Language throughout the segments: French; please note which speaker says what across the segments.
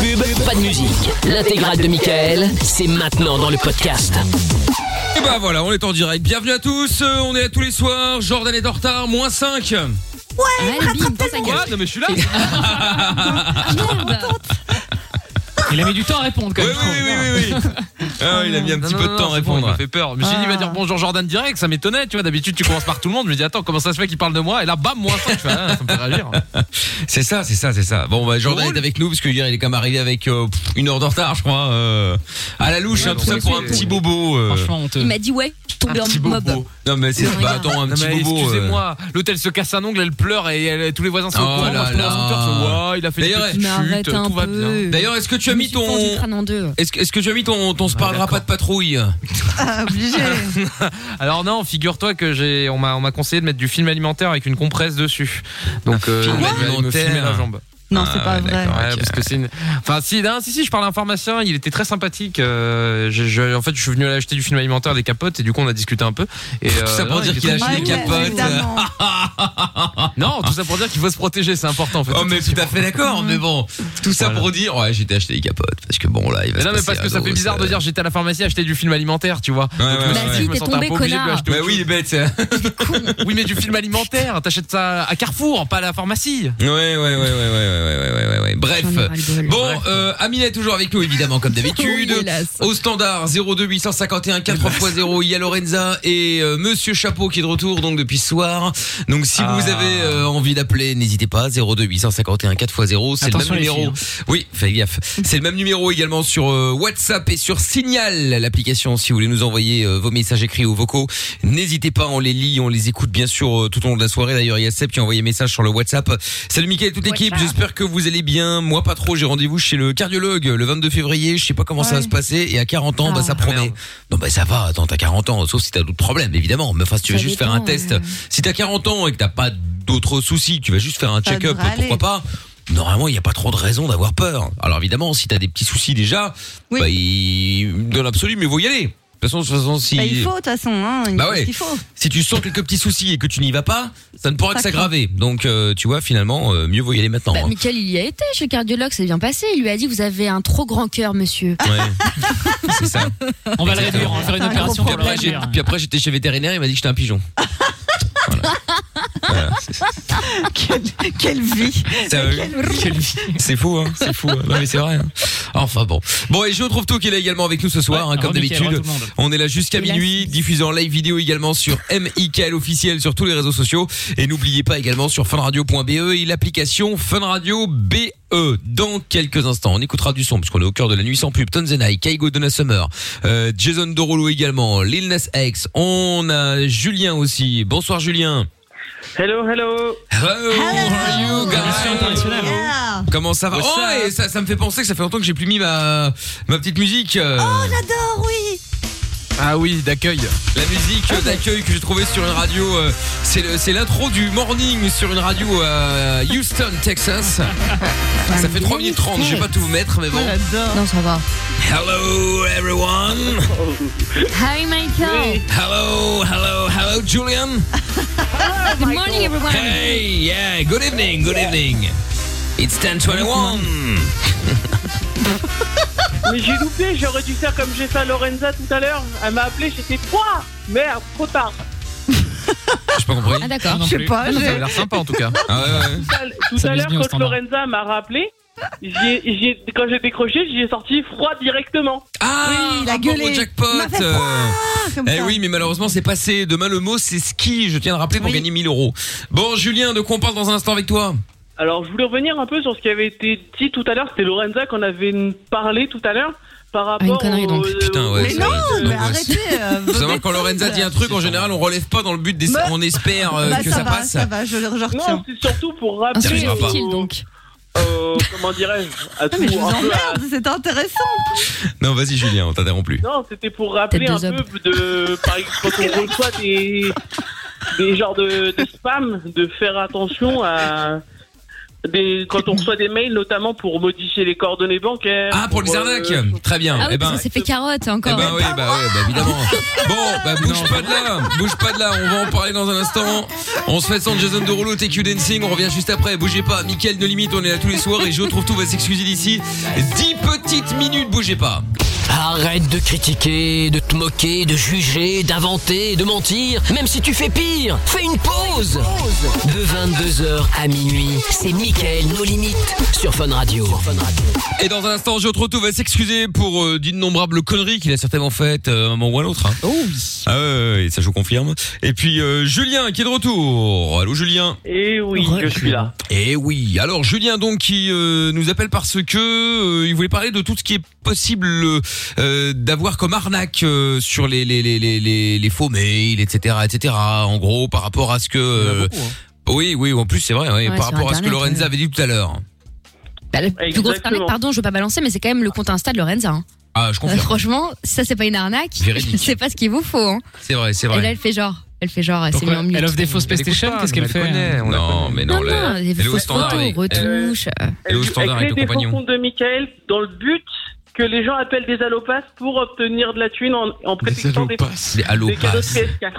Speaker 1: pub, pas de musique. L'intégrale de Michael, c'est maintenant dans le podcast.
Speaker 2: Et bah voilà, on est en direct. Bienvenue à tous, euh, on est là tous les soirs. Jordan est en retard, moins 5. Ouais, Quoi Non mais je suis là
Speaker 3: Il a mis du temps à répondre quand
Speaker 2: Oui,
Speaker 3: même.
Speaker 2: oui, oui, oui, oui. Ah ouais, il a mis un petit peu de temps à répondre.
Speaker 4: il m'a fait peur. Mais j'ai dit, il va dire bonjour Jordan direct, ça m'étonnait, Eh, tu vois. D'habitude, tu commences par tout le monde. Je me dis, attends, comment ça se fait qu'il parle de moi Et là, bam, moi, ça, tu vois, ah, ça me fait réagir.
Speaker 2: C'est ça, c'est ça, c'est ça. Bon, bah, Jordan est avec nous parce que hier il est quand même arrivé avec euh, pff, une heure de retard, je crois. euh, à la louche, hein, tout ça pour un petit bobo. euh,
Speaker 3: Franchement, honteux.
Speaker 5: Il m'a dit ouais, je suis tombée
Speaker 4: Un petit
Speaker 5: en mob.
Speaker 4: bobo.
Speaker 2: Non, mais c'est.
Speaker 5: Non,
Speaker 2: Bah,
Speaker 5: rien.
Speaker 2: attends, un
Speaker 4: Non,
Speaker 2: petit
Speaker 4: mais
Speaker 2: bobo. euh,
Speaker 4: excusez-moi, l'hôtel se casse un ongle, elle pleure et elle- tous les voisins sont au
Speaker 2: Oh
Speaker 4: courant.
Speaker 2: là
Speaker 4: Moi, je prends
Speaker 2: là.
Speaker 4: l'ascenseur, je fais, ouah, il a fait des
Speaker 2: D'ailleurs,
Speaker 4: petites
Speaker 5: Mais arrête
Speaker 4: chutes,
Speaker 5: un
Speaker 4: tout va bien.
Speaker 5: peu.
Speaker 2: D'ailleurs, est-ce que tu as mis ton.
Speaker 5: Je me suis fendue le crâne en deux.
Speaker 2: Est-ce que, est-ce que tu as mis ton, ton se parlera pas de patrouille
Speaker 4: Alors non, figure-toi que j'ai, on m'a, on m'a conseillé de mettre du film alimentaire avec une compresse dessus. Donc, euh,
Speaker 2: film
Speaker 4: il m'a- il me
Speaker 2: alimentaire.
Speaker 4: filmait la jambe.
Speaker 6: Non,
Speaker 2: Ah
Speaker 6: c'est pas vrai.
Speaker 4: Ouais, parce que c'est une... Enfin, si, non, si, si, je parle à un pharmacien, il était très sympathique. euh, je- je- en fait, je suis venu aller acheter du film alimentaire, des capotes, et du coup, on a discuté un peu. Et, euh,
Speaker 2: Tout ça pour
Speaker 4: non,
Speaker 2: dire
Speaker 4: il
Speaker 2: qu'il a
Speaker 4: était-
Speaker 2: acheté des
Speaker 6: Ouais, ouais,
Speaker 2: capotes. euh,
Speaker 6: évidemment.
Speaker 4: Non, tout ça pour dire qu'il faut se protéger, c'est important en fait.
Speaker 2: Oh mais tout à fait d'accord, mais bon, tout ça
Speaker 4: Voilà.
Speaker 2: pour dire ouais j'étais acheté des capotes parce que bon là il va.
Speaker 4: Mais
Speaker 2: se
Speaker 4: non, mais
Speaker 2: passer
Speaker 4: parce
Speaker 2: un
Speaker 4: que ça
Speaker 2: dos,
Speaker 4: fait bizarre de dire j'étais à la pharmacie acheter du film alimentaire, tu vois.
Speaker 2: Ouais, ouais,
Speaker 4: je me
Speaker 2: ouais,
Speaker 4: suis-
Speaker 5: Bah
Speaker 2: ouais.
Speaker 5: si,
Speaker 4: je me
Speaker 5: t'es
Speaker 4: sentais un
Speaker 5: tombé,
Speaker 4: peu obligé de lui
Speaker 5: connard.
Speaker 4: acheter
Speaker 2: Bah
Speaker 4: autre
Speaker 2: oui il est bête. ça.
Speaker 4: chose. Oui, mais du film alimentaire, t'achètes ça à Carrefour, pas à la pharmacie.
Speaker 2: Ouais ouais ouais ouais ouais ouais ouais ouais ouais. ouais. Bref.
Speaker 5: J'en ai ras-le-bol.
Speaker 2: Bon, euh, Amina est toujours avec nous évidemment comme d'habitude.
Speaker 5: Oui, hélas.
Speaker 2: Au standard 02851 4x0, il y a Lorenza et euh, Monsieur Chapeau qui est de retour donc depuis ce soir. Donc si vous
Speaker 4: Ah.
Speaker 2: avez euh, envie d'appeler, n'hésitez pas 02851 4x0, c'est le même
Speaker 3: Attention, les
Speaker 2: numéro.
Speaker 4: hein.
Speaker 3: filles,
Speaker 2: Oui, fais gaffe. C'est le même numéro également sur euh, WhatsApp et sur Signal, l'application si vous voulez nous envoyer euh, vos messages écrits ou vocaux. N'hésitez pas, on les lit, on les écoute bien sûr euh, tout au long de la soirée. D'ailleurs, il y a Seb qui a envoyé un message sur le WhatsApp. Salut Mickaël et toute l'équipe, j'espère que vous allez bien. Moi pas trop, j'ai rendez-vous chez le cardiologue le 22 février, je sais pas comment ça va se passer et à 40 ans, bah
Speaker 6: Ah.
Speaker 2: ça promet. Non bah ça va, attends, t'as 40 ans, sauf si t'as d'autres problèmes évidemment. Mais enfin, si tu
Speaker 5: Ça
Speaker 2: vas juste faire un
Speaker 5: dépend,
Speaker 2: test,
Speaker 5: euh.
Speaker 2: si t'as 40 ans et que t'as pas d'autres soucis, que tu vas juste faire un
Speaker 6: Pas de
Speaker 2: check-up,
Speaker 6: râler.
Speaker 2: pourquoi pas Normalement, il n'y a pas trop de raison d'avoir peur. Alors évidemment, si t'as des petits soucis déjà,
Speaker 6: Oui.
Speaker 2: bah, il- dans l'absolu, mais vous y aller. De toute façon, de toute façon, si
Speaker 6: Bah, il faut, de toute façon. Hein, il
Speaker 2: Bah
Speaker 6: faut ce
Speaker 2: ouais.
Speaker 6: qu'il faut.
Speaker 2: si tu sens quelques petits soucis et que tu n'y vas pas, ça ne pourra que
Speaker 6: Ça craint.
Speaker 2: s'aggraver. Donc, euh, tu vois, finalement, euh, mieux vaut y aller maintenant.
Speaker 5: Bah,
Speaker 2: hein.
Speaker 5: Michael, il y a été chez le cardiologue, c'est bien passé. Il lui a dit Vous avez un trop grand cœur, monsieur.
Speaker 2: Ouais. C'est ça.
Speaker 3: On va le réduire, on va faire une
Speaker 6: Attends,
Speaker 3: opération
Speaker 2: Puis
Speaker 3: pour le
Speaker 2: après, j'ai-
Speaker 3: réduire.
Speaker 2: puis après, j'étais chez vétérinaire, il m'a dit que j'étais un pigeon. Voilà. Voilà.
Speaker 6: quelle, quelle vie.
Speaker 2: Sérieux. euh, C'est fou, hein C'est fou. hein. Non, mais c'est vrai. hein. Enfin bon. Bon, et je retrouve tout qu'il est également avec nous ce soir,
Speaker 3: Ouais,
Speaker 2: hein, comme
Speaker 3: alors, Mickaël,
Speaker 2: d'habitude.
Speaker 3: tout le monde.
Speaker 2: On est là jusqu'à
Speaker 5: Et là,
Speaker 2: minuit, diffusé en live vidéo également sur MIKL officiel sur tous les réseaux sociaux. Et n'oubliez pas également sur funradio.be E et l'application Fun Radio BE. Dans quelques instants, on écoutera du son, puisqu'on est au cœur de la nuit sans pub. Tonzenai, Kaigo Donna Summer, euh, Jason Dorolo également, Lil Nas X. On a Julien aussi. Bonsoir Julien.
Speaker 7: Hello, hello.
Speaker 2: Hello, how are you
Speaker 3: Version
Speaker 2: guys?
Speaker 3: internationale.
Speaker 6: Yeah.
Speaker 2: Comment ça va
Speaker 4: What's
Speaker 2: Oh,
Speaker 4: up
Speaker 2: et ça, ça me fait penser que ça fait longtemps que j'ai plus mis ma, ma petite musique. euh,
Speaker 6: Oh, J'adore, oui.
Speaker 4: Ah oui, d'accueil.
Speaker 2: la musique
Speaker 6: Ah
Speaker 2: euh, d'accueil que j'ai trouvée sur une radio. euh, c'est le- c'est l'intro du morning sur une radio à Houston, Texas. ça fait 3 minutes 30, je vais pas tout vous mettre, mais bon.
Speaker 6: J'adore.
Speaker 5: Non, ça va.
Speaker 2: Hello everyone.
Speaker 5: Hi, Michael.
Speaker 2: Hello, hello, hello Julian.
Speaker 5: Good morning, everyone.
Speaker 2: Hey, yeah, good evening, good evening. It's 1021.
Speaker 7: Mais j'ai loupé, j'aurais dû faire comme j'ai fait à Lorenza tout à l'heure. Elle m'a appelé, j'étais quoi Merde, trop tard.
Speaker 2: J'ai pas compris.
Speaker 5: Ah, d'accord.
Speaker 3: Non
Speaker 6: Je sais
Speaker 3: plus.
Speaker 6: pas.
Speaker 4: Ça
Speaker 6: j'ai-
Speaker 4: a l'air sympa en tout cas.
Speaker 2: Ah ouais, ouais.
Speaker 7: Tout à l- Tout
Speaker 3: Ça
Speaker 7: à
Speaker 3: mise
Speaker 7: l'heure,
Speaker 3: bien au
Speaker 7: quand
Speaker 3: standard.
Speaker 7: Lorenza m'a rappelé, j'y ai- j'y ai- quand j'ai décroché, j'y ai sorti froid directement.
Speaker 2: Ah,
Speaker 6: Oui, il a
Speaker 2: bravo,
Speaker 6: gueulé.
Speaker 2: jackpot.
Speaker 6: Il m'a fait
Speaker 2: euh,
Speaker 6: Comme
Speaker 2: Eh
Speaker 6: ça.
Speaker 2: oui, mais malheureusement, c'est passé. Demain, le mot, c'est ski. Je tiens à le rappeler pour
Speaker 6: Oui.
Speaker 2: gagner 1000 euros. Bon, Julien, de quoi on parle dans un instant avec toi
Speaker 7: Alors, je voulais revenir un peu sur ce qui avait été dit tout à l'heure. C'était Lorenza qu'on avait parlé tout à l'heure par
Speaker 5: Ah, une
Speaker 7: rapport euh,
Speaker 5: connerie, donc.
Speaker 7: aux-
Speaker 2: Putain, ouais.
Speaker 6: Mais
Speaker 2: c'est-
Speaker 6: non,
Speaker 2: c'est
Speaker 6: mais
Speaker 2: l'angoisse.
Speaker 6: arrêtez. euh,
Speaker 2: Faut
Speaker 6: vos
Speaker 2: savoir quand Lorenza dit un truc, en général, on relève pas dans le but des...
Speaker 6: Bah-
Speaker 2: on espère euh,
Speaker 6: Bah,
Speaker 2: que
Speaker 6: ça,
Speaker 2: ça,
Speaker 6: va,
Speaker 2: passe.
Speaker 6: ça va, je, je
Speaker 7: Non,
Speaker 6: retiens.
Speaker 7: c'est surtout pour
Speaker 5: Un
Speaker 2: Ça
Speaker 7: rappeler
Speaker 5: sujet
Speaker 2: arrivera pas.
Speaker 5: utile,
Speaker 7: aux-
Speaker 5: donc.
Speaker 7: euh, comment dirais-je à
Speaker 6: Ah, mais je
Speaker 7: tout-
Speaker 6: vous
Speaker 7: un peu à-
Speaker 6: emmerde, c'est intéressant.
Speaker 2: Non, vas-y, Julien, on t'interrompt plus.
Speaker 7: Non, c'était pour rappeler
Speaker 5: Tête
Speaker 7: un
Speaker 5: de zob.
Speaker 7: peu de. Par exemple, quand on reçoit des. des genres de, de spam, de faire attention à. des, quand on reçoit des mails, notamment pour modifier les coordonnées bancaires.
Speaker 2: Ah, pour les
Speaker 7: euh,
Speaker 2: arnaques Très bien.
Speaker 5: Ah oui,
Speaker 2: eh ben,
Speaker 5: ça s'est fait carotte
Speaker 2: eh
Speaker 5: encore.
Speaker 2: ben oui, bah oui, bah évidemment. Bon, bah bouge
Speaker 4: Non.
Speaker 2: pas de là, bouge pas de là, on va en parler dans un instant. On se fait son Jason Derulo, TQ Dancing, on revient juste après. Bougez pas, Mickaël de Limite, on est là tous les soirs et je trouve tout va s'excuser d'ici. 10 petites minutes, bougez pas.
Speaker 1: Arrête de critiquer, de te moquer, de juger, d'inventer, de mentir. Même si tu fais pire, fais une pause. De 22h à minuit, c'est Mickaël, nos limites, sur Fun Radio.
Speaker 2: Et dans un instant, Joe Trotto va s'excuser pour euh, d'innombrables conneries qu'il a certainement faites euh, à un moment ou à l'autre. hein.
Speaker 1: Oh
Speaker 2: Ah ouais, ouais, ça je vous confirme. Et puis euh, Julien qui est de retour. Allô Julien.
Speaker 7: Et Eh oui, je suis là.
Speaker 2: Eh oui. Alors Julien donc qui euh, nous appelle parce que euh, il voulait parler de tout ce qui est possible euh, euh, d'avoir comme arnaque euh, sur les les les les les, les faux mails, etc., etc. En gros, par rapport à ce que euh, oui oui en plus c'est vrai ouais,
Speaker 5: hein. Ouais,
Speaker 2: par
Speaker 5: sur
Speaker 2: rapport à ce que
Speaker 5: Internet,
Speaker 2: Lorenza
Speaker 5: ouais.
Speaker 2: avait dit tout à l'heure.
Speaker 5: Bah, la plus grosse arnaque,
Speaker 7: Exactement.
Speaker 5: pardon, je veux pas balancer, mais c'est quand même le compte Insta de Lorenza. hein.
Speaker 2: Ah je
Speaker 5: Euh,
Speaker 2: confirme.
Speaker 5: franchement, si ça c'est pas une arnaque,
Speaker 2: Véridique.
Speaker 5: je sais pas ce qu'il vous faut. hein.
Speaker 2: C'est vrai c'est
Speaker 5: Et là,
Speaker 2: vrai.
Speaker 5: elle fait genre, elle fait genre, elle s'est
Speaker 3: Pourquoi
Speaker 5: mise en mute.
Speaker 3: Elle offre des fausses
Speaker 4: Elle écoute
Speaker 3: PlayStation,
Speaker 4: pas,
Speaker 3: qu'est-ce qu'elle
Speaker 4: mais
Speaker 3: fait
Speaker 4: elle connaît,
Speaker 3: euh
Speaker 4: on la
Speaker 2: Non
Speaker 4: connaît.
Speaker 2: mais
Speaker 5: Non,
Speaker 2: non.
Speaker 5: non,
Speaker 2: là-
Speaker 5: des
Speaker 2: elle est au
Speaker 5: fausses
Speaker 2: standard.
Speaker 5: photos,
Speaker 2: elle- elle-
Speaker 5: retouches. euh.
Speaker 2: Et au standard
Speaker 7: avec
Speaker 2: avec
Speaker 7: les
Speaker 2: ton
Speaker 7: défauts
Speaker 2: compagnon.
Speaker 7: compte de Michael dans le but que les gens appellent des allopasses pour obtenir de la thune en, en prétextant des,
Speaker 2: Les
Speaker 7: des cadeaux de
Speaker 2: allopass.
Speaker 7: PS4.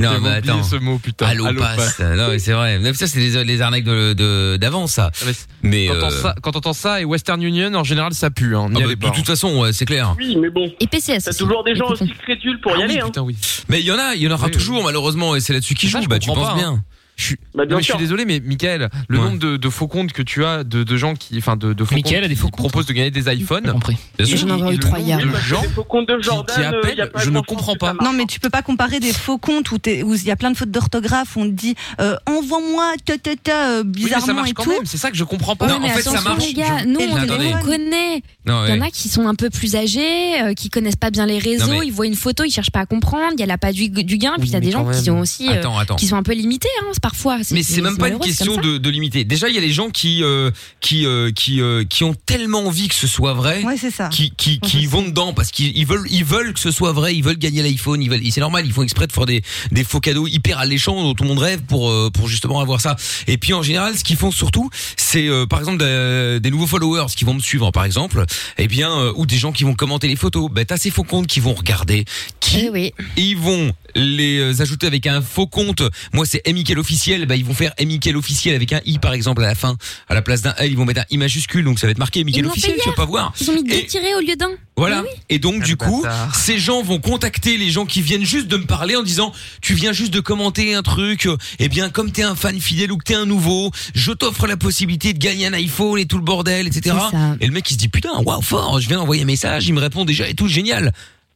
Speaker 2: Non mais attends.
Speaker 4: ce mot, putain.
Speaker 2: Allopass. Non, mais c'est vrai. Mais ça, c'est les, les arnaques de- de- d'avant, ça.
Speaker 4: Ah, mais
Speaker 2: Mais
Speaker 4: Quand t'entends
Speaker 2: euh,
Speaker 4: ça, quand t'entends ça et Western Union, en général, ça pue. Hein.
Speaker 2: ah
Speaker 4: N'y
Speaker 2: bah,
Speaker 4: allez
Speaker 2: de
Speaker 4: pas,
Speaker 2: toute façon, ouais, c'est clair.
Speaker 7: Oui, mais bon.
Speaker 5: Et PCS.
Speaker 7: T'as
Speaker 5: aussi.
Speaker 7: toujours des gens
Speaker 5: Écoutons.
Speaker 7: aussi crédules pour y
Speaker 4: Ah oui,
Speaker 7: aller, hein.
Speaker 4: Putain, oui.
Speaker 2: Mais il y en a, il y en aura
Speaker 4: Oui,
Speaker 2: toujours,
Speaker 4: oui.
Speaker 2: malheureusement, et c'est là-dessus qu'ils
Speaker 4: Ça,
Speaker 2: jouent.
Speaker 4: je
Speaker 2: Bah, tu
Speaker 4: comprends
Speaker 2: penses
Speaker 4: pas,
Speaker 2: bien.
Speaker 4: Je suis-
Speaker 7: Bah,
Speaker 4: Non,
Speaker 7: bien
Speaker 4: mais je
Speaker 7: sûr.
Speaker 4: suis désolé, mais Michael, le
Speaker 2: Ouais.
Speaker 4: nombre de, de faux comptes que tu as, de, de gens qui, enfin, de, de faux
Speaker 3: Michael
Speaker 4: comptes
Speaker 3: a des faux
Speaker 4: qui
Speaker 3: comptes.
Speaker 4: proposent de gagner des
Speaker 3: J'ai
Speaker 4: iPhones.
Speaker 3: compris.
Speaker 2: Bien
Speaker 5: Et
Speaker 2: sûr.
Speaker 5: j'en ai encore eu
Speaker 4: Et le
Speaker 5: trois
Speaker 4: nombre
Speaker 5: hier.
Speaker 4: de
Speaker 7: Oui, parce que
Speaker 4: gens-
Speaker 7: les faux comptes de
Speaker 4: qui
Speaker 7: Jordan, euh,
Speaker 4: appellent,
Speaker 7: y a pas
Speaker 4: je ne
Speaker 7: grand-chose
Speaker 4: comprends
Speaker 7: que
Speaker 4: pas.
Speaker 7: ça marche. hein.
Speaker 6: Non, mais tu peux pas comparer des faux comptes où t'es- où il y a plein de fautes d'orthographe, on te dit euh, envoie-moi ta, ta, ta, euh,
Speaker 4: Oui, mais ça
Speaker 6: bizarrement
Speaker 4: marche
Speaker 6: et
Speaker 4: quand
Speaker 6: tout.
Speaker 4: même, c'est ça que je comprends pas.
Speaker 5: Ouais,
Speaker 2: Non, en
Speaker 5: mais
Speaker 2: fait, ça
Speaker 5: attention,
Speaker 2: marche.
Speaker 5: les gars, nous, on,
Speaker 2: Attendez.
Speaker 5: les connaît.
Speaker 2: Non,
Speaker 5: Il y
Speaker 2: ouais.
Speaker 5: en a qui sont un peu plus âgés, euh, qui connaissent pas bien les réseaux,
Speaker 2: Non, mais-
Speaker 5: ils voient une photo, ils cherchent pas à comprendre, il y a la pas du, du gain, puis
Speaker 4: Oui,
Speaker 5: il y a des
Speaker 4: mais
Speaker 5: gens
Speaker 4: quand
Speaker 5: qui
Speaker 4: même.
Speaker 5: ont aussi, euh,
Speaker 2: Attends, attends.
Speaker 5: qui sont un peu limités, hein, parfois.
Speaker 2: Mais c'est même pas une
Speaker 5: malheureux, c'est
Speaker 2: question
Speaker 5: comme
Speaker 2: de, de limiter. Déjà, il y a les gens qui euh, qui euh, qui euh, qui ont tellement envie que ce soit vrai.
Speaker 6: Ouais, c'est ça.
Speaker 2: Qui, qui, qui vont dedans parce qu'ils ils veulent ils veulent que ce soit vrai ils veulent gagner l'iPhone ils veulent et c'est normal ils font exprès de faire des des faux cadeaux hyper alléchants dont tout le monde rêve pour euh, pour justement avoir ça et puis en général ce qu'ils font surtout c'est euh, par exemple des, des nouveaux followers qui vont me suivre par exemple et bien euh, ou des gens qui vont commenter les photos ben t'as ces faux comptes qui vont regarder
Speaker 5: ça.
Speaker 2: qui
Speaker 5: Eh oui.
Speaker 2: ils vont les euh, ajouter avec un faux compte. Moi, c'est Emikel officiel. Bah, ils vont faire Emikel officiel avec un i par exemple à la fin. À la place d'un l, ils vont mettre un i majuscule, donc ça va être marqué
Speaker 5: Ils
Speaker 2: Emikel
Speaker 5: l'ont
Speaker 2: officiel.
Speaker 5: fait
Speaker 2: Tu vas pas voir.
Speaker 5: Ils ont mis
Speaker 2: Et-
Speaker 5: deux tirés au lieu d'un.
Speaker 2: Voilà. Et donc,
Speaker 4: Ah,
Speaker 2: du
Speaker 4: le
Speaker 2: coup,
Speaker 4: bâtard.
Speaker 2: ces gens vont contacter les gens qui viennent juste de me parler en disant, tu viens juste de commenter un truc. euh, Eh bien, comme t'es un fan fidèle ou que t'es un nouveau, je t'offre la possibilité de gagner un iPhone et tout le bordel, etc.
Speaker 5: C'est ça.
Speaker 2: Et le mec, il se dit, putain, waouh, fort, je viens d'envoyer un message, il me répond déjà et tout, génial.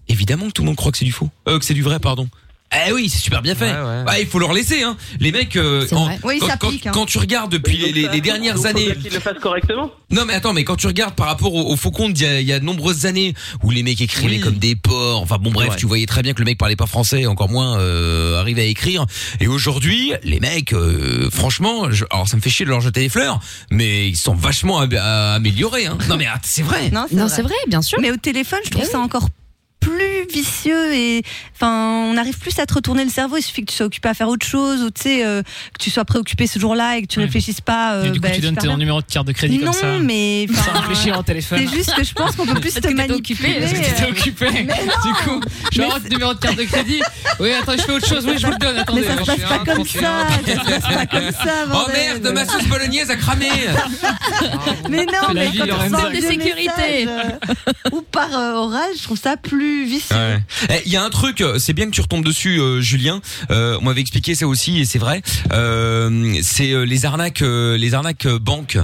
Speaker 2: Évidemment que tout le monde croit que c'est du faux. Euh, que c'est du vrai, pardon. Eh oui, c'est super bien fait.
Speaker 4: Ouais, ouais.
Speaker 2: Ah, il faut leur laisser, hein. Les mecs, euh,
Speaker 5: C'est
Speaker 2: en-
Speaker 5: vrai.
Speaker 6: Oui,
Speaker 2: quand,
Speaker 6: ça
Speaker 2: quand-
Speaker 6: pique, hein.
Speaker 2: quand tu regardes depuis les,
Speaker 7: Donc,
Speaker 2: les-
Speaker 7: ça,
Speaker 2: les dernières
Speaker 7: donc, faut bien
Speaker 2: années,
Speaker 7: Qu'ils le fassent correctement.
Speaker 2: non mais attends, mais quand tu regardes par rapport au, au faux compte d'il y, a- il y a de nombreuses années où les mecs écrivaient
Speaker 4: Oui.
Speaker 2: comme des porcs, enfin bon bref,
Speaker 4: Ouais.
Speaker 2: tu voyais très bien que le mec parlait pas français, encore moins euh, arrivait à écrire. Et aujourd'hui, les mecs, euh, franchement, je- alors ça me fait chier de leur jeter des fleurs, mais ils sont vachement am- à- améliorés. Hein. Non mais ah, c'est vrai.
Speaker 6: Non,
Speaker 5: Non, c'est vrai, bien sûr. Eh
Speaker 6: Mais au téléphone, je trouve
Speaker 5: Mais
Speaker 6: ça encore plus vicieux et enfin on arrive plus à te retourner le cerveau il suffit que tu sois occupé à faire autre chose ou tu sais euh, que tu sois préoccupé ce jour-là et que tu
Speaker 3: Ouais.
Speaker 6: réfléchisses pas euh,
Speaker 3: Et du coup,
Speaker 6: bah,
Speaker 3: tu donnes
Speaker 6: super
Speaker 3: ton
Speaker 6: bien.
Speaker 3: numéro de carte de crédit
Speaker 6: non
Speaker 3: comme ça.
Speaker 6: mais
Speaker 3: Sans
Speaker 6: enfin,
Speaker 3: réfléchir au téléphone.
Speaker 6: c'est juste que je pense qu'on peut plus te
Speaker 5: que t'étais
Speaker 6: manipuler
Speaker 5: occupé, parce que
Speaker 3: T'es
Speaker 6: euh,
Speaker 3: occupé. Du coup, je vais avoir votre numéro de carte de crédit. Oui, attends, je fais autre chose. Oui, je vous le donne. Attendez.
Speaker 6: mais ça se
Speaker 3: Alors, je
Speaker 6: passe
Speaker 3: suis
Speaker 6: pas
Speaker 3: un
Speaker 6: comme
Speaker 3: 31.
Speaker 6: ça ça se passe pas comme ça
Speaker 2: Oh
Speaker 6: bordel.
Speaker 2: merde, ma sauce bolognaise a cramé.
Speaker 6: mais non
Speaker 3: Ah, bah, C'est la
Speaker 6: mais
Speaker 3: vie,
Speaker 6: quand on
Speaker 3: Lorenza.
Speaker 6: reçoit
Speaker 5: De
Speaker 6: des
Speaker 5: sécurité.
Speaker 6: messages, euh, ou par euh, orage je trouve ça plus vicieux
Speaker 2: Eh, Il y a un truc, euh, c'est bien que tu retombes dessus, euh, Julien. Euh, on m'avait expliqué ça aussi, et c'est vrai. Euh, c'est euh, les arnaques, euh, les arnaques euh, banques.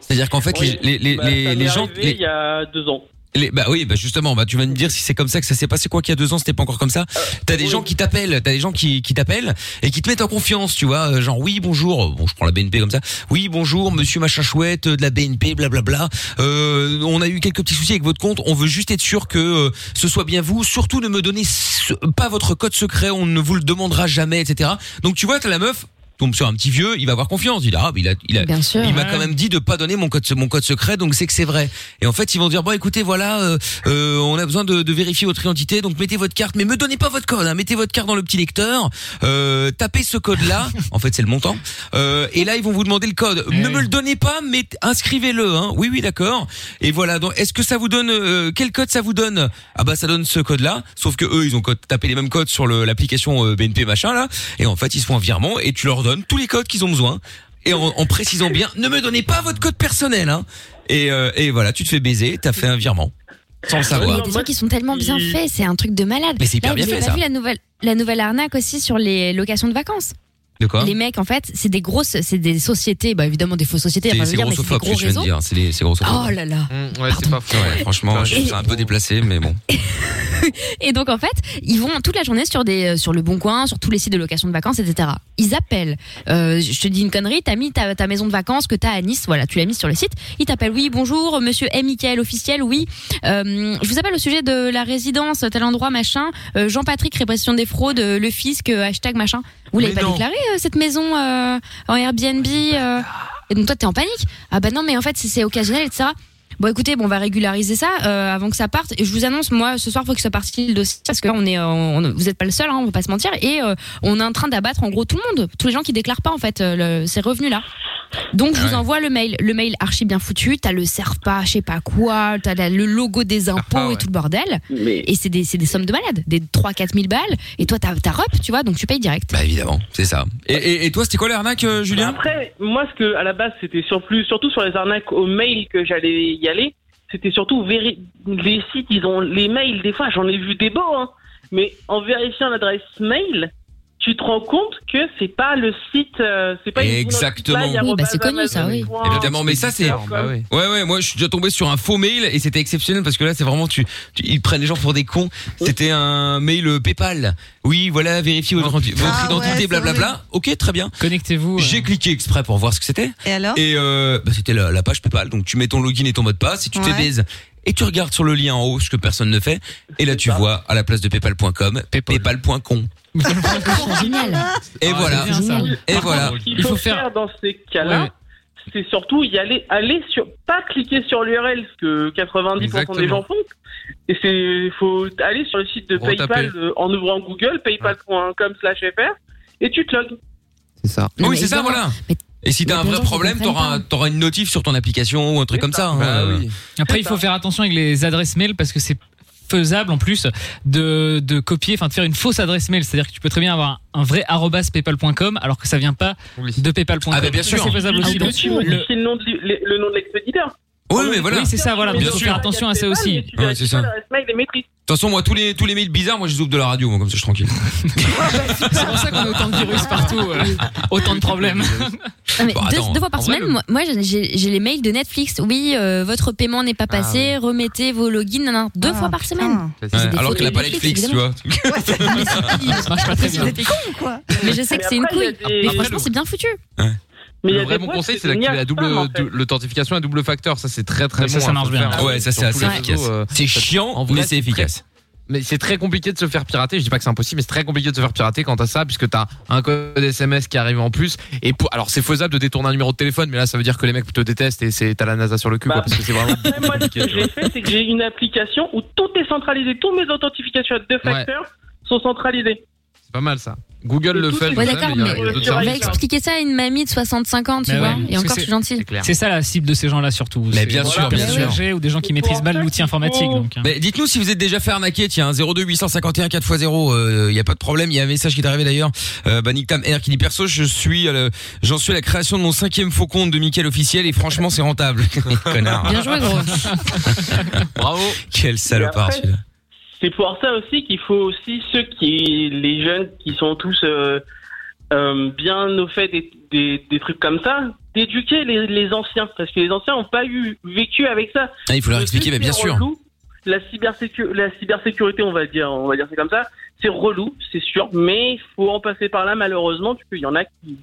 Speaker 2: C'est-à-dire qu'en fait,
Speaker 7: Oui.
Speaker 2: les, les, les,
Speaker 7: Bah, ça
Speaker 2: les-
Speaker 7: m'est
Speaker 2: les gens,
Speaker 7: arrivé
Speaker 2: les,
Speaker 7: Il y a deux ans.
Speaker 2: les- bah oui, bah justement, bah tu vas me dire si c'est comme ça que ça s'est passé. Quoi qu'il y a deux ans, c'était pas encore comme ça. T'as des
Speaker 7: Euh, oui.
Speaker 2: gens qui t'appellent, t'as des gens qui, qui t'appellent et qui te mettent en confiance, tu vois. euh, Genre oui, bonjour. Bon, je prends la BNP comme ça. Oui, bonjour, Monsieur Machin Chouette euh, de la BNP, blablabla. Euh, on a eu quelques petits soucis avec votre compte. On veut juste être sûr que euh, ce soit bien vous. Surtout ne me donnez ce- pas votre code secret. On ne vous le demandera jamais, etc. Donc tu vois, t'as la meuf. tombe sur un petit vieux, il va avoir confiance. Il a, ah, bah, il a, il a-
Speaker 5: Bien sûr.
Speaker 2: il m'a
Speaker 5: Ouais.
Speaker 2: quand même dit de pas donner mon code, se- mon code secret, donc c'est que c'est vrai. Et en fait, ils vont dire bon, écoutez, voilà, euh, euh, on a besoin de, de vérifier votre identité, donc mettez votre carte, mais me donnez pas votre code. hein. mettez votre carte dans le petit lecteur, euh, tapez ce code-là. en fait, c'est le montant. Euh, et là, ils vont vous demander le code. ne me le donnez pas, mais inscrivez-le. Hein. Oui, oui, d'accord. Et voilà. Donc, est-ce que ça vous donne euh, quel code ça vous donne Ah bah, ça donne ce code-là. Sauf que eux, ils ont code- tapé les mêmes codes sur le- l'application euh, BNP machin là. Et en fait, ils se font un virement et tu leur donnes tous les codes qu'ils ont besoin. Et en, en précisant bien, ne me donnez pas votre code personnel. Hein. Et, euh, et voilà, tu te fais baiser, t'as fait un virement sans le
Speaker 5: Mais Il y
Speaker 2: savoir.
Speaker 5: a des trucs qui sont tellement bien faits, c'est un truc de malade.
Speaker 2: Mais c'est hyper
Speaker 5: Là,
Speaker 2: bien
Speaker 5: vous avez
Speaker 2: fait,
Speaker 5: pas
Speaker 2: ça.
Speaker 5: vu la nouvelle, la nouvelle arnaque aussi sur les locations de vacances.
Speaker 2: De quoi
Speaker 5: les mecs, en fait, c'est des grosses, c'est des sociétés, bah évidemment des fausses sociétés,
Speaker 2: C'est
Speaker 5: enfin, je
Speaker 2: c'est
Speaker 5: veux dire, mais c'est des
Speaker 2: grossophobe ce
Speaker 5: gros
Speaker 2: que tu viens de
Speaker 5: réseaux.
Speaker 2: dire. C'est des- c'est grossophobe.
Speaker 5: Oh là là.
Speaker 4: ouais, c'est pas faux.
Speaker 2: Hum, Ouais, franchement, je trouve ça un peu déplacé, mais bon.
Speaker 5: Et donc en fait, ils vont toute la journée sur des, euh, sur le Bon Coin, sur tous les sites de location de vacances, etc. Ils appellent. Euh, je te dis une connerie, t'as mis ta, ta maison de vacances que t'as à Nice, voilà, tu l'as mise sur le site. Ils t'appellent. Oui, bonjour, Monsieur M. Michael, officiel. Oui, Euh, je vous appelle au sujet de la résidence, tel endroit, machin. Euh, Jean-Patrick, répression des fraudes, euh, le fisc, euh, hashtag machin. Vous l'avez
Speaker 4: Mais
Speaker 5: pas
Speaker 4: non.
Speaker 5: déclaré euh, cette maison euh, en Airbnb euh, Et donc toi t'es en panique Ah bah non mais en fait c'est- c'est occasionnel etc. Bon écoutez, bon, on va régulariser ça euh, avant que ça parte. Et je vous annonce, moi ce soir faut que ça parte le dossier parce que là, on est, euh, on- vous n'êtes pas le seul, hein, on va pas se mentir. Et euh, on est en train d'abattre en gros tout le monde, tous les gens qui déclarent pas en fait euh, le- ces revenus là. Donc je
Speaker 2: Ouais.
Speaker 5: vous envoie le mail, le mail archi bien foutu. T'as le Serpa, je sais pas quoi, t'as la- le logo des impôts
Speaker 4: Serpa, ouais.
Speaker 5: et tout le bordel.
Speaker 7: Mais
Speaker 5: Et c'est des, c'est des sommes de malades, des 3-4 000 balles. Et toi, t'as t'as rep, tu vois, donc tu payes direct.
Speaker 2: Bah évidemment, c'est ça. Et, et- et toi, c'était quoi l'arnaque, euh, Julien
Speaker 7: Bah, Après, moi, ce que à la base, c'était sur plus, surtout sur les arnaques au mail que j'allais y aller. C'était surtout véri- les sites, ils ont les mails. Des fois, j'en ai vu des beaux, hein. mais en vérifiant l'adresse mail, tu te rends compte que c'est pas le site, euh, c'est pas une-
Speaker 2: Exactement.
Speaker 7: une-
Speaker 5: Oui, bah, c'est connu, ça, oui.
Speaker 2: Évidemment, mais ça, c'est-
Speaker 4: Bah oui.
Speaker 2: Ouais ouais, moi je suis déjà tombé sur un faux mail et c'était exceptionnel parce que là c'est vraiment tu, tu- ils prennent les gens pour des cons. C'était un mail euh, PayPal. Oui, voilà, vérifiez votre,
Speaker 4: Ah,
Speaker 2: identi- votre
Speaker 6: ouais,
Speaker 2: identité,
Speaker 6: c'est
Speaker 2: blablabla.
Speaker 6: horrible.
Speaker 2: Ok, très bien.
Speaker 3: Connectez-vous. euh,
Speaker 2: J'ai cliqué exprès pour voir ce que c'était
Speaker 6: Et alors
Speaker 2: et euh, bah, c'était la, la page PayPal. Donc tu mets ton login et ton mot de passe et tu te
Speaker 6: Ouais.
Speaker 2: baises. Et tu regardes sur le lien en haut, ce que personne ne fait. Et là, tu vois, à la place de paypal.com, paypal.com.
Speaker 5: Génial.
Speaker 2: Et
Speaker 3: Ah,
Speaker 2: voilà.
Speaker 3: c'est bien, ça.
Speaker 2: Et
Speaker 7: Par
Speaker 2: voilà.
Speaker 7: contre, ce qu'il
Speaker 3: Il
Speaker 7: faut,
Speaker 3: faut
Speaker 7: faire,
Speaker 3: faire-
Speaker 7: dans ces cas-là,
Speaker 3: Ouais.
Speaker 7: c'est surtout y aller, aller sur, pas cliquer sur l'URL, ce que 90%
Speaker 4: Exactement.
Speaker 7: des gens font. Et c'est, faut aller sur le site de
Speaker 4: Retaper.
Speaker 7: PayPal euh, en ouvrant Google, paypal.com/fr, et tu te logs.
Speaker 4: C'est ça.
Speaker 5: Non, mais
Speaker 2: oui, c'est ça,
Speaker 5: évidemment.
Speaker 2: voilà.
Speaker 5: Mais-
Speaker 2: Et si
Speaker 5: mais
Speaker 2: t'as un
Speaker 5: les
Speaker 2: vrai
Speaker 5: gens, ils
Speaker 2: problème,
Speaker 5: comprennent
Speaker 2: t'auras,
Speaker 5: pas.
Speaker 2: un- t'auras une notif sur ton application ou un truc
Speaker 7: C'est
Speaker 2: comme
Speaker 7: ça.
Speaker 2: ça. hein,
Speaker 4: Bah
Speaker 2: euh.
Speaker 4: oui.
Speaker 7: C'est
Speaker 3: Après, il faut
Speaker 7: ça.
Speaker 3: faire attention avec les adresses mail parce que c'est faisable en plus de, de copier, enfin de faire une fausse adresse mail. C'est-à-dire que tu peux très bien avoir un, un vrai arrobas paypal.com alors que ça vient pas
Speaker 4: Oui.
Speaker 3: de paypal.com.
Speaker 2: Ah, bah, bien
Speaker 3: Ça,
Speaker 2: sûr.
Speaker 3: C'est faisable aussi.
Speaker 5: Ah, bien
Speaker 3: Donc,
Speaker 7: Tu
Speaker 5: sûr.
Speaker 3: le-
Speaker 7: modifies le nom de l'i- le- le nom de l'expéditeur.
Speaker 2: Oui, mais voilà.
Speaker 3: Oui, c'est ça, voilà.
Speaker 7: Tu
Speaker 3: Donc,
Speaker 2: Bien
Speaker 3: faut
Speaker 7: mets
Speaker 2: sûr.
Speaker 3: faire
Speaker 7: sur
Speaker 3: attention à ça
Speaker 7: PayPal,
Speaker 3: aussi.
Speaker 7: mais tu
Speaker 2: Ouais,
Speaker 7: vérifies
Speaker 2: c'est ça.
Speaker 7: pas l'adresse mail et maîtrise.
Speaker 2: De toute façon, moi, tous les, tous les mails bizarres, moi, je les ouvre de la radio, moi, comme ça, je suis tranquille.
Speaker 3: C'est pour ça qu'on a autant de virus partout, euh, autant de problèmes.
Speaker 5: Non, Ah, mais
Speaker 2: Bon,
Speaker 5: deux,
Speaker 2: attends,
Speaker 5: deux fois par
Speaker 4: en vrai,
Speaker 5: semaine,
Speaker 4: le-
Speaker 5: moi, moi, j'ai j'ai les mails de Netflix. Oui, euh, votre paiement n'est pas
Speaker 4: Ah
Speaker 5: passé, remettez vos logins. nan, nan. Deux
Speaker 6: Ah,
Speaker 5: fois par
Speaker 6: putain.
Speaker 5: semaine.
Speaker 2: Ouais,
Speaker 5: des
Speaker 2: alors
Speaker 5: fautes
Speaker 2: qu'elle a
Speaker 5: de
Speaker 2: pas
Speaker 5: Netflix,
Speaker 2: Netflix, tu vois.
Speaker 6: Ouais, c'est- mais
Speaker 3: Ça marche pas très
Speaker 6: Vous
Speaker 3: bien.
Speaker 6: êtes con quoi
Speaker 5: Mais je sais que
Speaker 7: Mais
Speaker 5: c'est une
Speaker 7: après, il y a
Speaker 5: couille.
Speaker 7: des-
Speaker 5: Mais
Speaker 4: Après,
Speaker 5: franchement,
Speaker 4: le-
Speaker 5: c'est bien foutu.
Speaker 7: Mais il y
Speaker 4: Le
Speaker 7: a
Speaker 4: vrai
Speaker 7: des
Speaker 4: bon
Speaker 7: boîtes,
Speaker 4: conseil,
Speaker 7: c'est
Speaker 4: c'est d'activer
Speaker 7: génial,
Speaker 4: la double
Speaker 7: spam, en fait.
Speaker 4: dou- l'authentification à double facteur. Ça, c'est très très
Speaker 3: Ouais, ça,
Speaker 4: bon.
Speaker 3: ça
Speaker 4: hein,
Speaker 3: marche
Speaker 4: faut le
Speaker 3: bien.
Speaker 4: faire,
Speaker 2: Ouais, ça, c'est
Speaker 4: sur tous
Speaker 2: assez
Speaker 4: les
Speaker 2: efficace.
Speaker 4: réseaux, euh,
Speaker 2: C'est chiant,
Speaker 4: en
Speaker 2: mais
Speaker 4: vrai,
Speaker 2: c'est efficace.
Speaker 4: Mais c'est très compliqué de se faire pirater. Je dis pas que c'est impossible, mais c'est très compliqué de se faire pirater quant à ça, puisque t'as un code SMS qui arrive en plus. Et pour- alors c'est faisable de détourner un numéro de téléphone, mais là ça veut dire que les mecs te détestent et c'est t'as la NASA sur le cul,
Speaker 7: Bah,
Speaker 4: quoi, parce que c'est vraiment.
Speaker 7: Après, moi, ce
Speaker 4: compliqué,
Speaker 7: que
Speaker 4: tu vois.
Speaker 7: j'ai fait, c'est que j'ai une application où tout est centralisé. Tous mes authentifications à deux
Speaker 4: Ouais.
Speaker 7: facteurs sont centralisées.
Speaker 4: C'est pas mal ça. Google
Speaker 7: Et
Speaker 4: le
Speaker 7: tout,
Speaker 4: fait.
Speaker 7: c'est-
Speaker 4: le
Speaker 5: Ouais,
Speaker 4: fait,
Speaker 5: d'accord,
Speaker 4: il y a-
Speaker 5: mais
Speaker 4: il y a d'autres
Speaker 5: on
Speaker 7: Ouais,
Speaker 5: va
Speaker 7: c'est
Speaker 4: services,
Speaker 7: ça.
Speaker 5: expliquer ça à une mamie de 65 ans, tu
Speaker 3: Mais
Speaker 5: vois.
Speaker 3: ouais,
Speaker 5: et
Speaker 3: parce que
Speaker 5: encore, je
Speaker 3: c'est-
Speaker 5: suis gentille.
Speaker 4: c'est clair.
Speaker 3: C'est ça la cible de ces gens-là surtout.
Speaker 2: Mais
Speaker 3: C'est
Speaker 2: bien
Speaker 3: des
Speaker 2: sûr, bien
Speaker 3: personnes
Speaker 2: sûr.
Speaker 3: âgées ou des gens qui maîtrisent mal l'outil informatique. Donc, hein.
Speaker 2: Mais dites-nous si vous êtes déjà fait arnaquer, tiens, 02 851 4x0, il
Speaker 4: euh,
Speaker 2: y a pas de problème, il y a un message qui est arrivé d'ailleurs. Euh, bah Nick Tam R qui dit perso, je suis à
Speaker 4: euh,
Speaker 2: la- j'en suis à la création de mon cinquième faux compte de Michael officiel et franchement, c'est rentable. Connard.
Speaker 5: Bien joué, gros.
Speaker 4: Bravo.
Speaker 2: Quel
Speaker 7: Et
Speaker 2: salopard
Speaker 7: après,
Speaker 2: celui-là.
Speaker 7: C'est pour ça aussi qu'il faut aussi ceux qui, les jeunes qui sont tous euh, euh, bien au fait des, des, des trucs comme ça, d'éduquer les, les anciens, parce que les anciens n'ont pas eu vécu avec ça.
Speaker 2: Ah, il faut leur
Speaker 7: Le
Speaker 2: expliquer,
Speaker 7: truc
Speaker 2: mais bien
Speaker 7: qui est
Speaker 2: sûr.
Speaker 7: relou, la, cybersécu- la cybersécurité, on va dire, on va dire c'est comme ça, c'est relou, c'est sûr, mais il faut en passer par là malheureusement, puisqu'il y en a qui,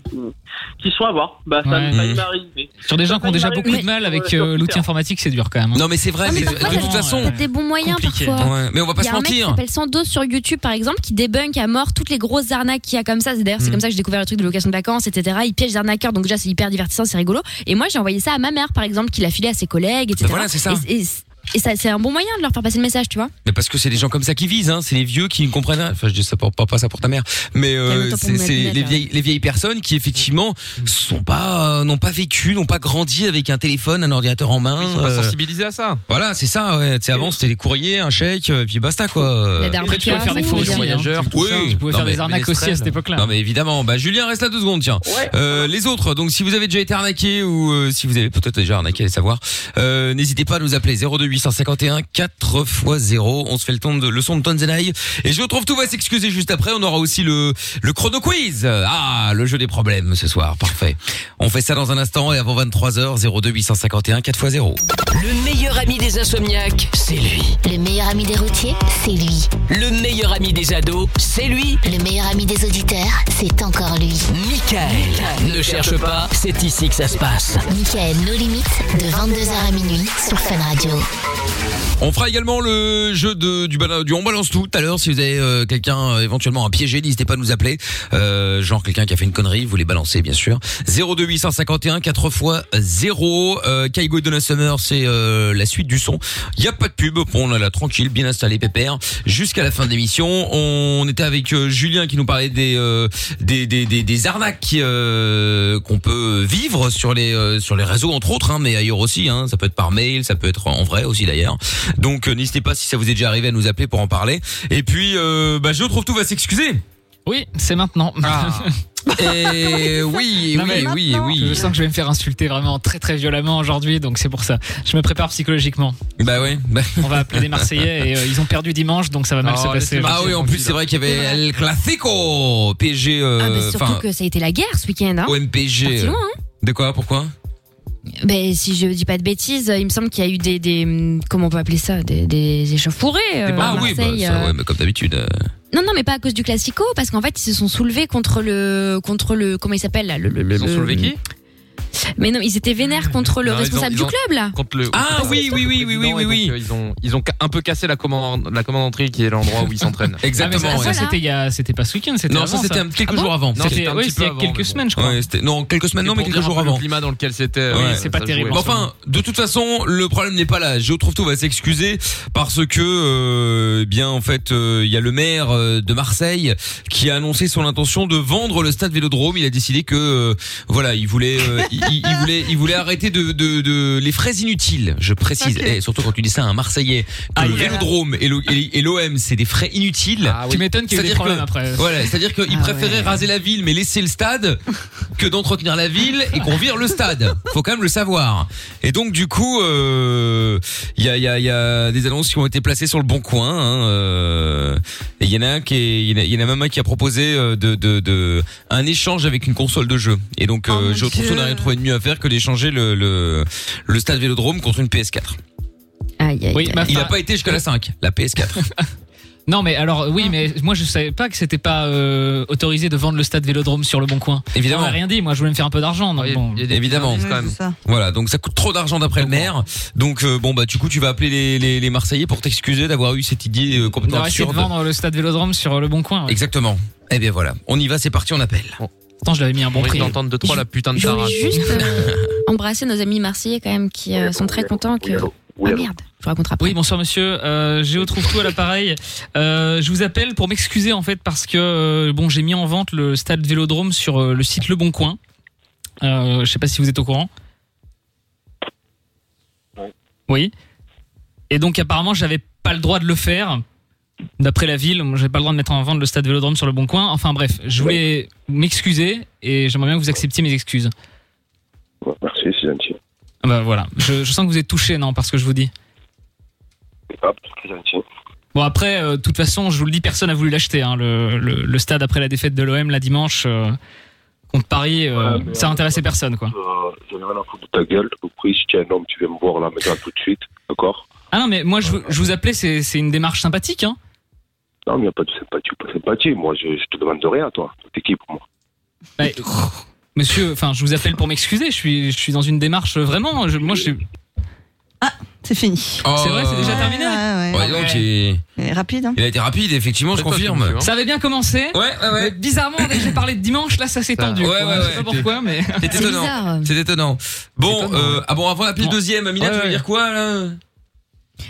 Speaker 7: qui sont à voir. Bah, ça
Speaker 3: Ouais.
Speaker 7: m'est pas
Speaker 2: Mhm.
Speaker 7: arrivé.
Speaker 3: Sur des gens
Speaker 7: Ça
Speaker 3: qui ont déjà
Speaker 7: m'est
Speaker 3: beaucoup de
Speaker 7: arrivé
Speaker 3: mal
Speaker 7: sur-
Speaker 3: avec
Speaker 7: sur
Speaker 3: euh, l'outil
Speaker 7: Twitter.
Speaker 3: informatique, c'est dur quand même. hein.
Speaker 2: Non mais c'est vrai,
Speaker 5: Non, mais
Speaker 2: c'est-
Speaker 5: parfois,
Speaker 2: de
Speaker 5: ça
Speaker 2: toute
Speaker 5: se
Speaker 2: façon.
Speaker 5: trouve des bons moyens
Speaker 3: compliqué.
Speaker 5: parfois.
Speaker 2: Ouais, mais on va pas
Speaker 5: Il y
Speaker 2: se
Speaker 5: a un mec qui
Speaker 2: mentir.
Speaker 5: s'appelle Sandos sur YouTube, par exemple, qui débunk à mort toutes les grosses arnaques qu'il y a comme ça. C'est D'ailleurs, c'est
Speaker 2: Mm.
Speaker 5: comme ça que j'ai découvert le truc de location de vacances, etc. Il piège des arnaqueurs, donc déjà, c'est hyper divertissant, c'est rigolo. Et moi, j'ai envoyé ça à ma mère, par exemple, qui l'a filé à ses collègues, etc.
Speaker 2: Bah voilà, c'est ça.
Speaker 5: Et, et- et ça, c'est un bon moyen de leur faire passer le message, tu vois.
Speaker 2: Mais parce que c'est des gens comme ça qui visent, hein. c'est les vieux qui ne comprennent rien. Enfin, je dis ça pour pas, pas ça pour ta mère, mais euh,
Speaker 5: Mais en même temps, pour
Speaker 2: c'est
Speaker 5: ma
Speaker 2: c'est
Speaker 5: mère,
Speaker 2: les
Speaker 5: hein.
Speaker 2: vieilles les vieilles personnes qui effectivement sont pas euh, n'ont pas vécu, n'ont pas grandi avec un téléphone, un ordinateur en main.
Speaker 4: Ils sont pas
Speaker 2: euh,
Speaker 4: sensibilisés à ça.
Speaker 2: voilà, c'est ça. Ouais. Tu sais, avant c'était les courriers, un chèque, euh, puis basta quoi. Euh,
Speaker 5: La dernière
Speaker 3: Après, tu pouvais
Speaker 5: fois,
Speaker 3: faire des
Speaker 5: vous,
Speaker 3: faux
Speaker 5: vous
Speaker 3: aussi.
Speaker 5: avez-
Speaker 3: hein.
Speaker 4: voyageurs, tout
Speaker 2: Oui,
Speaker 4: ça.
Speaker 3: Tu pouvais
Speaker 2: Non,
Speaker 3: faire
Speaker 2: mais-
Speaker 3: des
Speaker 2: mais
Speaker 3: arnaques aussi
Speaker 2: les
Speaker 3: à
Speaker 2: stress,
Speaker 3: cette époque-là.
Speaker 2: Non mais évidemment, bah Julien reste là deux secondes tiens.
Speaker 7: Ouais.
Speaker 2: Euh, les autres, donc si vous avez déjà été arnaqué ou euh, si vous avez peut-être déjà arnaqué, allez savoir, euh, n'hésitez pas à nous appeler 02851 4 x 0. On se fait le, ton de, le son de Tonzenai. Et je retrouve tout va s'excuser juste après. On aura aussi le, le chrono quiz. Ah, le jeu des problèmes ce soir. Parfait. On fait ça dans un instant et avant 23h, 02851 4 x 0.
Speaker 1: Le meilleur ami des insomniaques, c'est lui.
Speaker 8: Le meilleur ami des routiers, c'est lui.
Speaker 1: Le meilleur ami des ados, c'est lui.
Speaker 8: Le meilleur ami des auditeurs, c'est encore lui.
Speaker 1: Michael. Ne cherche pas, c'est ici que ça se passe.
Speaker 8: Michael, nos limites, de 22h à minuit sur Fun Radio.
Speaker 2: On fera également le jeu de, du, bala- du on balance tout tout à l'heure. Si vous avez euh, quelqu'un euh, éventuellement à piéger, n'hésitez pas à nous appeler. Euh, genre quelqu'un qui a fait une connerie, vous les balancez bien sûr. 02851 4 x 0. Euh, Kaigo Donna Summer, c'est euh, la suite du son. Il y a pas de pub, on est là tranquille, bien installé pépère. Jusqu'à la fin de l'émission, on était avec euh, Julien qui nous parlait des euh, des, des, des, des arnaques qui, euh, qu'on peut vivre sur les euh, sur les réseaux entre autres, hein, mais ailleurs aussi. Hein, ça peut être par mail, ça peut être en vrai aussi d'ailleurs. Donc euh, n'hésitez pas si ça vous est déjà arrivé à nous appeler pour en parler. Et puis, euh, bah, je trouve tout va s'excuser.
Speaker 3: Oui, c'est maintenant.
Speaker 2: Ah. Et oui, et
Speaker 3: Non,
Speaker 2: oui,
Speaker 3: mais
Speaker 2: et oui, et
Speaker 3: Je
Speaker 2: oui.
Speaker 3: sens que je vais me faire insulter vraiment très très violemment aujourd'hui, donc c'est pour ça. Je me prépare psychologiquement.
Speaker 2: Bah ouais. bah-
Speaker 3: On va appeler les Marseillais et euh, ils ont perdu dimanche, donc ça va mal
Speaker 4: Oh,
Speaker 3: se passer.
Speaker 4: laissez-moi
Speaker 2: Ah oui, en plus c'est vrai qu'il y avait El Clasico, PSG, euh,
Speaker 5: Ah, bah, surtout
Speaker 2: enfin
Speaker 5: que ça a été la guerre ce week-end. Hein.
Speaker 2: OMPG.
Speaker 5: Parti
Speaker 2: euh,
Speaker 5: loin,
Speaker 2: De quoi Pourquoi
Speaker 5: Ben, si je dis pas de bêtises, il me semble qu'il y a eu des, des hum, comment on peut appeler ça, des, des échauffourées euh, à
Speaker 2: Ah oui, bah,
Speaker 5: Marseille.
Speaker 2: ça,
Speaker 5: euh.
Speaker 2: ouais, mais comme d'habitude. euh,
Speaker 5: Non, non, mais pas à cause du classico, parce qu'en fait, ils se sont soulevés contre le, contre le, comment il s'appelle là, le, le- le- Mais non, ils étaient vénères contre le
Speaker 4: Non, ils ont-
Speaker 5: responsable
Speaker 4: ils
Speaker 5: du
Speaker 4: ont-
Speaker 5: club là.
Speaker 4: Contre le,
Speaker 2: Ah
Speaker 4: contre le-
Speaker 2: oui,
Speaker 4: contre
Speaker 2: oui,
Speaker 4: le
Speaker 2: oui, oui,
Speaker 4: président,
Speaker 2: oui,
Speaker 4: et
Speaker 2: oui,
Speaker 4: donc,
Speaker 2: oui.
Speaker 4: euh, Ils ont, ils ont ca- un peu cassé la commande, la commandanterie qui est l'endroit où ils s'entraînent.
Speaker 2: Exactement.
Speaker 5: Ah,
Speaker 2: ouais.
Speaker 3: ça,
Speaker 5: voilà.
Speaker 3: c'était il y a- c'était pas ce week-end, c'était
Speaker 2: Non,
Speaker 3: avant,
Speaker 2: ça c'était un- quelques
Speaker 5: Ah bon
Speaker 2: jours avant.
Speaker 4: Non,
Speaker 3: C'était
Speaker 4: c'était un
Speaker 3: ouais,
Speaker 4: petit
Speaker 3: c'était il y
Speaker 4: peu
Speaker 3: a
Speaker 4: avant,
Speaker 3: quelques
Speaker 4: mais bon.
Speaker 3: semaines, je crois.
Speaker 2: Ouais, c'était- non, quelques semaines,
Speaker 4: C'est
Speaker 2: non,
Speaker 4: pour
Speaker 2: mais quelques
Speaker 4: dire un
Speaker 2: jours
Speaker 4: peu
Speaker 2: avant.
Speaker 4: Le climat dans lequel c'était.
Speaker 2: Ouais,
Speaker 4: euh,
Speaker 2: c'est
Speaker 4: ça
Speaker 3: pas
Speaker 4: se
Speaker 3: terrible.
Speaker 4: jouait.
Speaker 2: Bon, enfin, de toute façon, le problème n'est pas là. Je trouve tout va s'excuser parce que, euh, eh bien, en fait, euh, il y a le maire euh, de Marseille qui a annoncé son intention de vendre le stade Vélodrome. Il a décidé que, euh, voilà, il voulait, euh, il, il- il voulait, il voulait arrêter de, de, de- les frais inutiles. Je précise,
Speaker 6: Ok.
Speaker 2: Eh, surtout quand tu dis ça à un Marseillais, que
Speaker 3: Ah,
Speaker 2: le
Speaker 3: il y a-
Speaker 2: Vélodrome et le- et et l'OM, c'est des frais inutiles.
Speaker 4: Ah
Speaker 3: Tu
Speaker 4: oui.
Speaker 3: m'étonnes qu'il y ait eu des
Speaker 2: C'est-à-dire
Speaker 3: problèmes
Speaker 2: que-
Speaker 3: après.
Speaker 2: Voilà, c'est-à-dire qu'ils
Speaker 5: Ah
Speaker 2: préféraient
Speaker 5: ouais.
Speaker 2: raser la ville mais laisser le stade que d'entretenir la ville et qu'on vire le stade. Faut quand même le savoir. Et donc du coup, euh, il y, a, il y a- il y a des annonces qui ont été placées sur le bon coin. hein, euh, et il y en a un qui, est- il y en a- il y en a même un qui a proposé euh, de, de, de- un échange avec une console de jeu. Et donc
Speaker 6: Oh
Speaker 2: euh,
Speaker 6: mon
Speaker 2: je trouve qu'on
Speaker 6: Dieu.
Speaker 2: n'a rien trouvé de mieux à faire que d'échanger le, le, le stade Vélodrome contre une PS4.
Speaker 5: Aïe, aïe,
Speaker 3: Oui,
Speaker 5: aïe.
Speaker 3: ma
Speaker 2: Il n'a
Speaker 3: fa-
Speaker 2: pas été jusqu'à la 5, la PS4.
Speaker 3: Non, mais alors,
Speaker 5: Ah.
Speaker 3: oui, mais moi je savais pas que c'était pas euh, autorisé de vendre le stade Vélodrome sur le Bon Coin. On
Speaker 2: Évidemment.
Speaker 3: m'a rien dit, moi je voulais me faire un peu d'argent. donc
Speaker 4: Il y a-
Speaker 3: bon.
Speaker 4: il y a des-
Speaker 2: Évidemment.
Speaker 5: Mmh.
Speaker 4: quand
Speaker 6: Ouais,
Speaker 4: même.
Speaker 6: c'est ça.
Speaker 2: Voilà, donc ça coûte trop d'argent d'après le maire. Donc euh, bon bah du coup tu vas appeler les, les, les Marseillais pour t'excuser d'avoir eu cette idée euh,
Speaker 3: On
Speaker 2: complètement
Speaker 3: aurait essayé de
Speaker 2: absurde.
Speaker 3: vendre le stade Vélodrome sur le Bon Coin. ouais.
Speaker 2: Exactement. Eh bien voilà, on y va, c'est parti, on appelle.
Speaker 3: Pourtant, je l'avais mis un bon
Speaker 4: On risque
Speaker 3: prix.
Speaker 4: d'entendre deux, trois la putain de
Speaker 5: Je voulais
Speaker 4: tarasse.
Speaker 5: juste euh, embrasser nos amis marseillais quand même qui euh, sont très contents que. Ah merde, je vous raconterai après.
Speaker 3: Oui, bonsoir monsieur. Euh, Géo trouve tout à l'appareil. Euh, je vous appelle pour m'excuser en fait parce que euh, bon, j'ai mis en vente le stade Vélodrome sur euh, le site Le Bon Coin. Euh, je sais pas si vous êtes au courant. Oui. Et donc apparemment, j'avais pas le droit de le faire. D'après la ville, moi, j'avais pas le droit de mettre en vente le stade Vélodrome sur Le Bon Coin. Enfin bref, je voulais m'excuser et j'aimerais bien que vous acceptiez mes excuses.
Speaker 9: Ouais, Merci, c'est gentil.
Speaker 3: Ah Bah voilà, je, je sens que vous êtes touché, non, parce que je vous dis.
Speaker 9: Hop, c'est gentil.
Speaker 3: Bon après, euh, de toute façon, je vous le dis, personne n'a voulu l'acheter. hein, le, le- le stade après la défaite de l'OM la dimanche euh, contre Paris, euh,
Speaker 9: Ouais, mais,
Speaker 3: ça
Speaker 9: euh,
Speaker 3: intéressait personne quoi.
Speaker 9: Euh, J'en ai rien à foutre de ta gueule. Au prix, si tu es un homme, tu viens me voir là maintenant tout de suite. D'accord
Speaker 3: Ah non, mais moi, je, vous- je vous appelais, c'est c'est une démarche sympathique. Hein.
Speaker 9: Non, mais il n'y a pas de sympathie ou pas de sympathie. Moi, je, je te demande de rien, toi. T'es qui pour moi
Speaker 3: Bah, monsieur, enfin, je vous appelle pour m'excuser. Je suis, je suis dans une démarche vraiment. Je, moi, je,
Speaker 1: Ah, C'est fini.
Speaker 3: c'est vrai, c'est
Speaker 2: Oh.
Speaker 3: déjà terminé.
Speaker 1: Ah, ouais.
Speaker 2: Ouais, donc, il,
Speaker 1: Et Rapide. hein.
Speaker 2: il a été rapide, effectivement, je
Speaker 10: D'accord, c'est
Speaker 2: confirme.
Speaker 10: bon,
Speaker 3: Ça avait bien commencé.
Speaker 2: Ouais, ouais,
Speaker 3: Mais
Speaker 2: ouais.
Speaker 3: bizarrement, dès que j'ai parlé de dimanche, là, ça s'est
Speaker 10: Ça-
Speaker 3: tendu.
Speaker 2: Ouais,
Speaker 3: quoi.
Speaker 2: ouais,
Speaker 3: je sais
Speaker 2: ouais.
Speaker 3: pas pourquoi, mais.
Speaker 2: C'est
Speaker 5: C'est
Speaker 2: étonnant.
Speaker 5: bizarre.
Speaker 2: C'est étonnant. Bon,
Speaker 10: Étonnant.
Speaker 2: euh, ah bon, avant d'appeler le
Speaker 3: Bon.
Speaker 2: deuxième, Amina,
Speaker 10: Ouais,
Speaker 2: tu veux
Speaker 10: ouais.
Speaker 2: dire quoi, là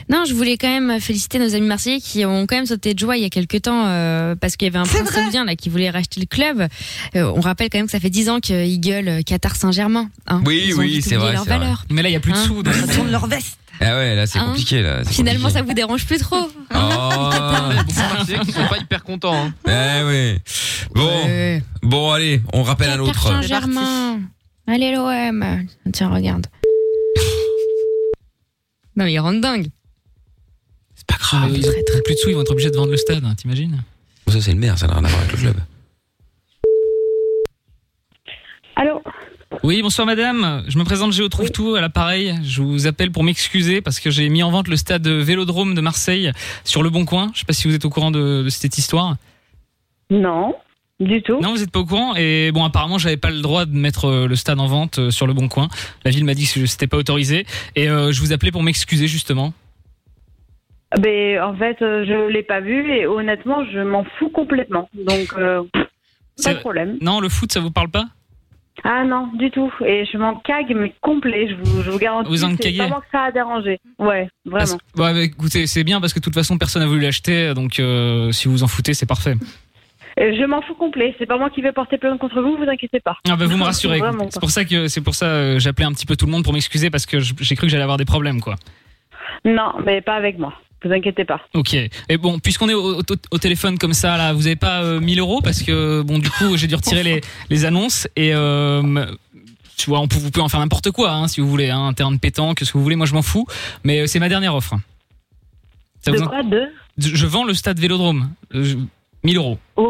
Speaker 5: Non, je voulais quand même féliciter nos amis marseillais qui ont quand même sauté de joie il y a quelques temps euh, parce qu'il y avait un
Speaker 1: C'est
Speaker 5: prince
Speaker 1: vrai.
Speaker 5: saoudien là qui voulait racheter le club. Euh, on rappelle quand même que ça fait 10 ans qu'ils gueulent euh, Qatar Saint-Germain. hein.
Speaker 2: Oui,
Speaker 5: Ils ont
Speaker 2: oui,
Speaker 5: vite
Speaker 2: c'est
Speaker 5: oublié
Speaker 2: vrai,
Speaker 5: Leur
Speaker 2: c'est vrai.
Speaker 5: valeur.
Speaker 3: Mais là, il y a plus de
Speaker 5: Hein
Speaker 3: sous. donc-
Speaker 1: Ça tourne leur veste.
Speaker 2: Ah ouais, là, c'est
Speaker 5: Hein
Speaker 2: compliqué, là. c'est
Speaker 5: Finalement,
Speaker 2: compliqué.
Speaker 5: ça vous dérange plus trop.
Speaker 2: Oh.
Speaker 10: Beaucoup de Marseillais qui sont pas hyper contents. hein.
Speaker 2: Eh ouais. Bon,
Speaker 5: Ouais.
Speaker 2: bon, allez, on rappelle un
Speaker 5: Qatar
Speaker 2: autre.
Speaker 5: Saint-Germain. Allez l'OM. Tiens, regarde. Non, mais il rend dingue.
Speaker 2: C'est pas
Speaker 3: Ah,
Speaker 2: grave.
Speaker 3: mais ils ont plus de sous, ils vont être obligés de vendre le stade, hein, t'imagines
Speaker 2: Oh, Ça, c'est le maire, ça n'a rien à voir avec le club.
Speaker 11: Allô
Speaker 3: Oui, bonsoir madame. Je me présente Géo Trouve Tout à l'appareil. Je vous appelle pour m'excuser parce que j'ai mis en vente le stade Vélodrome de Marseille sur le Bon Coin. Je sais pas si vous êtes au courant de, de cette histoire.
Speaker 11: Non, du tout.
Speaker 3: Non, vous n'êtes pas au courant. Et bon, apparemment, j'avais pas le droit de mettre euh, le stade en vente euh, sur le Bon Coin. La ville m'a dit que c'était pas autorisé. Et euh, je vous appelais pour m'excuser justement.
Speaker 11: Ben, en fait, euh, je l'ai pas vu et honnêtement, je m'en fous complètement. Donc, euh,
Speaker 3: C'est
Speaker 11: pas de
Speaker 3: vrai.
Speaker 11: problème.
Speaker 3: Non, le foot, ça vous parle pas
Speaker 11: Ah non, du tout. Et je m'en cague, mais complet, je vous, je vous garantis.
Speaker 3: Vous en
Speaker 11: c'est
Speaker 3: caguez
Speaker 11: pas moi que ça a dérangé. Ouais, vraiment.
Speaker 3: Parce- Bah, bah, écoutez, c'est bien parce que de toute façon, personne n'a voulu l'acheter. Donc, euh, si vous vous en foutez, c'est parfait.
Speaker 11: Et Euh, Je m'en fous complet. C'est pas moi qui vais porter plainte contre vous, vous inquiétez pas.
Speaker 3: Ah bah vous me rassurez.
Speaker 11: Vraiment
Speaker 3: C'est
Speaker 11: pas.
Speaker 3: pour ça que c'est pour ça euh, j'appelais un petit peu tout le monde pour m'excuser parce que je- j'ai cru que j'allais avoir des problèmes quoi.
Speaker 11: Non, mais pas avec moi. Vous inquiétez pas.
Speaker 3: Ok. Et bon, puisqu'on est au, au- au téléphone comme ça là, vous avez pas euh, 1000 euros parce que bon du coup j'ai dû retirer les, les annonces et euh, tu vois on peut, vous pouvez en faire n'importe quoi hein, si vous voulez hein, un terrain de pétanque ce que vous voulez moi je m'en fous mais euh, c'est ma dernière offre. Ça
Speaker 11: de
Speaker 3: vous en-
Speaker 11: quoi De
Speaker 3: Je vends le stade Vélodrome. Euh, je- 1000 euros.
Speaker 11: Oui.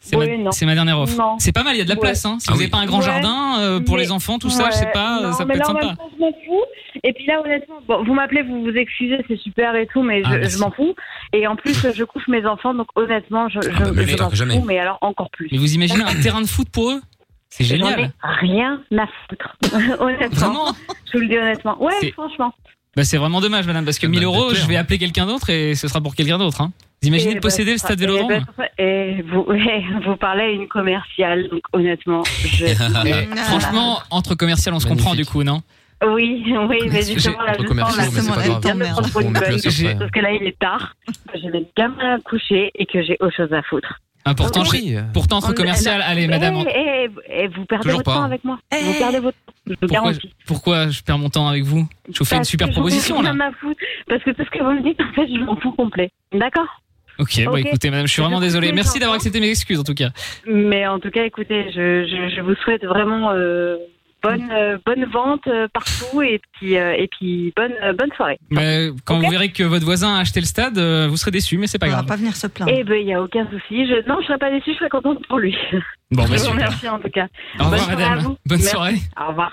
Speaker 3: C'est
Speaker 11: Oui,
Speaker 3: ma,
Speaker 11: non.
Speaker 3: c'est ma dernière offre.
Speaker 11: Non.
Speaker 3: C'est pas mal, il y a de la
Speaker 11: Ouais.
Speaker 3: place. Hein. Si
Speaker 2: Ah
Speaker 3: vous n'avez
Speaker 2: oui.
Speaker 3: pas un grand
Speaker 11: Ouais.
Speaker 3: jardin euh, pour
Speaker 11: Mais-
Speaker 3: les enfants, tout ça, je
Speaker 11: Ouais,
Speaker 3: sais pas,
Speaker 11: non,
Speaker 3: ça
Speaker 11: mais
Speaker 3: peut être
Speaker 11: là, en
Speaker 3: sympa.
Speaker 11: même temps, je m'en fous. Et puis là, honnêtement, bon, vous m'appelez, vous vous excusez, c'est super et tout, mais
Speaker 3: Ah,
Speaker 11: je- je,
Speaker 3: merci. Ah,
Speaker 11: m'en fous. Et en plus, je couche mes enfants, donc honnêtement, je, je,
Speaker 2: bah, mais
Speaker 11: je
Speaker 2: meilleur
Speaker 11: m'en
Speaker 2: que jamais.
Speaker 11: fous, mais alors encore plus.
Speaker 3: Mais vous imaginez un terrain de foot pour eux C'est
Speaker 11: J'en ai
Speaker 3: génial.
Speaker 11: rien à foutre. honnêtement.
Speaker 3: Vraiment
Speaker 11: Je vous le dis honnêtement.
Speaker 3: C'est-
Speaker 11: Ouais, franchement.
Speaker 3: bah, C'est vraiment dommage, madame, parce que
Speaker 10: Ah bah,
Speaker 3: 1000 euros,
Speaker 10: peut-être.
Speaker 3: je vais appeler quelqu'un d'autre et ce sera pour quelqu'un d'autre. Hein. Vous imaginez
Speaker 11: Et
Speaker 3: posséder
Speaker 11: bah,
Speaker 3: le stade
Speaker 11: et
Speaker 3: Vélodrome
Speaker 11: bah, Et vous, vous parlez à une commerciale, donc honnêtement, je.
Speaker 10: Et-
Speaker 3: hein.
Speaker 11: Ah.
Speaker 3: Franchement, entre commercial, on se comprend du
Speaker 10: Magnifique.
Speaker 3: coup, non
Speaker 11: Oui, oui, mais justement, là,
Speaker 10: Entre
Speaker 11: je
Speaker 10: commerciaux,
Speaker 11: sens la
Speaker 10: mais c'est pas
Speaker 11: semaine
Speaker 10: grave.
Speaker 11: vient de
Speaker 1: On
Speaker 11: prendre une
Speaker 10: met plus
Speaker 11: bonne.
Speaker 10: la sauce
Speaker 3: J'ai-
Speaker 10: après.
Speaker 11: Parce que là, il est tard, que j'ai mes gamins à coucher et que j'ai autre chose à foutre.
Speaker 3: Important,
Speaker 11: Oui.
Speaker 3: j'ai- pourtant, entre
Speaker 11: On-
Speaker 3: commercial, allez, madame. en-
Speaker 11: Eh, eh, eh, vous perdez
Speaker 10: Toujours
Speaker 11: votre
Speaker 10: pas,
Speaker 11: temps
Speaker 10: hein.
Speaker 11: avec moi.
Speaker 1: Eh.
Speaker 11: Vous perdez votre temps. Je vous
Speaker 3: Pourquoi
Speaker 11: garantis.
Speaker 3: Pourquoi je perds mon temps avec vous Je vous fais une
Speaker 11: Parce
Speaker 3: super
Speaker 11: que j'en ai
Speaker 3: proposition là.
Speaker 11: rien à foutre. Parce que tout ce que vous me dites, en fait, je m'en fous complet. D'accord
Speaker 3: Ok, bah
Speaker 11: Ok.
Speaker 3: écoutez, madame, je suis vraiment
Speaker 11: Je vous
Speaker 3: désolé.
Speaker 11: fais
Speaker 3: Merci
Speaker 11: une
Speaker 3: d'avoir
Speaker 11: chanson.
Speaker 3: accepté mes excuses en tout cas.
Speaker 11: Mais en tout cas, écoutez, je, je, je vous souhaite vraiment euh, bonne, euh, bonne vente euh, partout et puis, euh, et puis bonne, euh, bonne soirée.
Speaker 3: Mais Bah, quand
Speaker 11: Ok.
Speaker 3: vous verrez que votre voisin a acheté le stade, euh, vous serez déçu, mais c'est pas
Speaker 1: On va
Speaker 3: grave.
Speaker 1: pas venir se plaindre.
Speaker 11: Eh ben, il n'y a aucun souci. Je... Non, je serais pas déçue, je serais contente pour lui.
Speaker 3: Bon, bah
Speaker 11: je vous
Speaker 3: super.
Speaker 11: remercie en tout cas.
Speaker 3: Au
Speaker 11: Bonne
Speaker 3: revoir,
Speaker 11: soirée à
Speaker 3: madame.
Speaker 11: vous.
Speaker 3: Bonne
Speaker 11: Merci.
Speaker 3: soirée.
Speaker 11: Au revoir.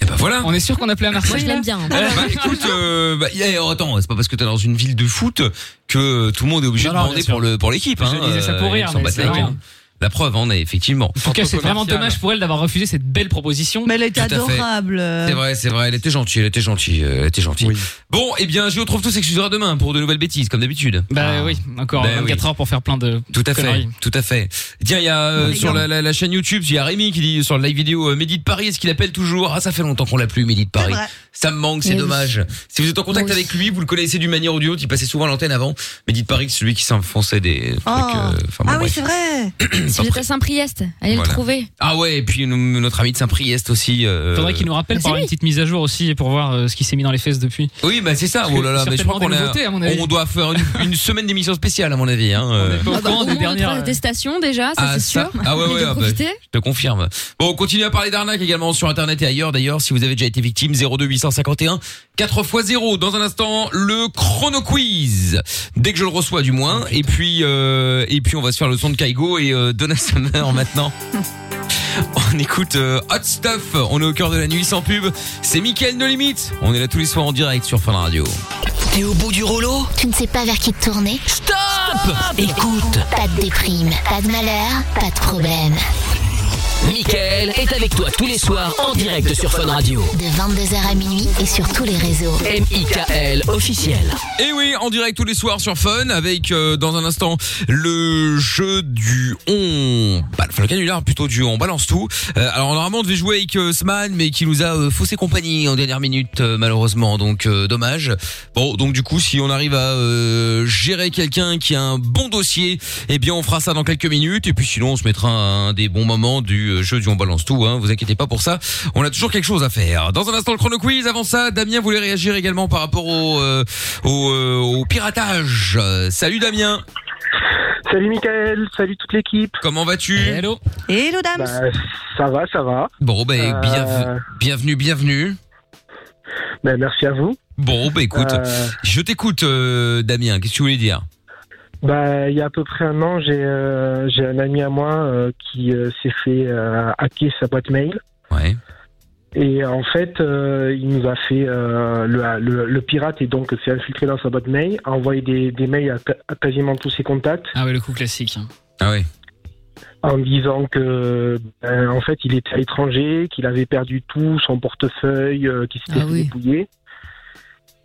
Speaker 2: Et bah voilà.
Speaker 3: On est sûr qu'on appelait à
Speaker 5: Moi,
Speaker 3: Marseille
Speaker 5: je
Speaker 3: là
Speaker 5: l'aime bien. hein.
Speaker 2: Bah écoute, euh, bah, eh, oh, attends, c'est pas parce que t'es dans une ville de foot que tout le monde est obligé
Speaker 3: Non,
Speaker 2: de
Speaker 3: non,
Speaker 2: demander
Speaker 3: bien sûr.
Speaker 2: pour le pour l'équipe.
Speaker 3: Je
Speaker 2: hein,
Speaker 3: disais ça pour
Speaker 2: euh,
Speaker 3: rire,
Speaker 2: ils s'en
Speaker 3: mais
Speaker 2: battent
Speaker 3: c'est
Speaker 2: les couilles,
Speaker 3: marrant.
Speaker 2: hein. La preuve, on est effectivement.
Speaker 3: En tout cas,
Speaker 10: Entre
Speaker 3: c'est vraiment
Speaker 10: commercial.
Speaker 3: dommage pour elle d'avoir refusé cette belle proposition.
Speaker 1: Mais elle était
Speaker 2: Tout à fait.
Speaker 1: adorable.
Speaker 2: C'est vrai, c'est vrai. Elle était gentille, elle était gentille, euh, elle était gentille. Bon, eh bien, je vous retrouve tous excusera demain pour de nouvelles bêtises, comme d'habitude.
Speaker 3: Bah
Speaker 2: Ah.
Speaker 3: oui, encore
Speaker 2: Bah
Speaker 3: 24 heures pour faire plein de.
Speaker 2: Tout à fait,
Speaker 3: Conneries.
Speaker 2: tout à fait. Tiens, il y a euh,
Speaker 1: Regarde.
Speaker 2: sur la, la- la chaîne YouTube, il y a Rémi qui dit sur le live vidéo euh, Mehdi de Paris, ce qu'il appelle toujours. Ah, ça fait longtemps qu'on l'a plus, Mehdi de
Speaker 1: C'est
Speaker 2: Paris.
Speaker 1: vrai.
Speaker 2: Ça me manque, c'est
Speaker 5: Mais oui.
Speaker 2: dommage. Si vous êtes en contact
Speaker 5: Moi
Speaker 2: avec
Speaker 5: aussi.
Speaker 2: lui, vous le connaissez d'une manière ou d'une autre. Il passait souvent à l'antenne avant. Mehdi de Paris, c'est celui qui s'enfonçait des trucs.
Speaker 1: Oh.
Speaker 2: euh, enfin, bon,
Speaker 1: ah oui,
Speaker 2: bref.
Speaker 1: c'est vrai.
Speaker 5: Si vous êtes à Saint-Priest, allez
Speaker 2: Voilà.
Speaker 5: le trouver.
Speaker 2: Ah ouais, et puis nous- notre ami de Saint-Priest aussi. euh,
Speaker 3: Faudrait qu'il nous rappelle
Speaker 5: Bah,
Speaker 3: pour
Speaker 5: c'est
Speaker 3: avoir une
Speaker 5: lui.
Speaker 3: petite mise à jour aussi pour voir euh, ce qui s'est mis dans les fesses depuis.
Speaker 2: Oui, bah c'est ça.
Speaker 3: Parce
Speaker 2: Oh
Speaker 3: que
Speaker 2: là là, mais je crois qu'on
Speaker 3: certainement des
Speaker 2: a-
Speaker 3: nouveautés, à mon
Speaker 2: on
Speaker 3: avis.
Speaker 2: doit faire une, une semaine d'émission spéciale à mon avis. Hein. euh.
Speaker 3: Pas au
Speaker 5: Ah bah,
Speaker 3: courant
Speaker 5: au
Speaker 3: des
Speaker 5: moins deux, trois
Speaker 3: dernières. euh.
Speaker 5: des stations déjà, ça
Speaker 2: Ah,
Speaker 5: c'est
Speaker 2: ça.
Speaker 5: sûr.
Speaker 2: Ah ouais,
Speaker 5: Mais
Speaker 2: ouais,
Speaker 5: de
Speaker 2: ah bah.
Speaker 5: profiter.
Speaker 2: Je te confirme. Bon, on continue à parler d'arnaque également sur internet et ailleurs d'ailleurs si vous avez déjà été victime 02851 4 x 0 dans un instant le chrono quiz. Dès que je le reçois du moins et puis euh, et puis on va se faire le son de Kaigo et euh, Donna Summer maintenant. On écoute euh, Hot Stuff. On est au cœur de la nuit sans pub. C'est Mickaël No Limite. On est là tous les soirs en direct sur Fun Radio.
Speaker 8: T'es au bout du rouleau Tu ne sais pas vers qui te tourner Stop,
Speaker 1: Écoute
Speaker 8: Pas de déprime, pas de malheur, pas de problème.
Speaker 1: Michael est avec toi tous les soirs en direct sur Fun Radio.
Speaker 8: De 22h à minuit et sur tous les réseaux.
Speaker 1: M.I.K.L. officiel.
Speaker 2: Et oui, en direct tous les soirs sur Fun avec euh, dans un instant le jeu du on. Bah, enfin, le canular plutôt du on balance tout. Euh, alors normalement on devait jouer avec euh, Sman mais qui nous a euh, faussé compagnie en dernière minute euh, malheureusement donc euh, dommage. Bon donc du coup si on arrive à euh, gérer quelqu'un qui a un bon dossier, eh bien on fera ça dans quelques minutes et puis sinon on se mettra un des bons moments du euh, jeu du on balance tout hein, vous inquiétez pas pour ça. On a toujours quelque chose à faire. Dans un instant le chrono quiz, avant ça Damien voulait réagir également par rapport au euh, au, euh, au piratage. Euh, Salut Damien.
Speaker 12: Salut Michael, salut toute l'équipe. Bah,
Speaker 2: Comment vas-tu Hello.
Speaker 6: Hello dames.
Speaker 12: ça va, ça va.
Speaker 2: Bon ben
Speaker 12: Euh,
Speaker 2: bienve- bienvenue, bienvenue.
Speaker 12: Ben, merci à vous.
Speaker 2: Bon ben écoute,
Speaker 12: Euh.
Speaker 2: je t'écoute euh, Damien, qu'est-ce que tu voulais dire
Speaker 12: Bah, il y a à peu près un an, j'ai euh, j'ai un ami à moi euh, qui euh, s'est fait euh, hacker sa boîte mail.
Speaker 2: Ouais.
Speaker 12: Et en fait, euh, il nous a fait euh, le, le, le pirate et donc s'est infiltré dans sa boîte mail, a envoyé des, des mails à, ca- à quasiment tous ses contacts
Speaker 3: Ah ouais, le coup classique. hein.
Speaker 2: Ah oui.
Speaker 12: en disant que ben, en fait, il était à l'étranger, qu'il avait perdu tout, son portefeuille, euh, qu'il s'était fait dépouiller.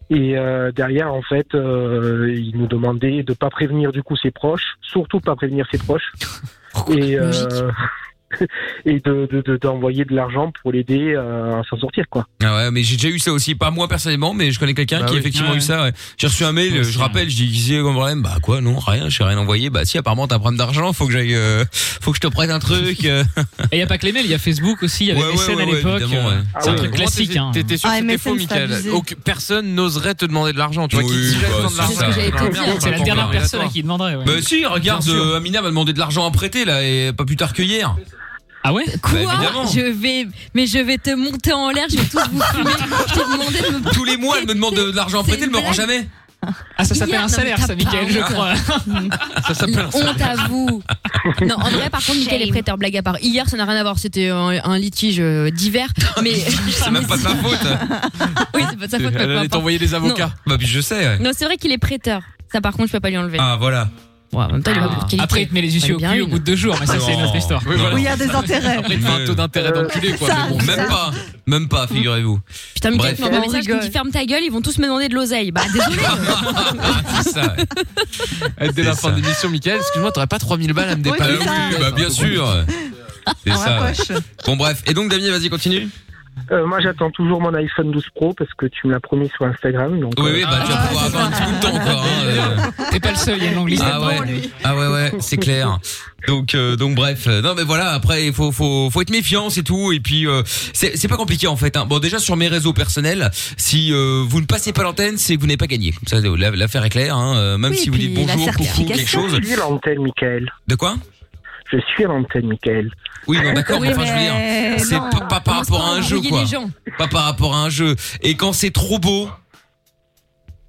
Speaker 12: Et euh, derrière, en fait, euh, il nous demandait de pas prévenir du coup ses proches, surtout pas prévenir ses proches, et, euh, et de de- de- d'envoyer de, l'argent pour l'aider euh, à s'en sortir, quoi.
Speaker 2: Ah ouais, mais j'ai déjà eu ça aussi, pas moi personnellement, mais je connais quelqu'un
Speaker 12: Bah
Speaker 2: qui a
Speaker 12: oui.
Speaker 2: effectivement
Speaker 12: Ouais.
Speaker 2: eu ça. ouais. J'ai reçu un mail, euh, je rappelle, je disais comme problème, bah quoi, non, rien, j'ai rien envoyé. Bah si, apparemment t'as un problème d'argent, faut que j'aille, euh, faut que je te prête un truc. euh.
Speaker 3: Et il y a pas que les mails, il y a Facebook aussi, il y avait
Speaker 2: Ouais, ouais,
Speaker 3: MSN
Speaker 2: ouais,
Speaker 3: à
Speaker 2: ouais,
Speaker 3: l'époque.
Speaker 2: évidemment, ouais.
Speaker 3: euh,
Speaker 2: Ah
Speaker 3: C'est un
Speaker 2: ouais.
Speaker 3: truc
Speaker 2: Comment
Speaker 3: classique.
Speaker 2: t'étais-
Speaker 3: hein.
Speaker 4: T'étais sûr que c'était faux, Michael. Aucun- Personne n'oserait te demander de l'argent. Tu vois, qui-
Speaker 2: Oui,
Speaker 4: si j'avais besoin
Speaker 2: bah,
Speaker 4: de
Speaker 2: c'est ça.
Speaker 4: l'argent,
Speaker 2: C'est
Speaker 3: Ah,
Speaker 2: la
Speaker 4: j'aurais bien demandé.
Speaker 2: dernière personne à qui
Speaker 3: Personne à qui il demanderait. ouais.
Speaker 2: Bah si, regarde,
Speaker 3: Bien sûr.
Speaker 2: euh, Amina m'a demandé de l'argent à prêter là, et pas plus tard que hier. Bah,
Speaker 3: Ah ouais
Speaker 5: Quoi Je vais, mais je vais te monter en l'air, je vais tous vous fumer. Je t'ai demandé de me.
Speaker 2: Tous les mois, elle me demande de de l'argent à prêter, elle me rend jamais.
Speaker 3: Ah, ça s'appelle
Speaker 5: Hier,
Speaker 3: un
Speaker 5: non, mais
Speaker 3: salaire,
Speaker 5: t'as
Speaker 3: ça, Michael,
Speaker 5: pas
Speaker 3: je
Speaker 5: honte.
Speaker 3: crois.
Speaker 2: ça
Speaker 5: Honte à vous. Non, en vrai, par contre, Mickaël est prêteur, blague à part. Hier, ça n'a rien à voir, c'était un, un litige euh, d'hiver. Mais
Speaker 2: C'est même pas de ma faute.
Speaker 5: oui, c'est pas de sa faute, mais
Speaker 2: Elle
Speaker 5: peu
Speaker 2: allait
Speaker 5: importe.
Speaker 2: t'envoyer les avocats. Bah puis je sais. ouais.
Speaker 5: Non, c'est vrai qu'il est prêteur. Ça, par contre, je peux pas lui enlever.
Speaker 2: Ah voilà.
Speaker 5: en même temps, il est pas pour qualité.
Speaker 3: Après, il te met les yeux
Speaker 5: Fallait
Speaker 3: au
Speaker 5: bien
Speaker 3: cul au
Speaker 5: une.
Speaker 3: bout de deux jours, mais ça, c'est une
Speaker 2: Non.
Speaker 3: autre histoire.
Speaker 2: Oui, voilà. Oui, il y a des intérêts.
Speaker 3: Après, il te fait un taux d'intérêt d'enculé, quoi.
Speaker 5: Ça,
Speaker 3: mais bon.
Speaker 5: ça.
Speaker 2: Même pas, même pas, figurez-vous.
Speaker 5: Putain, Mickaël,
Speaker 2: Bref.
Speaker 5: tu m'envoies un message qui me dit ferme ta gueule, ils vont tous me demander de l'oseille. Bah, désolé.
Speaker 2: C'est ça.
Speaker 4: Dès la fin de l'émission, Michael, excuse-moi, t'aurais pas 3000 balles à me
Speaker 2: Ah
Speaker 4: dépanner.
Speaker 2: oui, bah bien sûr. C'est
Speaker 4: On
Speaker 2: ça. ouais.
Speaker 4: raccroche.
Speaker 2: Bon bref, et donc Damien, vas-y continue.
Speaker 12: Euh, moi, j'attends toujours mon iPhone 12 Pro parce que tu me l'as promis sur Instagram. Donc,
Speaker 2: Oui,
Speaker 12: euh,
Speaker 2: oui, bah tu vas pouvoir avoir un petit bout de temps encore. hein, euh.
Speaker 3: T'es pas le seul, il y a une longue liste.
Speaker 2: Ah ouais, ah ouais, ouais, c'est clair. Donc, euh, donc bref, Euh, non mais voilà. Après, il faut, faut, faut être méfiant, c'est tout. Et puis, euh, c'est c'est pas compliqué en fait. Hein. Bon, déjà sur mes réseaux personnels, si euh, vous ne passez pas l'antenne, c'est que vous n'avez pas gagné. Comme ça, la- l'affaire est claire. Hein. Euh, Même
Speaker 12: Oui,
Speaker 2: si
Speaker 12: et
Speaker 2: vous dites
Speaker 12: puis la
Speaker 2: bonjour, coucou, quelque
Speaker 12: certification.
Speaker 2: chose.
Speaker 12: Je suis à l'antenne, Michael.
Speaker 2: De quoi
Speaker 12: Je suis à l'antenne, Michael.
Speaker 2: Oui, non, d'accord,
Speaker 12: Oui,
Speaker 2: mais enfin, je veux
Speaker 12: mais
Speaker 2: dire, c'est
Speaker 12: non,
Speaker 2: pas, pas par
Speaker 12: commence
Speaker 2: rapport
Speaker 12: pas à
Speaker 2: à un jeu,
Speaker 12: embrouiller
Speaker 2: quoi.
Speaker 12: les gens.
Speaker 2: Pas par rapport à un jeu. Et quand c'est trop beau,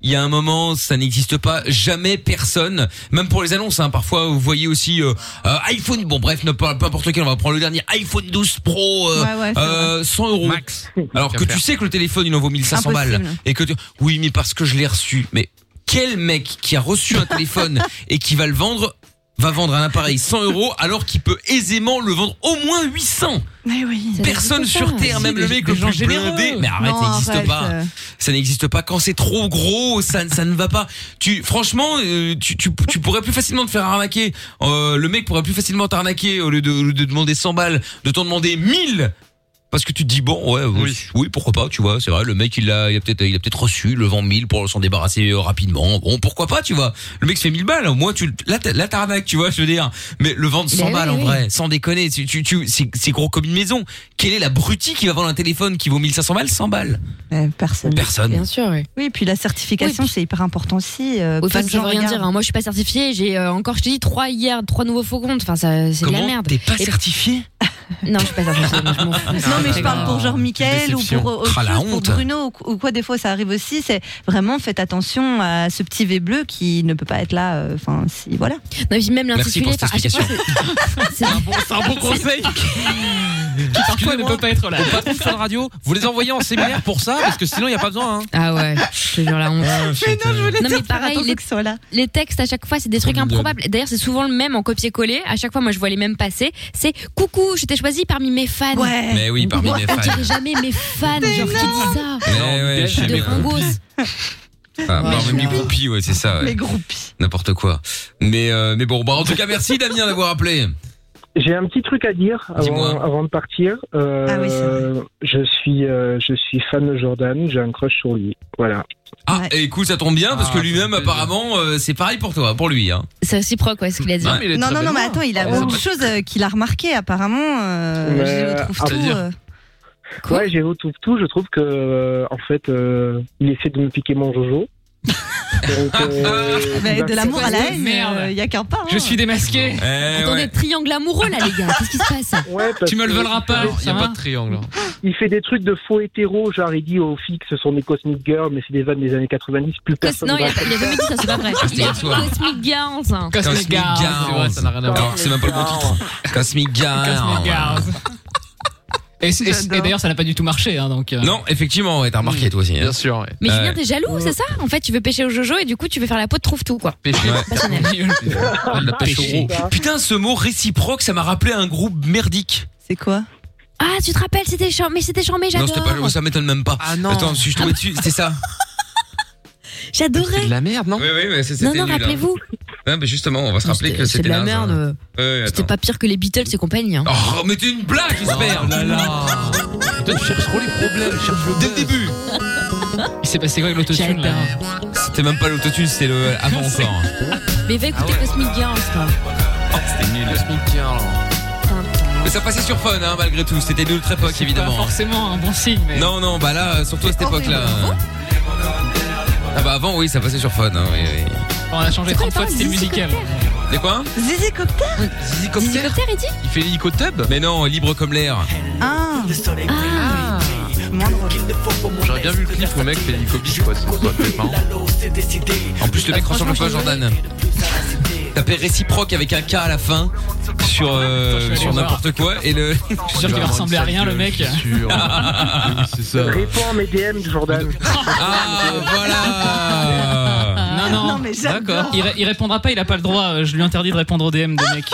Speaker 2: il y a un moment, ça n'existe pas. Jamais personne, même pour les annonces, hein, parfois, vous voyez aussi euh, euh, iPhone, bon bref, ne- peu peu importe quel, on va prendre le dernier iPhone 12 Pro, euh,
Speaker 12: Ouais, ouais, c'est
Speaker 2: euh, 100 euros. Alors que tu sais que le téléphone, il en vaut 1500 balles.
Speaker 12: Impossible.
Speaker 2: Et que tu... Oui, mais parce que je l'ai reçu. Mais quel mec qui a reçu un téléphone et qui va le vendre va vendre un appareil 100 euros alors qu'il peut aisément le vendre au moins 800
Speaker 6: Mais oui.
Speaker 2: Personne sur Terre, même le mec le plus blindé. Mais arrête,
Speaker 6: Non,
Speaker 2: ça n'existe
Speaker 6: arrête,
Speaker 2: pas.
Speaker 6: euh.
Speaker 2: Ça n'existe pas. Quand c'est trop gros, ça, ça ne va pas. Tu, franchement, euh, tu, tu, tu pourrais plus facilement te faire arnaquer. Euh, le mec pourrait plus facilement t'arnaquer au lieu de, au lieu de demander 100 balles, de t'en demander 1000. Parce que tu te dis bon ouais oui, oui, pourquoi pas tu vois c'est vrai le mec il a il a peut-être il a peut-être reçu le vent 1000 pour s'en débarrasser euh, rapidement bon pourquoi pas tu vois le mec se fait 1000 balles au moins tu là t'as- là, t'arnaques tu vois je veux dire mais le vendre 100
Speaker 12: Ben oui,
Speaker 2: balles en
Speaker 12: oui.
Speaker 2: vrai sans déconner tu tu, tu c'est c'est gros comme une maison quelle est la brutie qui va vendre un téléphone qui vaut 1500 balles 100 balles
Speaker 6: Euh, personne.
Speaker 2: Personne. Bien
Speaker 5: sûr, oui.
Speaker 6: Oui, puis la certification, c'est hyper important aussi. euh,
Speaker 5: Enfin,
Speaker 6: peu de
Speaker 5: ça
Speaker 6: gens
Speaker 5: veut rien
Speaker 6: regardent.
Speaker 5: dire. hein. Moi, je suis pas certifié. J'ai euh, encore, je t'ai dit, trois hier, trois nouveaux faux comptes. Enfin, ça, c'est de la
Speaker 2: Comment
Speaker 5: merde.
Speaker 2: t'es pas
Speaker 5: Et-
Speaker 2: certifié
Speaker 5: Non, je suis pas sincère, je m'en
Speaker 2: Ah,
Speaker 5: fous.
Speaker 6: Non, mais je parle pour genre Michael ou
Speaker 5: Déception.
Speaker 6: pour, autre
Speaker 5: Ah, la
Speaker 6: chose, pour
Speaker 5: honte.
Speaker 6: Bruno ou, ou quoi, des fois ça arrive aussi. C'est vraiment faites attention à ce petit V bleu qui ne peut pas être là. euh, Enfin, si, voilà.
Speaker 5: Non, mais même
Speaker 6: Merci pour
Speaker 5: l'intitulé, ah,
Speaker 6: cette
Speaker 5: enfin, à chaque fois, c'est un bon,
Speaker 4: c'est un bon conseil.
Speaker 3: Qui parfois ne peut pas être là.
Speaker 4: Pas de radio. Vous les envoyez en séminaire pour ça parce que sinon il y a pas besoin. Hein.
Speaker 5: Ah ouais, je te jure la honte.
Speaker 2: Ah,
Speaker 4: mais non, je
Speaker 5: non mais pareil, les, les textes à chaque fois c'est des trucs
Speaker 4: mignonne.
Speaker 5: improbables. D'ailleurs c'est souvent le même en copier-coller. À chaque fois moi je vois les mêmes passer. C'est coucou, je t'ai choisi parmi mes fans. Ouais.
Speaker 2: Mais oui, parmi mes fans.
Speaker 5: On dirait jamais mes fans. genre qui dit ça.
Speaker 2: Eh Ouais, ouais, je suis
Speaker 5: de
Speaker 2: mes
Speaker 5: Rangos.
Speaker 2: Ah,
Speaker 5: Ouais,
Speaker 2: bah,
Speaker 5: je
Speaker 2: mes
Speaker 5: vois.
Speaker 2: groupies, ouais, c'est ça. ouais.
Speaker 6: Les groupies.
Speaker 2: N'importe quoi. Mais, euh, mais bon, bah, en tout cas, merci Damien d'avoir appelé.
Speaker 12: J'ai un petit truc à dire avant, avant de partir. Euh,
Speaker 5: Ah
Speaker 12: je suis euh, je suis fan de Jordan, j'ai un crush sur lui. Voilà.
Speaker 2: Ah, et écoute, ça tombe bien
Speaker 5: Ah,
Speaker 2: parce que lui-même, apparemment, euh, c'est pareil pour toi, pour lui. Hein.
Speaker 5: C'est réciproque ouais, ce qu'il a dit.
Speaker 2: Ouais. Non, mais il est
Speaker 6: Non,
Speaker 2: très
Speaker 6: non, non,
Speaker 2: belle
Speaker 6: mais attends, il a
Speaker 2: Ah,
Speaker 6: autre
Speaker 2: ouais.
Speaker 6: chose euh, qu'il a remarqué apparemment. euh,
Speaker 12: Mais,
Speaker 6: je trouve
Speaker 12: ah,
Speaker 6: tout.
Speaker 12: c'est-à-dire
Speaker 6: euh,
Speaker 12: ouais, j'ai retrouve tout. Je trouve que euh, en fait, euh, il essaie de me piquer mon Jojo. Donc, euh,
Speaker 6: mais
Speaker 12: il
Speaker 2: bah,
Speaker 6: Bah, de
Speaker 12: va-
Speaker 6: l'amour à la haine,
Speaker 3: Merde.
Speaker 6: il n'y a qu'un pas. hein.
Speaker 3: Je suis démasqué.
Speaker 5: Attendez, triangle amoureux là les gars, qu'est-ce qui se passe
Speaker 12: parce
Speaker 3: Tu me le
Speaker 12: que-
Speaker 3: voleras pas.
Speaker 12: Non, y a
Speaker 3: ça
Speaker 12: pas
Speaker 3: va
Speaker 12: de
Speaker 4: triangle.
Speaker 12: Il fait des trucs de faux hétéro, genre il dit aux filles que ce sont des Cosmic Girls, mais c'est des vannes des années 90, plus personne
Speaker 5: Non, il
Speaker 12: va
Speaker 5: a, il a jamais dit ça, c'est pas vrai.
Speaker 2: C'était
Speaker 5: Il a
Speaker 2: hier
Speaker 5: dit
Speaker 2: soir.
Speaker 5: Cosmic Girls. hein.
Speaker 2: Cosmic
Speaker 4: C'est vrai, ça n'a rien à
Speaker 2: Girls.
Speaker 4: voir.
Speaker 2: Alors, C'est même pas le bon titre. Cosmic Girls.
Speaker 3: Cosmic Girls. Et, et- et d'ailleurs, ça n'a pas du tout marché, hein, donc. euh,
Speaker 2: Non, effectivement, ouais, t'as remarqué toi aussi. hein. Euh, Bien
Speaker 4: sûr,
Speaker 5: Mais Julien, t'es jaloux, c'est ça En fait, tu veux pêcher au Jojo et du coup, tu veux faire la peau de trouve tout, quoi. Personnel.
Speaker 2: La pêche au
Speaker 4: Pêcher.
Speaker 2: gros. Oh, Putain, ce mot réciproque, ça m'a rappelé un groupe merdique.
Speaker 6: C'est quoi
Speaker 5: Ah, tu te rappelles, c'était chiant, mais c'était chiant, mais
Speaker 2: Non, c'était
Speaker 5: j'adore.
Speaker 2: pas, ça m'étonne même pas. Ah non. Attends, si je tombais dessus, c'était ça.
Speaker 5: J'adorais.
Speaker 4: la merde, non
Speaker 2: Oui, oui, mais c'est-
Speaker 5: Non,
Speaker 2: c'était
Speaker 5: non,
Speaker 2: nul, hein.
Speaker 5: rappelez-vous, Euh,
Speaker 2: Ouais, mais justement, on va se rappeler que
Speaker 5: c'est
Speaker 2: c'était
Speaker 5: de la
Speaker 2: naze, hein.
Speaker 5: merde.
Speaker 2: Ouais,
Speaker 5: C'était
Speaker 2: attends.
Speaker 5: pas pire que les Beatles et compagnie. Hein.
Speaker 2: Oh, mais t'es une blague, j'espère.
Speaker 4: là là. Toi, tu cherches trop les problèmes, tu cherches le
Speaker 2: Dès le début.
Speaker 3: Il s'est passé quoi avec l'autotune là
Speaker 2: C'était même pas l'autotune, c'était le avant encore.
Speaker 5: Mais va écouter
Speaker 2: Ah
Speaker 5: Cosmic Girls, toi.
Speaker 2: C'était nul. Mais ça passait sur fun, hein, malgré tout. C'était nul très époque,
Speaker 3: Pas
Speaker 2: évidemment.
Speaker 3: forcément un bon signe, mais.
Speaker 2: Non, non, bah là, surtout à cette époque-là. Ah bah avant, oui, ça passait sur fun. Hein, oui, oui.
Speaker 3: On a changé 30 fois de style musical.
Speaker 2: C'est quoi
Speaker 6: Zizi Cocktail
Speaker 2: Zizi Cocktail
Speaker 5: il dit
Speaker 2: Il fait l'hélicotub Mais non, libre comme l'air.
Speaker 6: Ah Ah
Speaker 4: J'aurais bien vu le clip où le mec fait l'hélicoptère, quoi. C'est pas fait marrant.
Speaker 2: En plus, le mec ressemble un peu à Jordan. Tapez réciproque avec un K à la fin sur, euh,
Speaker 3: Attends, je vais
Speaker 2: sur
Speaker 3: aller
Speaker 2: n'importe quoi. Et le.
Speaker 3: Je suis sûr qu'il va ressembler à rien le mec.
Speaker 2: C'est ça.
Speaker 12: Réponds à mes DM, Jordan.
Speaker 3: Non, non,
Speaker 12: Non, mais j'adore.
Speaker 3: D'accord. Il, ré- il répondra pas, il a pas le droit. euh, Je lui interdis de euh. répondre aux DM des mecs.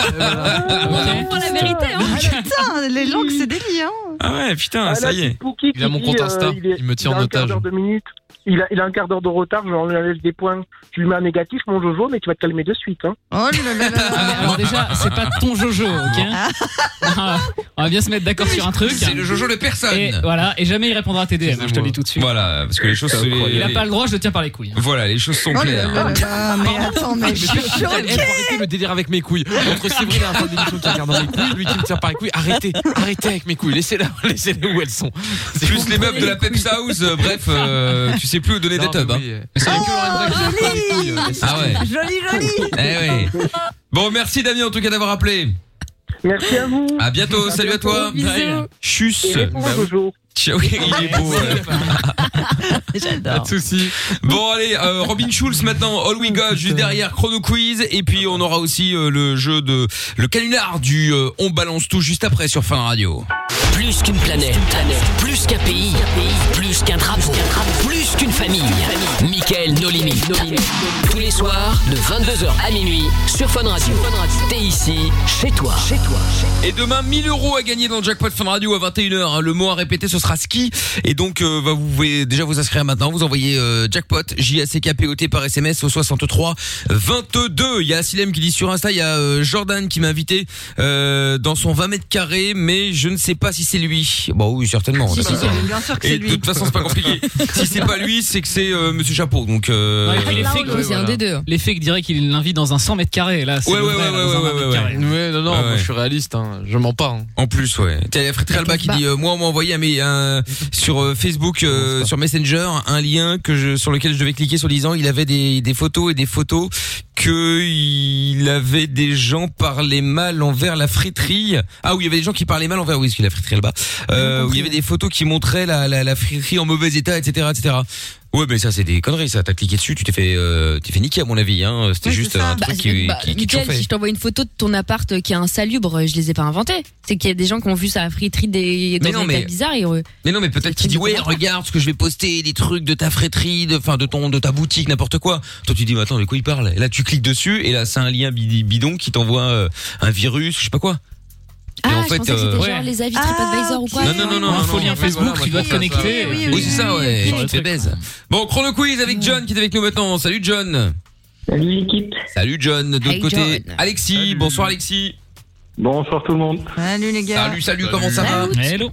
Speaker 5: Pour la vérité,
Speaker 6: Ah, Putain, les langues, c'est hein. des liens.
Speaker 2: Ah ouais, putain,
Speaker 12: Ah,
Speaker 2: ça
Speaker 12: là,
Speaker 2: y est.
Speaker 12: c'est Pookie
Speaker 4: Il a
Speaker 12: qui
Speaker 4: mon compte
Speaker 12: dit,
Speaker 4: Insta,
Speaker 12: est-
Speaker 4: il me tire
Speaker 12: il a
Speaker 4: en
Speaker 12: un quart
Speaker 4: otage.
Speaker 12: d'heure de minute. Il a, il a un quart d'heure de retard, je lui enlève des points. Tu lui mets un négatif, mon Jojo, mais tu vas te calmer de suite. Hein.
Speaker 6: Oh là là là.
Speaker 3: Ah, mais alors déjà, c'est pas ton Jojo, ok Ah, On va bien se mettre d'accord sur un truc.
Speaker 2: C'est le Jojo de personne.
Speaker 3: Et voilà, et jamais il répondra à tes DM, hein, je te le dis tout de suite.
Speaker 2: Voilà, parce que les choses. se-
Speaker 3: Il a pas le droit, je le tiens par les couilles.
Speaker 2: Voilà, les hein. Oh choses sont claires.
Speaker 6: Ah, mais attends, mais je suis
Speaker 4: Putain, eh, faut
Speaker 6: choquée.
Speaker 4: arrêter le délire avec mes couilles. Entre Séverine et un fan d'émission qui regarde dans mes couilles, lui qui me tire par les couilles. Arrêtez, arrêtez avec mes couilles. Laissez-les laissez où elles sont.
Speaker 2: C'est Plus les meubles de la Peps House, euh, bref, euh, tu sais plus où donner des tubs. hein.
Speaker 6: Oh, Joli
Speaker 2: Ah ouais.
Speaker 6: Joli, joli
Speaker 2: Eh oui. Bon, merci Damien en tout cas d'avoir appelé.
Speaker 12: Merci à vous.
Speaker 2: À bientôt,
Speaker 12: À
Speaker 2: salut à toi.
Speaker 12: bientôt. Bisous.
Speaker 2: Chuss.
Speaker 12: Et réponds,
Speaker 2: Bah oui.
Speaker 12: Jojo.
Speaker 2: Ciao,
Speaker 3: Ah,
Speaker 2: il est beau. ouais.
Speaker 6: J'adore.
Speaker 2: Pas de soucis. Bon, allez, euh, Robin Schulz maintenant, All We Got, juste derrière Chrono Quiz. Et puis, on aura aussi euh, le jeu de. Le canular du euh, On Balance Tout juste après sur Fin Radio.
Speaker 1: Plus qu'une planète, plus qu'un pays, plus qu'un drapeau, plus qu'une famille. Mickaël nos limites. Tous les soirs de 22h à minuit sur Fun Radio. T'es ici, chez toi. Chez toi.
Speaker 2: Et demain, 1000 euros à gagner dans le jackpot Fun Radio à 21h. hein. Le mot à répéter, ce sera ski. Et donc, euh, bah, vous pouvez déjà vous inscrire maintenant. Vous envoyez euh, jackpot, J-A-C-K-P-O-T par SMS au 63 22. Il y a Silem qui dit sur Insta, il y a euh, Jordan qui m'a invité euh, dans son 20 mètres carrés, mais je ne sais pas si c'est lui. Bon, oui, certainement.
Speaker 6: Si, si,
Speaker 2: d'accord.
Speaker 6: si, bien sûr que c'est
Speaker 2: Et de
Speaker 6: lui.
Speaker 2: toute façon, c'est pas compliqué. si c'est pas lui, c'est que c'est euh, Monsieur Chapeau. Donc, euh,
Speaker 3: Ouais, et puis les fakes,
Speaker 5: oui, c'est un des deux.
Speaker 3: Les fakes diraient qu'il l'invite dans un 100 mètres carrés. Là, c'est
Speaker 2: Ouais,
Speaker 3: le
Speaker 2: ouais,
Speaker 3: vrai,
Speaker 2: ouais,
Speaker 3: là, dans
Speaker 2: ouais,
Speaker 3: un 100
Speaker 2: ouais,
Speaker 3: mètres
Speaker 2: ouais,
Speaker 3: carrés.
Speaker 4: Ouais, non, non,
Speaker 2: Ouais,
Speaker 4: moi
Speaker 2: ouais.
Speaker 4: je suis réaliste, hein. je mens pas. hein.
Speaker 2: En plus, ouais. Tiens, il y a Frédéric Alba qui dit euh, Moi, on m'a envoyé un, mé- un- sur euh, Facebook, euh, sur Messenger, un lien que je, sur lequel je devais cliquer sur disant il avait des, des photos et des photos que il avait des gens parlaient mal envers la friterie. Ah oui, il y avait des gens qui parlaient mal envers oui, parce que la friterie est là-bas. Euh, où il y avait des photos qui montraient la, la, la friterie en mauvais état, etc., etc. Ouais, mais ça c'est des conneries. Ça, t'as cliqué dessus, tu t'es fait, euh, t'es fait niquer à mon avis. Hein. C'était juste un
Speaker 5: Bah,
Speaker 2: truc qui,
Speaker 5: bah,
Speaker 2: qui, qui te
Speaker 5: Mickaël,
Speaker 2: chauffait.
Speaker 5: si je t'envoie une photo de ton appart euh, qui est insalubre, je les ai pas inventés. C'est qu'il y a des gens qui ont vu sa friterie des, dans
Speaker 2: Mais non,
Speaker 5: un état
Speaker 2: mais-
Speaker 5: bizarre et euh,
Speaker 2: Mais non, mais peut-être qu'il dit ouais, regarde ce que je vais poster, des trucs de ta fréterie, de, enfin de ton, de ta boutique, n'importe quoi. Toi, tu dis mais attends, de quoi il parle Et là, tu cliques dessus et là, c'est un lien bidi- bidon qui t'envoie euh, un virus, je sais pas quoi. Et euh,
Speaker 5: Ah, je pensais que c'était genre les Ah, avis TripAdvisor ou quoi.
Speaker 2: Ah, Non, non, non, non, non.
Speaker 3: Il faut lire Facebook, tu dois te connecter.
Speaker 2: Oui, c'est ça, ouais.
Speaker 3: Sur
Speaker 2: tu
Speaker 3: le
Speaker 2: te fais
Speaker 3: truc.
Speaker 2: baise. Bon, chrono quiz avec John qui est avec nous maintenant. Salut John.
Speaker 13: Salut l'équipe.
Speaker 2: Salut John. De l'autre
Speaker 13: Hey,
Speaker 2: côté,
Speaker 13: John.
Speaker 2: Alexis. Bonsoir Alexis.
Speaker 13: Bonsoir tout le monde.
Speaker 6: Salut les gars.
Speaker 2: Salut, salut, comment ça va
Speaker 3: Hello.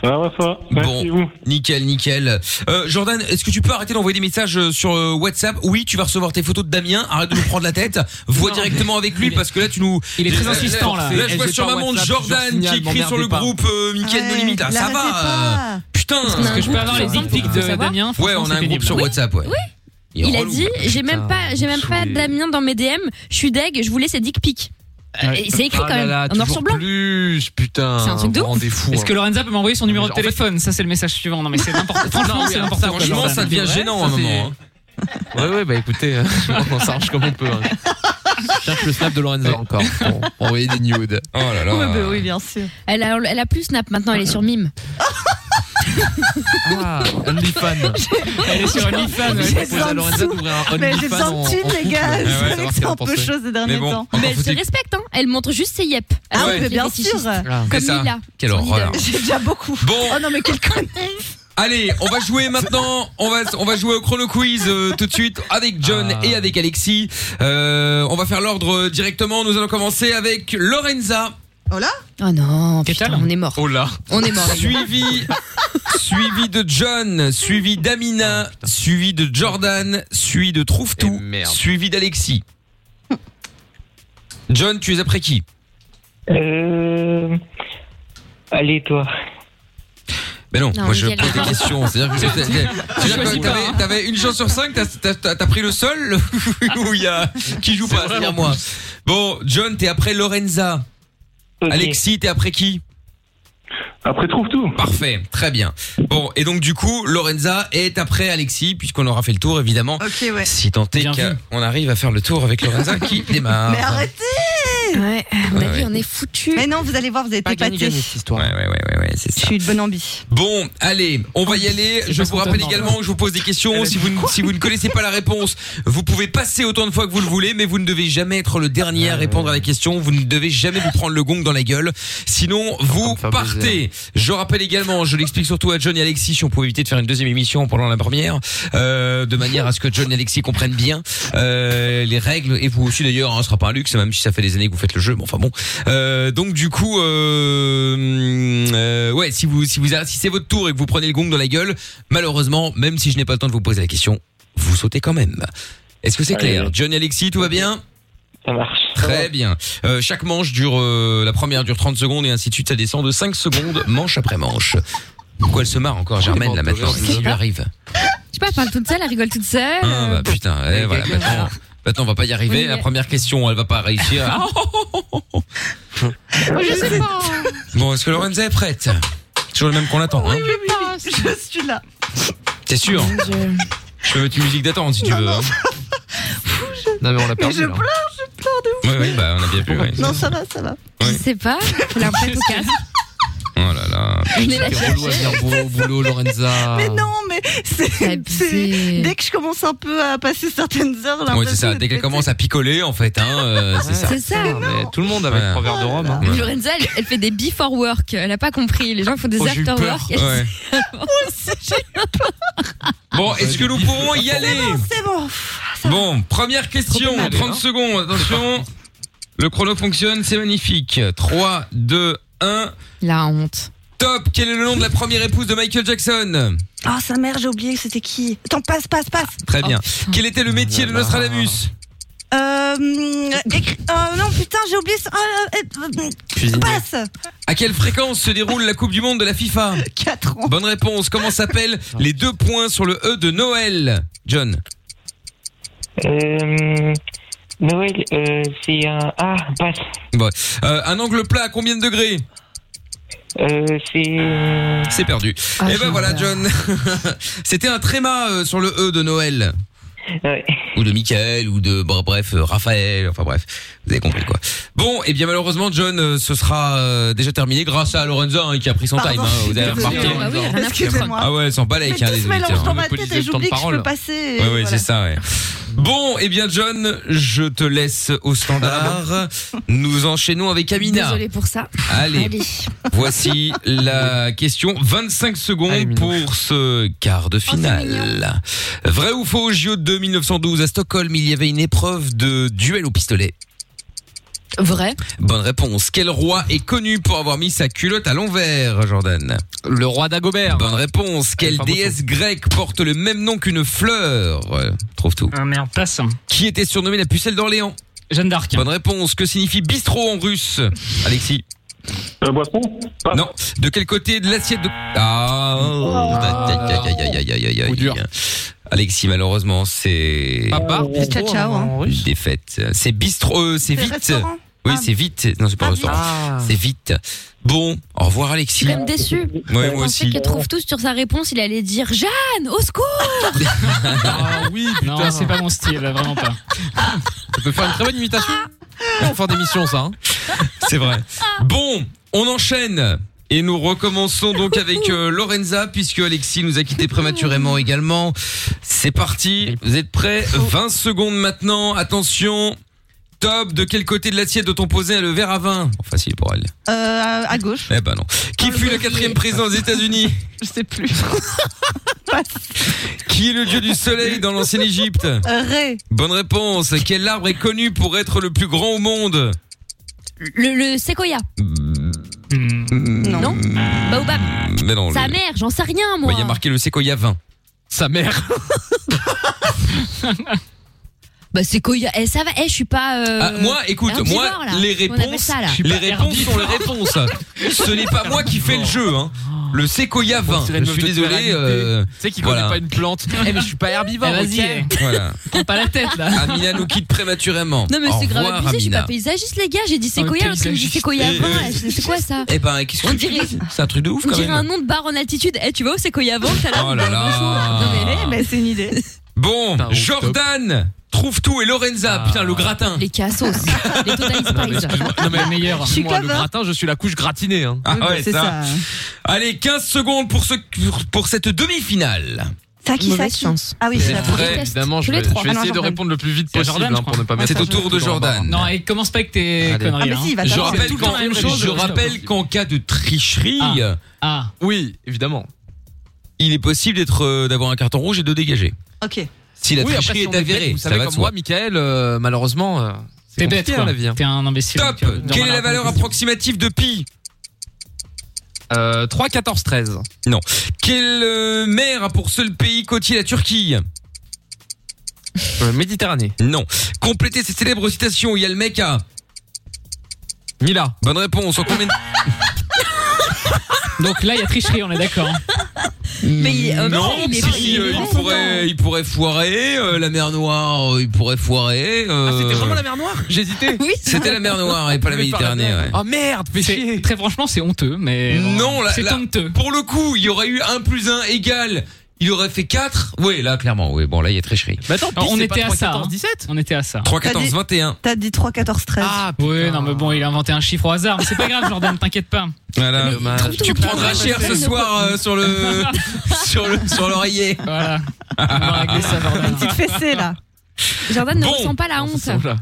Speaker 13: Ça va, ça va.
Speaker 2: Bon, nickel, nickel. Euh, Jordan, est-ce que tu peux arrêter d'envoyer des messages euh, sur euh, WhatsApp Oui, tu vas recevoir tes photos de Damien. Arrête de nous prendre la tête. Vois directement avec lui parce que là, tu nous.
Speaker 3: il est très
Speaker 2: Là,
Speaker 3: insistant,
Speaker 2: là.
Speaker 3: là.
Speaker 2: Là, je vois sur ma montre Jordan qui écrit sur le groupe euh, Mickaël No Limite. Ah, ça va. euh, Putain.
Speaker 5: Parce qu'on a un groupe sur
Speaker 2: dick
Speaker 5: WhatsApp, faut savoir.
Speaker 2: Ouais, on a un groupe sur WhatsApp. Ouais.
Speaker 5: Il, a
Speaker 2: relou.
Speaker 5: dit, j'ai même pas, j'ai même pas Damien dans mes DM. Je suis deg, je voulais ses dick pics. Euh, et C'est
Speaker 13: Ah
Speaker 2: Ah
Speaker 5: écrit quand même, en noir sur blanc.
Speaker 4: Plus, putain.
Speaker 5: C'est un truc de
Speaker 4: vous
Speaker 5: ouf.
Speaker 4: rendez fou,
Speaker 3: Est-ce
Speaker 4: hein.
Speaker 3: que Lorenza peut m'envoyer son numéro
Speaker 4: mais
Speaker 3: de
Speaker 4: en fait-
Speaker 3: téléphone Ça, c'est le message suivant. Non, mais c'est n'importe Franchement, c'est n'importe quoi.
Speaker 4: Franchement,
Speaker 3: Jordan.
Speaker 4: ça devient
Speaker 3: C'est vrai,
Speaker 4: gênant hein, à un
Speaker 3: ça, c'est-
Speaker 4: moment. Ouais, ouais, bah écoutez, euh, on s'arrange comme on peut. hein. Je Cherche le snap de Lorenzo encore pour envoyer des nudes.
Speaker 2: Oh là
Speaker 6: Oui, bah oui, bien sûr.
Speaker 5: Elle a, elle a plus Snap maintenant, elle est sur Mime.
Speaker 4: Ah, OnlyFans.
Speaker 3: Elle est sur OnlyFans.
Speaker 6: J'ai
Speaker 4: Je propose
Speaker 6: besoin
Speaker 4: à
Speaker 6: de
Speaker 4: Lorenza
Speaker 6: sous.
Speaker 4: d'ouvrir un
Speaker 6: Mais j'ai
Speaker 4: OnlyFans
Speaker 6: besoin de
Speaker 4: en- en
Speaker 6: thunes,
Speaker 4: couple.
Speaker 6: les gars.
Speaker 4: Ouais,
Speaker 6: Vous
Speaker 4: ouais, savoir
Speaker 6: savez que
Speaker 4: ce
Speaker 6: c'est
Speaker 4: qu'elle en
Speaker 6: un peu
Speaker 4: pensait.
Speaker 6: chose ces derniers temps.
Speaker 5: Mais elle se respecte, hein. Elle montre juste ses yep.
Speaker 6: Ah oui,
Speaker 5: Elle est
Speaker 6: bien
Speaker 5: fétichiste.
Speaker 6: sûr.
Speaker 5: Comme
Speaker 2: Ah,
Speaker 4: Ah,
Speaker 2: C'est ça.
Speaker 5: Lila.
Speaker 2: Quelle horreur.
Speaker 6: J'ai déjà beaucoup. Oh non, mais quel con.
Speaker 2: Allez, on va jouer maintenant. On va on va jouer au chrono quiz euh, tout de suite avec John et avec Alexis. Euh, on va faire l'ordre euh, directement. Nous allons commencer avec Lorenza.
Speaker 6: Oh là
Speaker 5: Oh non, putain, on est mort.
Speaker 2: Oh là.
Speaker 5: On est mort. les gars.
Speaker 2: Suivi suivi de John, suivi d'Amina, suivi de Jordan, suivi de Trouve tout, suivi d'Alexis. John, tu es après qui
Speaker 13: Euh... Allez, toi.
Speaker 2: Ben non,
Speaker 13: Non,
Speaker 2: moi je
Speaker 13: Mickaël,
Speaker 2: pose des
Speaker 13: non.
Speaker 2: questions. C'est-à-dire que c'est- c'est- c'est-à-dire que
Speaker 13: choisis pas,
Speaker 2: t'avais-
Speaker 13: hein.
Speaker 2: t'avais une chance sur cinq, t'as- t'as t'as- t'as pris le seul où il y a qui joue pas, c'est-à-dire moi. Bon, John, t'es après Lorenza. Alexis, t'es après qui
Speaker 13: Après trouve tout.
Speaker 2: Parfait, très bien. Bon, et donc du coup, Lorenza est après Alexis, puisqu'on aura fait le tour évidemment.
Speaker 6: Ok, ouais.
Speaker 2: Si tant est qu'on arrive à faire le tour avec Lorenza qui démarre.
Speaker 6: Mais arrêtez
Speaker 5: Ouais, à mon
Speaker 2: Ah. Ouais,
Speaker 5: avis,
Speaker 2: ouais.
Speaker 5: on est foutus.
Speaker 6: Mais non, vous allez voir, vous êtes épatés.
Speaker 2: histoire. Ouais, ouais, ouais, ouais, ouais, c'est
Speaker 6: Je
Speaker 2: ça.
Speaker 6: suis de bonne ambi. Oh,
Speaker 2: Bon, allez, on va y aller. Je vous rappelle également
Speaker 6: hein.
Speaker 2: que je vous pose des
Speaker 6: Eh ben,
Speaker 2: questions. Si vous, ne- si vous ne connaissez pas la réponse, vous pouvez passer autant de fois que vous le voulez, mais vous ne devez jamais être le dernier à répondre à la question. Vous ne devez jamais vous prendre le gong dans la gueule. Sinon, vous partez. Je rappelle également, je l'explique surtout à John et Alexis, si on pouvait éviter de faire une deuxième émission pendant la première, euh, de manière à ce que John et Alexis comprennent bien euh, les règles. Et vous aussi d'ailleurs, hein, ce sera pas un luxe, même si ça fait des années que vous faites le jeu. Mais enfin bon. Euh, donc du coup, euh, euh, ouais, si vous si vous si c'est votre tour et que vous prenez le gong dans la gueule, malheureusement, même si je n'ai pas le temps de vous poser la question, vous sautez quand même. Est-ce que c'est
Speaker 13: Allez.
Speaker 2: clair, John et Alexis, tout va bien
Speaker 13: Ça marche.
Speaker 2: Très bien. Euh, chaque manche dure, euh, la première dure 30 secondes et ainsi de suite, ça descend de 5 secondes, manche après manche. Pourquoi elle se marre encore, Germaine, là maintenant Qu'est-ce qui lui arrive
Speaker 5: Je sais pas, elle parle toute seule, elle rigole toute seule.
Speaker 2: ah, bah putain, eh, voilà, maintenant, maintenant on va pas y arriver.
Speaker 5: Oui,
Speaker 2: La
Speaker 5: mais-
Speaker 2: première question, elle va pas réussir.
Speaker 5: je sais pas.
Speaker 2: Bon, est-ce que Lorenza est prête Toujours le même qu'on l'attend, hein
Speaker 6: Je suis là.
Speaker 2: T'es sûr Je peux mettre une musique d'attente si tu veux. hein. Non, mais on l'a
Speaker 6: Mais je
Speaker 2: perdu.
Speaker 6: pleure, je pleure de
Speaker 2: Oui, oui, bah on a bien vu. ouais.
Speaker 6: ouf. Non, ça va, ça va.
Speaker 5: Je sais pas. Faut la remettre au casque.
Speaker 2: Oh là là.
Speaker 5: Je l'ai lâché.
Speaker 2: C'est relou à venir beau au boulot, Lorenza.
Speaker 6: Mais non, mais c'est. c'est- Dès que je commence un peu à passer certaines heures, là.
Speaker 2: Ouais, c'est ça. Dès qu'elle commence à picoler, en fait, hein, euh, c'est ça.
Speaker 5: C'est ça. Mais
Speaker 2: Mais tout le monde avait le proverbe de Rome. Hein.
Speaker 5: Lorenza, elle, elle fait des before work. Elle a pas compris. Les gens font des
Speaker 2: Oh, j'ai eu
Speaker 5: after
Speaker 2: peur.
Speaker 5: work. Elle-
Speaker 2: Ouais. Bon, est-ce que nous pourrons y aller
Speaker 6: Ah, C'est bon.
Speaker 2: Bon, première question,
Speaker 6: Trop mal,
Speaker 2: 30
Speaker 6: hein.
Speaker 2: secondes, attention. Le chrono fonctionne, c'est magnifique. 3, 2, 1.
Speaker 5: La honte.
Speaker 2: Top, quel est le nom de la première épouse de Michael Jackson
Speaker 6: Ah, sa mère, j'ai oublié c'était qui. Attends, passe, passe, passe.
Speaker 2: Très
Speaker 5: Oh,
Speaker 2: bien. Quel était le métier de Nostradamus
Speaker 6: Euh. hum, écri- euh, non, putain, j'ai oublié. ça. Ah, euh, euh,
Speaker 2: Cuisinier.
Speaker 6: passe.
Speaker 2: À quelle fréquence se déroule la Coupe du Monde de la FIFA
Speaker 6: 4 ans.
Speaker 2: Bonne réponse. Comment s'appellent les deux points sur le E de Noël John
Speaker 13: Euh... Noël, euh, c'est un. Ah, passe.
Speaker 2: Bon. Euh, un angle plat à combien de degrés
Speaker 13: c'est.
Speaker 2: C'est perdu.
Speaker 13: Ah,
Speaker 2: Et ben
Speaker 13: j'ai
Speaker 2: voilà,
Speaker 13: peur.
Speaker 2: John. C'était un tréma euh, sur le E de Noël. Ou de Michael, ou de bon, bref, euh, Raphaël, enfin bref, vous avez compris quoi. Bon, et bien malheureusement, John, euh, ce sera euh, déjà terminé grâce à Lorenzo hein, qui a pris son
Speaker 6: Pardon,
Speaker 2: time. hein, vous avez
Speaker 6: désolé,
Speaker 2: remarqué.
Speaker 6: Lorenzo. Ah oui, rien à foutre. Excusez-moi.
Speaker 2: Ah ouais, elle s'en bat les
Speaker 6: Mais tout se mélange
Speaker 2: hein.
Speaker 6: dans ma tête et j'oublie que je peux passer. et
Speaker 2: Ouais, ouais,
Speaker 6: voilà.
Speaker 2: c'est ça, ouais. Bon, eh bien, John, je te laisse au standard. Nous enchaînons avec Amina.
Speaker 5: Désolé pour ça.
Speaker 2: Allez. Voici la question. 25 secondes pour ce quart de finale. Vrai ou faux, au JO de 1912 à Stockholm, il y avait une épreuve de duel au pistolet.
Speaker 5: Vrai.
Speaker 2: Bonne réponse. Quel roi est connu pour avoir mis sa culotte à l'envers, Jordan Le roi d'Agobert. Bonne réponse. Quelle
Speaker 3: pas beaucoup.
Speaker 2: déesse grecque porte le même nom qu'une fleur Euh, Trouve tout.
Speaker 3: Ah merde, passe.
Speaker 2: Qui était surnommée la pucelle d'Orléans
Speaker 3: Jeanne d'Arc.
Speaker 2: Bonne réponse. Que signifie bistrot en russe Alexis boisson Non. De quel côté de l'assiette de... Ah
Speaker 3: Ah.
Speaker 2: aïe, aïe, aïe, aïe, aïe, aïe, aïe. Alexis, malheureusement, c'est...
Speaker 4: Papa
Speaker 5: Oh.
Speaker 6: Ciao, ciao. hein.
Speaker 2: Une défaite. C'est bistrot, euh, c'est
Speaker 6: C'est
Speaker 2: vite.
Speaker 6: restaurant
Speaker 2: Oui,
Speaker 5: Ah.
Speaker 2: c'est vite. Non, c'est pas restaurant.
Speaker 3: Ah.
Speaker 2: C'est vite. Bon, au revoir Alexis.
Speaker 5: Je suis quand même déçu.
Speaker 2: Ouais, moi aussi.
Speaker 5: qu'il trouve tous sur sa réponse, il allait dire Jeanne, au secours
Speaker 4: Ah oui, putain.
Speaker 3: Non, c'est pas mon style, vraiment pas.
Speaker 4: Tu peux faire une très bonne imitation en fin d'émission, ça. hein.
Speaker 2: C'est vrai. Bon, on enchaîne. Et nous recommençons donc avec euh, Lorenza, puisque Alexis nous a quitté prématurément également. C'est parti, vous êtes prêts 20 secondes maintenant, attention. Top, de quel côté de l'assiette doit-on poser le verre à vin Bon, Facile pour elle.
Speaker 6: Euh, à- à gauche.
Speaker 2: Eh ben non. Qui fut le quatrième président aux États-Unis
Speaker 6: Je sais plus.
Speaker 2: Qui est le dieu du soleil dans l'ancienne Égypte
Speaker 5: Euh,
Speaker 6: Ré.
Speaker 2: Bonne réponse. Quel arbre est connu pour être le plus grand au monde
Speaker 5: Le, le séquoia.
Speaker 3: Hmm.
Speaker 5: Non. Baobab.
Speaker 2: Mais non,
Speaker 5: Sa
Speaker 2: Oh, le-
Speaker 5: mère, j'en sais rien
Speaker 2: Bah,
Speaker 5: moi.
Speaker 2: il y a marqué le séquoia 20. Sa mère.
Speaker 5: Bah séquoia. Eh, ça va. Eh, je suis pas. euh,
Speaker 2: Ah, moi, écoute, moi,
Speaker 5: herbivore, là.
Speaker 2: les
Speaker 5: Comment on appelle
Speaker 2: réponses,
Speaker 5: ça, là
Speaker 2: les réponses sont les réponses. Ce n'est pas moi qui fais le jeu, hein.
Speaker 4: Oh.
Speaker 2: Le séquoia
Speaker 4: Bon,
Speaker 2: 20.
Speaker 4: c'est une
Speaker 2: je
Speaker 4: meuf
Speaker 2: suis
Speaker 4: de
Speaker 2: désolé.
Speaker 4: télé-réalité.
Speaker 2: euh,
Speaker 4: Tu sais qu'il connaît
Speaker 2: voilà.
Speaker 4: pas une plante. Eh, mais je suis pas herbivore.
Speaker 3: Eh, vas-y,
Speaker 4: ok.
Speaker 3: eh.
Speaker 2: Voilà.
Speaker 3: Prends pas la tête là.
Speaker 2: Amina nous quitte prématurément.
Speaker 5: Non mais
Speaker 2: Ah, Au
Speaker 5: c'est grave
Speaker 2: revoir,
Speaker 5: abusé, je suis
Speaker 2: Amina.
Speaker 5: pas paysagiste les gars, j'ai dit
Speaker 2: Non, mais
Speaker 5: séquoia, l'autre il me dit
Speaker 2: paysagiste.
Speaker 5: séquoia
Speaker 2: Eh,
Speaker 5: 20,
Speaker 2: eh.
Speaker 5: c'est c'est quoi ça
Speaker 2: Eh ben, qu'est-ce que
Speaker 5: On
Speaker 2: tu
Speaker 5: dirait-
Speaker 2: fais C'est un truc de ouf
Speaker 5: On
Speaker 2: quand
Speaker 5: dirait un
Speaker 2: même.
Speaker 5: nom de bar en altitude, eh tu vas au séquoia 20, t'as l'air
Speaker 2: Oh
Speaker 5: de
Speaker 2: là
Speaker 5: faire le
Speaker 2: là.
Speaker 5: show. Non mais, eh, ben,
Speaker 6: c'est une idée.
Speaker 2: Bon, Jordan, trouve tout et
Speaker 4: Ah,
Speaker 2: Lorenza. Putain, le gratin.
Speaker 5: Les cassos, les total spice.
Speaker 4: Non, mais meilleur.
Speaker 5: Je suis hein.
Speaker 4: Moi, le
Speaker 5: claveur.
Speaker 4: gratin, je suis la couche gratinée. hein.
Speaker 2: Ah ouais, ça. Allez, 15 secondes pour, ce, pour, pour cette demi-finale.
Speaker 6: Ça qui ça
Speaker 5: Mauvaise
Speaker 6: qui
Speaker 5: chance.
Speaker 6: Ah oui,
Speaker 2: Vous
Speaker 6: c'est
Speaker 2: êtes
Speaker 6: la
Speaker 2: prêts
Speaker 6: première.
Speaker 4: Évidemment, je
Speaker 6: Tous les
Speaker 4: vais, je
Speaker 6: trois.
Speaker 4: vais
Speaker 6: Ah non,
Speaker 4: essayer de
Speaker 6: Jordan.
Speaker 4: répondre le plus vite
Speaker 3: C'est
Speaker 4: possible
Speaker 3: Jordan,
Speaker 4: hein,
Speaker 3: je
Speaker 4: pour ne pas
Speaker 3: crois.
Speaker 4: mettre
Speaker 2: C'est au tour de Jordan.
Speaker 3: Non, et commence pas avec tes
Speaker 4: Allez.
Speaker 3: conneries.
Speaker 4: Ah, mais si, il va
Speaker 3: hein.
Speaker 2: Je rappelle
Speaker 3: tout le temps la même
Speaker 2: qu'en-
Speaker 3: chose.
Speaker 2: je
Speaker 4: Ah.
Speaker 2: rappelle qu'en cas de tricherie,
Speaker 3: Ah.
Speaker 4: Oui, évidemment.
Speaker 2: il est possible d'être, euh, d'avoir un carton rouge et de dégager.
Speaker 6: Ok.
Speaker 2: Si la
Speaker 4: Oui, après,
Speaker 2: tricherie
Speaker 4: on
Speaker 2: est avérée,
Speaker 4: bête, Vous
Speaker 2: ça
Speaker 4: savez
Speaker 2: va de
Speaker 4: comme
Speaker 2: soi.
Speaker 4: moi, Michael, euh, malheureusement, euh, c'est
Speaker 3: T'es
Speaker 4: compliqué,
Speaker 3: bête,
Speaker 4: hein,
Speaker 3: quoi.
Speaker 4: la vie. hein.
Speaker 3: T'es un imbécile.
Speaker 2: Top.
Speaker 3: donc, euh, dans
Speaker 2: Quelle est
Speaker 3: la
Speaker 2: la valeur
Speaker 3: réponse.
Speaker 2: approximative de pi
Speaker 4: Euh, 3, 14, 13.
Speaker 2: Non. Quelle euh, mer a pour seul pays côtier la Turquie
Speaker 4: Euh, Méditerranée.
Speaker 2: Non. Complétez ces célèbres citations. Il y a le mec à. Mila. Bonne réponse. En combien de-
Speaker 5: Ah,
Speaker 3: Donc là, il y a tricherie, on est d'accord.
Speaker 5: Mais il est- euh,
Speaker 2: non,
Speaker 5: il est-
Speaker 2: si,
Speaker 5: il est-
Speaker 2: euh,
Speaker 5: il
Speaker 2: il,
Speaker 5: est-
Speaker 2: pourrait, il pourrait foirer. euh, la mer Noire, euh, il pourrait foirer. euh,
Speaker 4: Ah, C'était vraiment la mer Noire J'hésitais.
Speaker 5: Oui.
Speaker 2: C'était la mer Noire et pas la
Speaker 4: Mais par la
Speaker 2: Méditerranée.
Speaker 4: mer.
Speaker 2: ouais.
Speaker 4: Oh merde, mais chier.
Speaker 3: Très franchement, c'est honteux, mais.
Speaker 2: Non, là,
Speaker 3: C'est
Speaker 2: là,
Speaker 3: honteux.
Speaker 2: pour le coup, il y aurait eu 1 plus 1 égale. Il aurait fait 4. Oui, là, clairement. Oui, bon, là, il y a tricherie.
Speaker 4: Mais attends,
Speaker 3: Alors, on était à ça.
Speaker 4: 14,
Speaker 3: hein.
Speaker 4: 17
Speaker 3: On était à ça.
Speaker 2: 3,
Speaker 6: T'as
Speaker 2: 14,
Speaker 6: dit-
Speaker 2: 21.
Speaker 6: T'as dit 3, 14, 13.
Speaker 4: Ah,
Speaker 3: Oui, non, mais bon, il a inventé un chiffre au hasard, mais c'est pas grave, Jordan, t'inquiète pas.
Speaker 2: Voilà. bah,
Speaker 4: dommage.
Speaker 2: Tu prendras cher ce soir euh, sur le sur le sur l'oreiller.
Speaker 3: Voilà. On
Speaker 2: Ah,
Speaker 3: va régler ça, Jordan.
Speaker 6: Petite fessée là.
Speaker 5: Jordan ne
Speaker 2: Bon.
Speaker 5: ressent pas la honte.
Speaker 4: Oh là.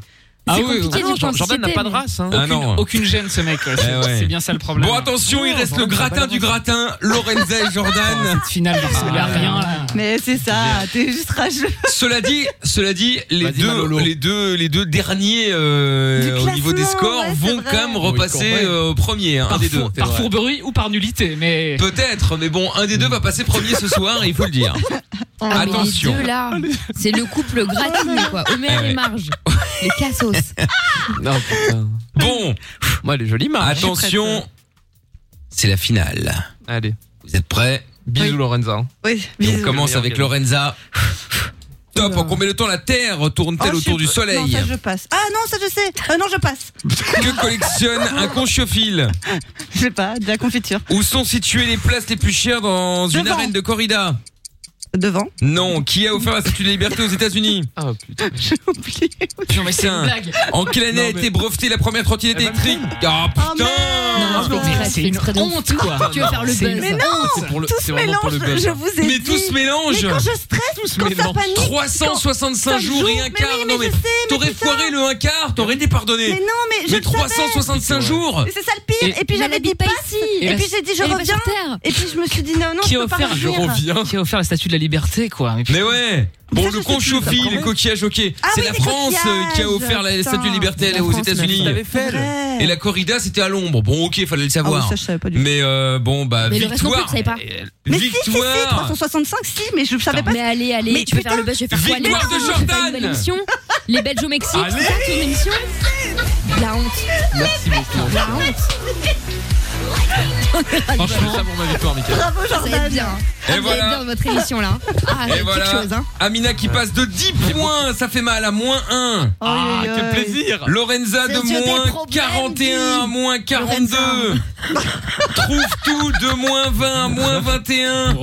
Speaker 3: Ah oui,
Speaker 5: compliqué.
Speaker 4: Ah non, Jordan
Speaker 5: du
Speaker 4: Jordan n'a
Speaker 5: société,
Speaker 4: pas de
Speaker 5: mais-
Speaker 4: race. hein.
Speaker 2: Ah non.
Speaker 3: Aucune gêne, ce mec. ouais, C'est
Speaker 2: Eh ouais.
Speaker 3: c'est bien ça le problème.
Speaker 2: Bon attention, il reste le gratin du gratin, Lorenza et Jordan.
Speaker 3: Oh, Cette finale,
Speaker 4: Ah,
Speaker 3: il n'y a rien
Speaker 5: Ah.
Speaker 3: là.
Speaker 6: Mais c'est ça, t'es juste rageux.
Speaker 2: Ah. Cela dit, cela dit, les
Speaker 4: Vas-y,
Speaker 2: deux
Speaker 4: Manolo.
Speaker 2: les deux les deux derniers euh,
Speaker 6: Du
Speaker 2: au niveau des
Speaker 6: classement,
Speaker 2: scores
Speaker 6: ouais, c'est
Speaker 2: vont
Speaker 6: vrai.
Speaker 2: quand même
Speaker 6: Oui,
Speaker 2: repasser
Speaker 4: quand même.
Speaker 2: euh, au premier, hein, un
Speaker 3: Par,
Speaker 2: des deux.
Speaker 3: four- par fourberie ou par nullité, mais.
Speaker 2: Peut-être, mais bon, un des deux va passer premier ce soir, il faut le dire.
Speaker 5: Ah, mais
Speaker 2: Attention.
Speaker 5: les deux là, c'est le couple gratiné quoi. Homer
Speaker 2: Ah ouais.
Speaker 5: et Marge, les cassos.
Speaker 4: Non, putain.
Speaker 2: Bon,
Speaker 4: Moi, elle est jolie, Marc.
Speaker 2: attention, c'est la finale.
Speaker 4: Allez.
Speaker 2: Vous êtes prêts
Speaker 4: Bisous, Lorenza.
Speaker 2: Et
Speaker 6: Oui,
Speaker 2: on
Speaker 6: bisous.
Speaker 2: commence avec Lorenza. Top, en combien de temps la Terre tourne-t-elle
Speaker 6: Oh, je
Speaker 2: autour du
Speaker 6: sais pas. Non,
Speaker 2: Soleil
Speaker 6: ça, je passe. Ah non, ça je sais. Ah non, je passe.
Speaker 2: Que collectionne un conchiophile
Speaker 6: Je sais pas, de la confiture.
Speaker 2: Où sont situées les places les plus chères dans une
Speaker 6: Devant.
Speaker 2: arène de corrida
Speaker 6: Devant.
Speaker 2: Non, qui a offert la statue de la liberté aux États-Unis Ah putain, j'ai oublié. Putain, mais
Speaker 3: c'est une blague.
Speaker 2: En quelle année
Speaker 3: Non,
Speaker 2: a
Speaker 3: mais-
Speaker 2: été brevetée la première trottinette électrique
Speaker 5: Oh,
Speaker 2: Ah putain
Speaker 3: C'est une honte, quoi.
Speaker 5: Tu veux faire le
Speaker 3: C'est une
Speaker 5: buzz.
Speaker 3: honte.
Speaker 5: Mais non,
Speaker 2: C'est pour le-
Speaker 5: tout
Speaker 2: c'est
Speaker 5: se
Speaker 2: vraiment pour le
Speaker 5: mélange,
Speaker 2: buzz.
Speaker 5: je vous ai
Speaker 2: Mais
Speaker 5: dit.
Speaker 2: tout se mélange.
Speaker 5: Mais quand je
Speaker 6: stresse,
Speaker 5: quand ça panique, quand-
Speaker 2: 365
Speaker 5: ça
Speaker 2: jours
Speaker 5: joue.
Speaker 2: et un
Speaker 5: Mais
Speaker 2: quart.
Speaker 5: oui, mais
Speaker 2: non mais,
Speaker 5: je sais, mais
Speaker 2: t'aurais foiré le un quart, t'aurais été pardonné.
Speaker 6: Mais non, mais je le savais.
Speaker 2: 365 jours.
Speaker 6: Mais C'est ça le pire. Et, puis j'avais dit pas ici. Et,
Speaker 3: Et la-
Speaker 6: puis j'ai dit je
Speaker 3: et la
Speaker 6: reviens. Et puis je me suis dit non non.
Speaker 3: qui
Speaker 6: je
Speaker 3: a
Speaker 6: peux pas
Speaker 3: offert
Speaker 6: revenir.
Speaker 3: Qui a offert la statue de la liberté, quoi.
Speaker 2: Mais ouais. Bon, le
Speaker 3: ça, quand
Speaker 2: conchophile, le
Speaker 3: même.
Speaker 2: coquillage, ok.
Speaker 3: Ah
Speaker 2: c'est
Speaker 3: oui,
Speaker 2: la
Speaker 3: les
Speaker 2: France
Speaker 3: coquillages,
Speaker 2: euh, qui a offert la
Speaker 3: putain.
Speaker 2: statue de liberté
Speaker 3: La
Speaker 2: elle, aux
Speaker 3: France,
Speaker 2: États-Unis.
Speaker 3: mais elle l'avait fait, elle.
Speaker 2: Et la corrida, c'était à l'ombre. Bon, ok, fallait le savoir.
Speaker 6: Ah ça, je savais pas
Speaker 2: mais euh, bon, bah,
Speaker 5: Mais le reste non plus,
Speaker 2: victoire.
Speaker 5: tu savais pas.
Speaker 6: Mais si, si, si,
Speaker 2: victoire.
Speaker 6: 365, si, mais je savais pas.
Speaker 5: Mais allez, allez,
Speaker 6: Mais
Speaker 5: tu peux
Speaker 6: putain.
Speaker 5: faire le buzz, je vais faire quoi
Speaker 6: Victoire
Speaker 5: l'émission
Speaker 6: de
Speaker 5: Je vais faire une
Speaker 6: Jordan.
Speaker 5: nouvelle émission Les Belges au Mexique,
Speaker 6: Allez.
Speaker 5: c'est ça ton émission La honte.
Speaker 4: Merci beaucoup.
Speaker 5: La honte.
Speaker 4: Franchement, ça pour ma victoire, Mickaël.
Speaker 5: Bravo Jordan. Vous êtes bien.
Speaker 2: Et
Speaker 5: Ah, vous
Speaker 2: voilà.
Speaker 5: êtes bien dans votre émission là. Ah,
Speaker 2: Et
Speaker 5: quelque
Speaker 2: voilà.
Speaker 5: chose hein.
Speaker 2: Amina qui passe de 10 points, ça fait mal à moins 1.
Speaker 4: Ah,
Speaker 5: Oh, aïe,
Speaker 4: quel plaisir
Speaker 2: Lorenza
Speaker 5: C'est
Speaker 2: de
Speaker 5: sur des
Speaker 2: moins
Speaker 5: problèmes,
Speaker 2: 41 à
Speaker 5: dis.
Speaker 2: moins 42. Trouve tout de moins 20 à moins 21.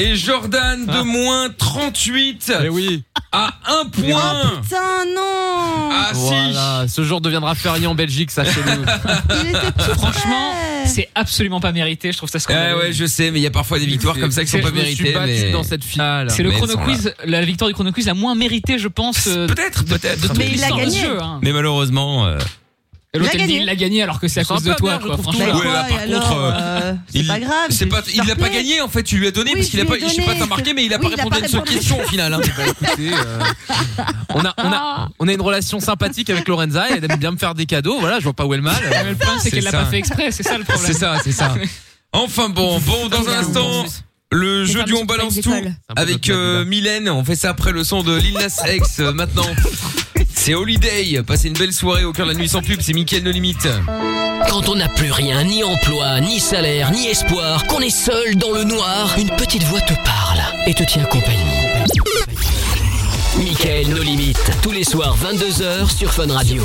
Speaker 2: Et Jordan de moins 38
Speaker 4: Eh
Speaker 2: à 1
Speaker 5: Eh ben,
Speaker 2: point.
Speaker 6: Putain non.
Speaker 2: Ah
Speaker 4: Voilà, ce jour deviendra férié en Belgique, sachez-le.
Speaker 3: Franchement, c'est absolument pas mérité. Je trouve ça
Speaker 2: Eh
Speaker 3: scandaleux.
Speaker 2: ouais, je sais, mais il y a parfois des victoires comme ça qui sont
Speaker 3: C'est-
Speaker 2: pas
Speaker 3: je me suis
Speaker 2: méritées.
Speaker 4: battu
Speaker 2: mais-
Speaker 4: dans cette finale.
Speaker 3: C'est le
Speaker 2: Mais elles
Speaker 3: chrono
Speaker 2: sont là.
Speaker 3: quiz, la victoire du chrono quiz la moins méritée, je pense. euh,
Speaker 2: Peut-être, peut-être.
Speaker 3: Mais il a gagné.
Speaker 4: hein.
Speaker 2: Mais malheureusement. euh,
Speaker 3: Et l'autre,
Speaker 6: Il a
Speaker 3: elle dit, il
Speaker 6: gagné.
Speaker 3: hein. l'a gagné alors que c'est à
Speaker 4: Je
Speaker 3: cause
Speaker 4: sens
Speaker 3: de
Speaker 4: pas bien,
Speaker 3: toi,
Speaker 4: je
Speaker 3: quoi.
Speaker 4: trouve
Speaker 3: Franchement,
Speaker 2: Ouais, là, par contre, euh, il-
Speaker 6: pas grave,
Speaker 2: c'est pas- il l'a pas gagné en fait, tu lui as donné
Speaker 6: Oui,
Speaker 2: parce qu'il a
Speaker 6: je lui
Speaker 2: pas,
Speaker 6: ai
Speaker 2: je sais pas,
Speaker 6: donné,
Speaker 2: t'as marqué, mais il a
Speaker 6: oui,
Speaker 2: pas
Speaker 6: il a
Speaker 2: répondu
Speaker 6: pas
Speaker 2: à une seule
Speaker 6: répondu.
Speaker 2: question au final. hein.
Speaker 4: Écoutez, euh, on, a, on,
Speaker 3: Ah.
Speaker 4: a, on a une relation sympathique avec Lorenza, elle aime bien me faire des cadeaux, voilà, je vois pas où est le
Speaker 2: Ah,
Speaker 4: mal.
Speaker 3: le problème, c'est qu'elle l'a pas fait exprès, c'est ça le problème.
Speaker 2: C'est ça, c'est ça. Enfin bon, bon, dans un instant, le jeu du on balance tout avec euh, Mylène. On fait ça après le son de Lil Nas X euh, maintenant. C'est Holiday. Passez une belle soirée au cœur de la nuit sans pub. C'est Mickaël No Limite.
Speaker 1: Quand on n'a plus rien, ni emploi, ni salaire, ni espoir, qu'on est seul dans le noir, une petite voix te parle et te tient compagnie. Michael, nos limites, tous les soirs 22h sur Fun Radio.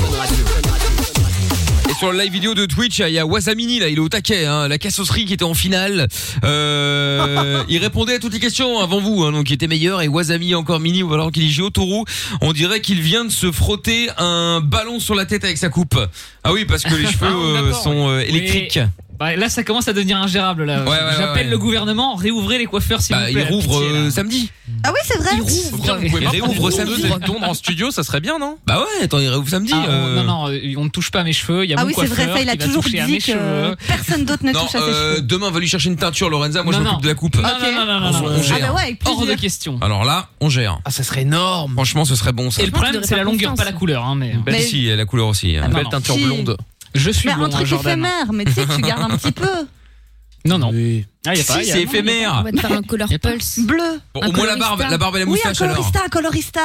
Speaker 2: Et sur le live vidéo de Twitch, il y a Wasamini là, il est au taquet, hein, la cassosserie qui était en finale. Euh, il répondait à toutes les questions avant vous, hein, donc il était meilleur. Et Wasami encore mini, ou alors qu'il dit Géotourou, on dirait qu'il vient de se frotter un ballon sur la tête avec sa coupe. Ah oui, parce que les cheveux euh, sont euh, électriques.
Speaker 3: Mais- bah, là, ça commence à devenir ingérable. Là,
Speaker 2: Ouais, ouais, ouais,
Speaker 3: j'appelle
Speaker 2: ouais.
Speaker 3: le gouvernement, réouvrez les coiffeurs s'il
Speaker 2: Bah,
Speaker 3: vous
Speaker 2: il
Speaker 3: plaît.
Speaker 2: rouvre euh, samedi.
Speaker 6: Ah oui, c'est vrai.
Speaker 3: Il rouvre.
Speaker 4: Vous pouvez pas
Speaker 2: Et
Speaker 4: prendre
Speaker 2: réouvre
Speaker 4: une
Speaker 2: samedi.
Speaker 4: tondeuse et une tondre en studio, ça serait bien, non
Speaker 2: Bah ouais, attends, il réouvre samedi. euh.
Speaker 3: Non, non, euh, on ne touche pas à mes cheveux. Il y a
Speaker 6: Ah
Speaker 3: mon
Speaker 6: oui, c'est vrai,
Speaker 3: coiffeur
Speaker 6: ça, il a
Speaker 3: qui va
Speaker 6: toujours
Speaker 3: toucher à mes
Speaker 6: dit que
Speaker 3: cheveux.
Speaker 6: personne d'autre ne
Speaker 2: Non,
Speaker 6: touche à ses
Speaker 2: euh,
Speaker 6: cheveux.
Speaker 2: demain va lui chercher une teinture, Lorenza. Moi,
Speaker 3: Non,
Speaker 2: je m'occupe
Speaker 3: non.
Speaker 2: de la coupe.
Speaker 3: Non, non, non, non,
Speaker 2: On-
Speaker 3: non,
Speaker 2: on
Speaker 3: non.
Speaker 2: gère.
Speaker 6: Ah bah ouais, avec
Speaker 3: Hors de
Speaker 6: plaisir.
Speaker 3: question.
Speaker 2: Mmh. Alors là, on gère.
Speaker 4: Ah, ça serait énorme
Speaker 2: Franchement, ce serait bon ça.
Speaker 3: Et le problème, c'est la longueur, pas la couleur. hein, mais... Ah,
Speaker 2: Bah,
Speaker 6: Mais-
Speaker 2: si, la couleur aussi. hein.
Speaker 4: Une belle
Speaker 3: non.
Speaker 4: teinture
Speaker 6: Si.
Speaker 4: blonde.
Speaker 3: Je suis
Speaker 6: Mais
Speaker 3: bon,
Speaker 6: un
Speaker 3: hein,
Speaker 6: truc
Speaker 3: Jordan.
Speaker 6: Bah, éphémère, mais tu sais, tu gardes un petit peu.
Speaker 3: Non, non. Ah, y a
Speaker 2: Si,
Speaker 3: pas, y a-
Speaker 2: c'est éphémère.
Speaker 5: On va te faire un color
Speaker 3: Y a pas-
Speaker 5: pulse.
Speaker 6: Bleu.
Speaker 2: Bon,
Speaker 5: Un
Speaker 2: au moins la barbe,
Speaker 5: colorista.
Speaker 2: la barbe et la
Speaker 6: Oui, un
Speaker 2: moustache alors.
Speaker 6: colorista, un colorista.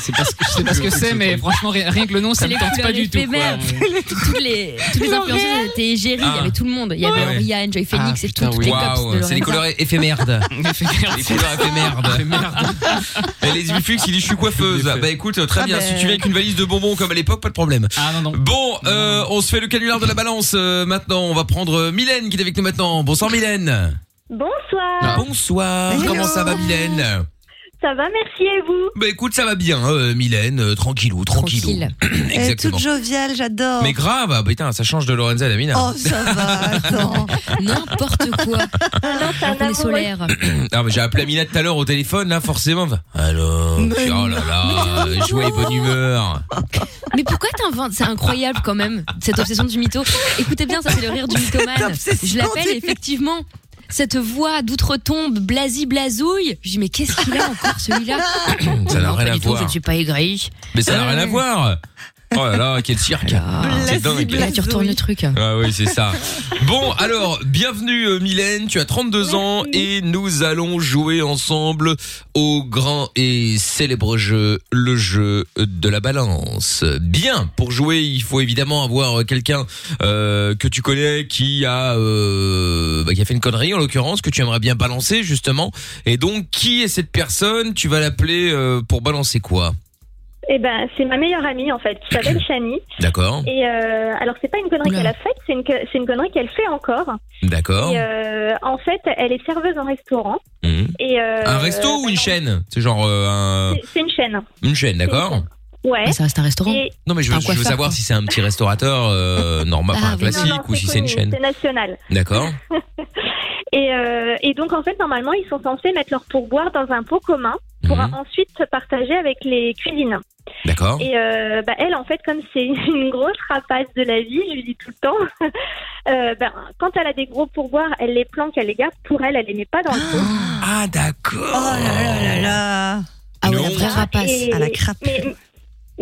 Speaker 4: C'est parce que
Speaker 3: Je sais pas ce que c'est, mais franchement, rien rien que le nom, ça
Speaker 5: C'est
Speaker 3: me
Speaker 5: les
Speaker 3: tente pas
Speaker 5: couleurs
Speaker 3: du tout.
Speaker 5: éphémères.
Speaker 3: quoi.
Speaker 5: Toutes les, toutes les influenceuses étaient gérées, il y avait tout le monde. Il y avait
Speaker 2: Ah ouais.
Speaker 5: Oriane, Joy Phoenix
Speaker 4: Ah,
Speaker 5: et tout.
Speaker 4: putain,
Speaker 5: toutes
Speaker 4: oui.
Speaker 5: les cops de
Speaker 2: Waouh, c'est les
Speaker 5: Lorenza.
Speaker 2: couleurs éphémères. Les couleurs
Speaker 3: Ah,
Speaker 2: éphémères. Et les Iflux, il dit je suis coiffeuse. Bah écoute, très
Speaker 6: Ah
Speaker 2: bien.
Speaker 6: ben.
Speaker 2: Si tu viens avec une valise de bonbons comme à l'époque, pas de problème.
Speaker 3: Ah non, non.
Speaker 2: Bon, euh, on se fait le canular de la balance euh, maintenant. On va prendre euh, Mylène qui est avec nous maintenant. Bonsoir Mylène. Ah.
Speaker 14: Bonsoir,
Speaker 2: Bonsoir.
Speaker 6: Hello.
Speaker 2: Comment ça va Mylène
Speaker 14: Ah. ça va, merci et vous
Speaker 2: Bah écoute, ça va bien, euh, Mylène. euh, tranquillou, tranquillou.
Speaker 5: Tranquille.
Speaker 6: Elle est Euh, toute
Speaker 2: Exactement.
Speaker 6: joviale, j'adore.
Speaker 2: Mais hein. grave, ah, putain, ça change de Lorenza à la mina.
Speaker 6: Oh, ça va, attends.
Speaker 5: N'importe quoi.
Speaker 14: Non, c'est un
Speaker 5: On est
Speaker 14: amoureux.
Speaker 5: solaire.
Speaker 2: Ah mais j'ai appelé Amina tout à l'heure au téléphone là forcément. Alors, oh
Speaker 6: Mais
Speaker 2: là là, joie et bonne humeur.
Speaker 5: Mais pourquoi t'inventes C'est incroyable quand même, cette obsession du mytho. Écoutez bien, ça c'est le rire du mythomane.
Speaker 6: obsession
Speaker 5: Je l'appelle
Speaker 6: du-
Speaker 5: effectivement. Cette voix d'outre-tombe, blasi blasouille. Je dis mais qu'est-ce qu'il a encore celui-là
Speaker 2: Ça n'a
Speaker 5: Non,
Speaker 2: rien
Speaker 5: pas
Speaker 2: à
Speaker 5: du tout,
Speaker 2: voir.
Speaker 5: Je ne suis pas aigri.
Speaker 2: Mais ça n'a rien à voir. Oh là là, quel cirque. C'est dingue.
Speaker 5: Là, tu retournes le truc.
Speaker 2: Ah oui, c'est ça. Bon, alors, bienvenue euh, Mylène, tu as 32 ans et nous allons jouer ensemble au grand et célèbre jeu, le jeu de la balance. Bien, pour jouer, il faut évidemment avoir quelqu'un euh, que tu connais qui a euh, bah, qui a fait une connerie en l'occurrence que tu aimerais bien balancer justement. Et donc, qui est cette personne Tu vas l'appeler euh, pour balancer quoi
Speaker 15: Eh ben, c'est ma meilleure amie en fait, qui s'appelle Shani.
Speaker 2: D'accord.
Speaker 15: Et euh, alors, c'est pas une connerie qu'elle a faite, c'est une, que- c'est une connerie qu'elle fait encore.
Speaker 2: D'accord.
Speaker 15: Et, euh, en fait, elle est serveuse en restaurant.
Speaker 2: Mhm.
Speaker 15: Et, euh,
Speaker 2: Un resto ou une chaîne C'est genre euh, un-
Speaker 15: c'est- C'est une chaîne.
Speaker 2: une chaîne, d'accord
Speaker 15: Ouais.
Speaker 5: ça reste un restaurant.
Speaker 2: Non, mais je veux,
Speaker 5: Un
Speaker 2: je veux
Speaker 5: coiffeur,
Speaker 2: savoir
Speaker 5: quoi.
Speaker 2: si c'est un petit restaurateur euh, normal, enfin,
Speaker 15: Ah,
Speaker 2: un
Speaker 15: oui, non,
Speaker 2: classique
Speaker 15: non,
Speaker 2: ou si c'est une
Speaker 15: connu,
Speaker 2: chaîne.
Speaker 15: C'est national.
Speaker 2: D'accord.
Speaker 15: Et, euh, et donc, en fait, normalement, ils sont censés mettre leur pourboire dans un pot commun pour
Speaker 2: Mhm.
Speaker 15: ensuite se partager avec les cuisines.
Speaker 2: D'accord.
Speaker 15: Et euh, bah, elle, en fait, comme c'est une grosse rapace de la vie, je lui dis tout le temps, euh, bah, quand elle a des gros pourboires, elle les planque, elle les garde pour elle, elle les met pas dans le pot.
Speaker 2: Ah, d'accord.
Speaker 6: Oh là là là là.
Speaker 15: Ah
Speaker 6: ouais, la vraie rapace.
Speaker 15: Et-
Speaker 6: Ah, la crape.
Speaker 15: Mais,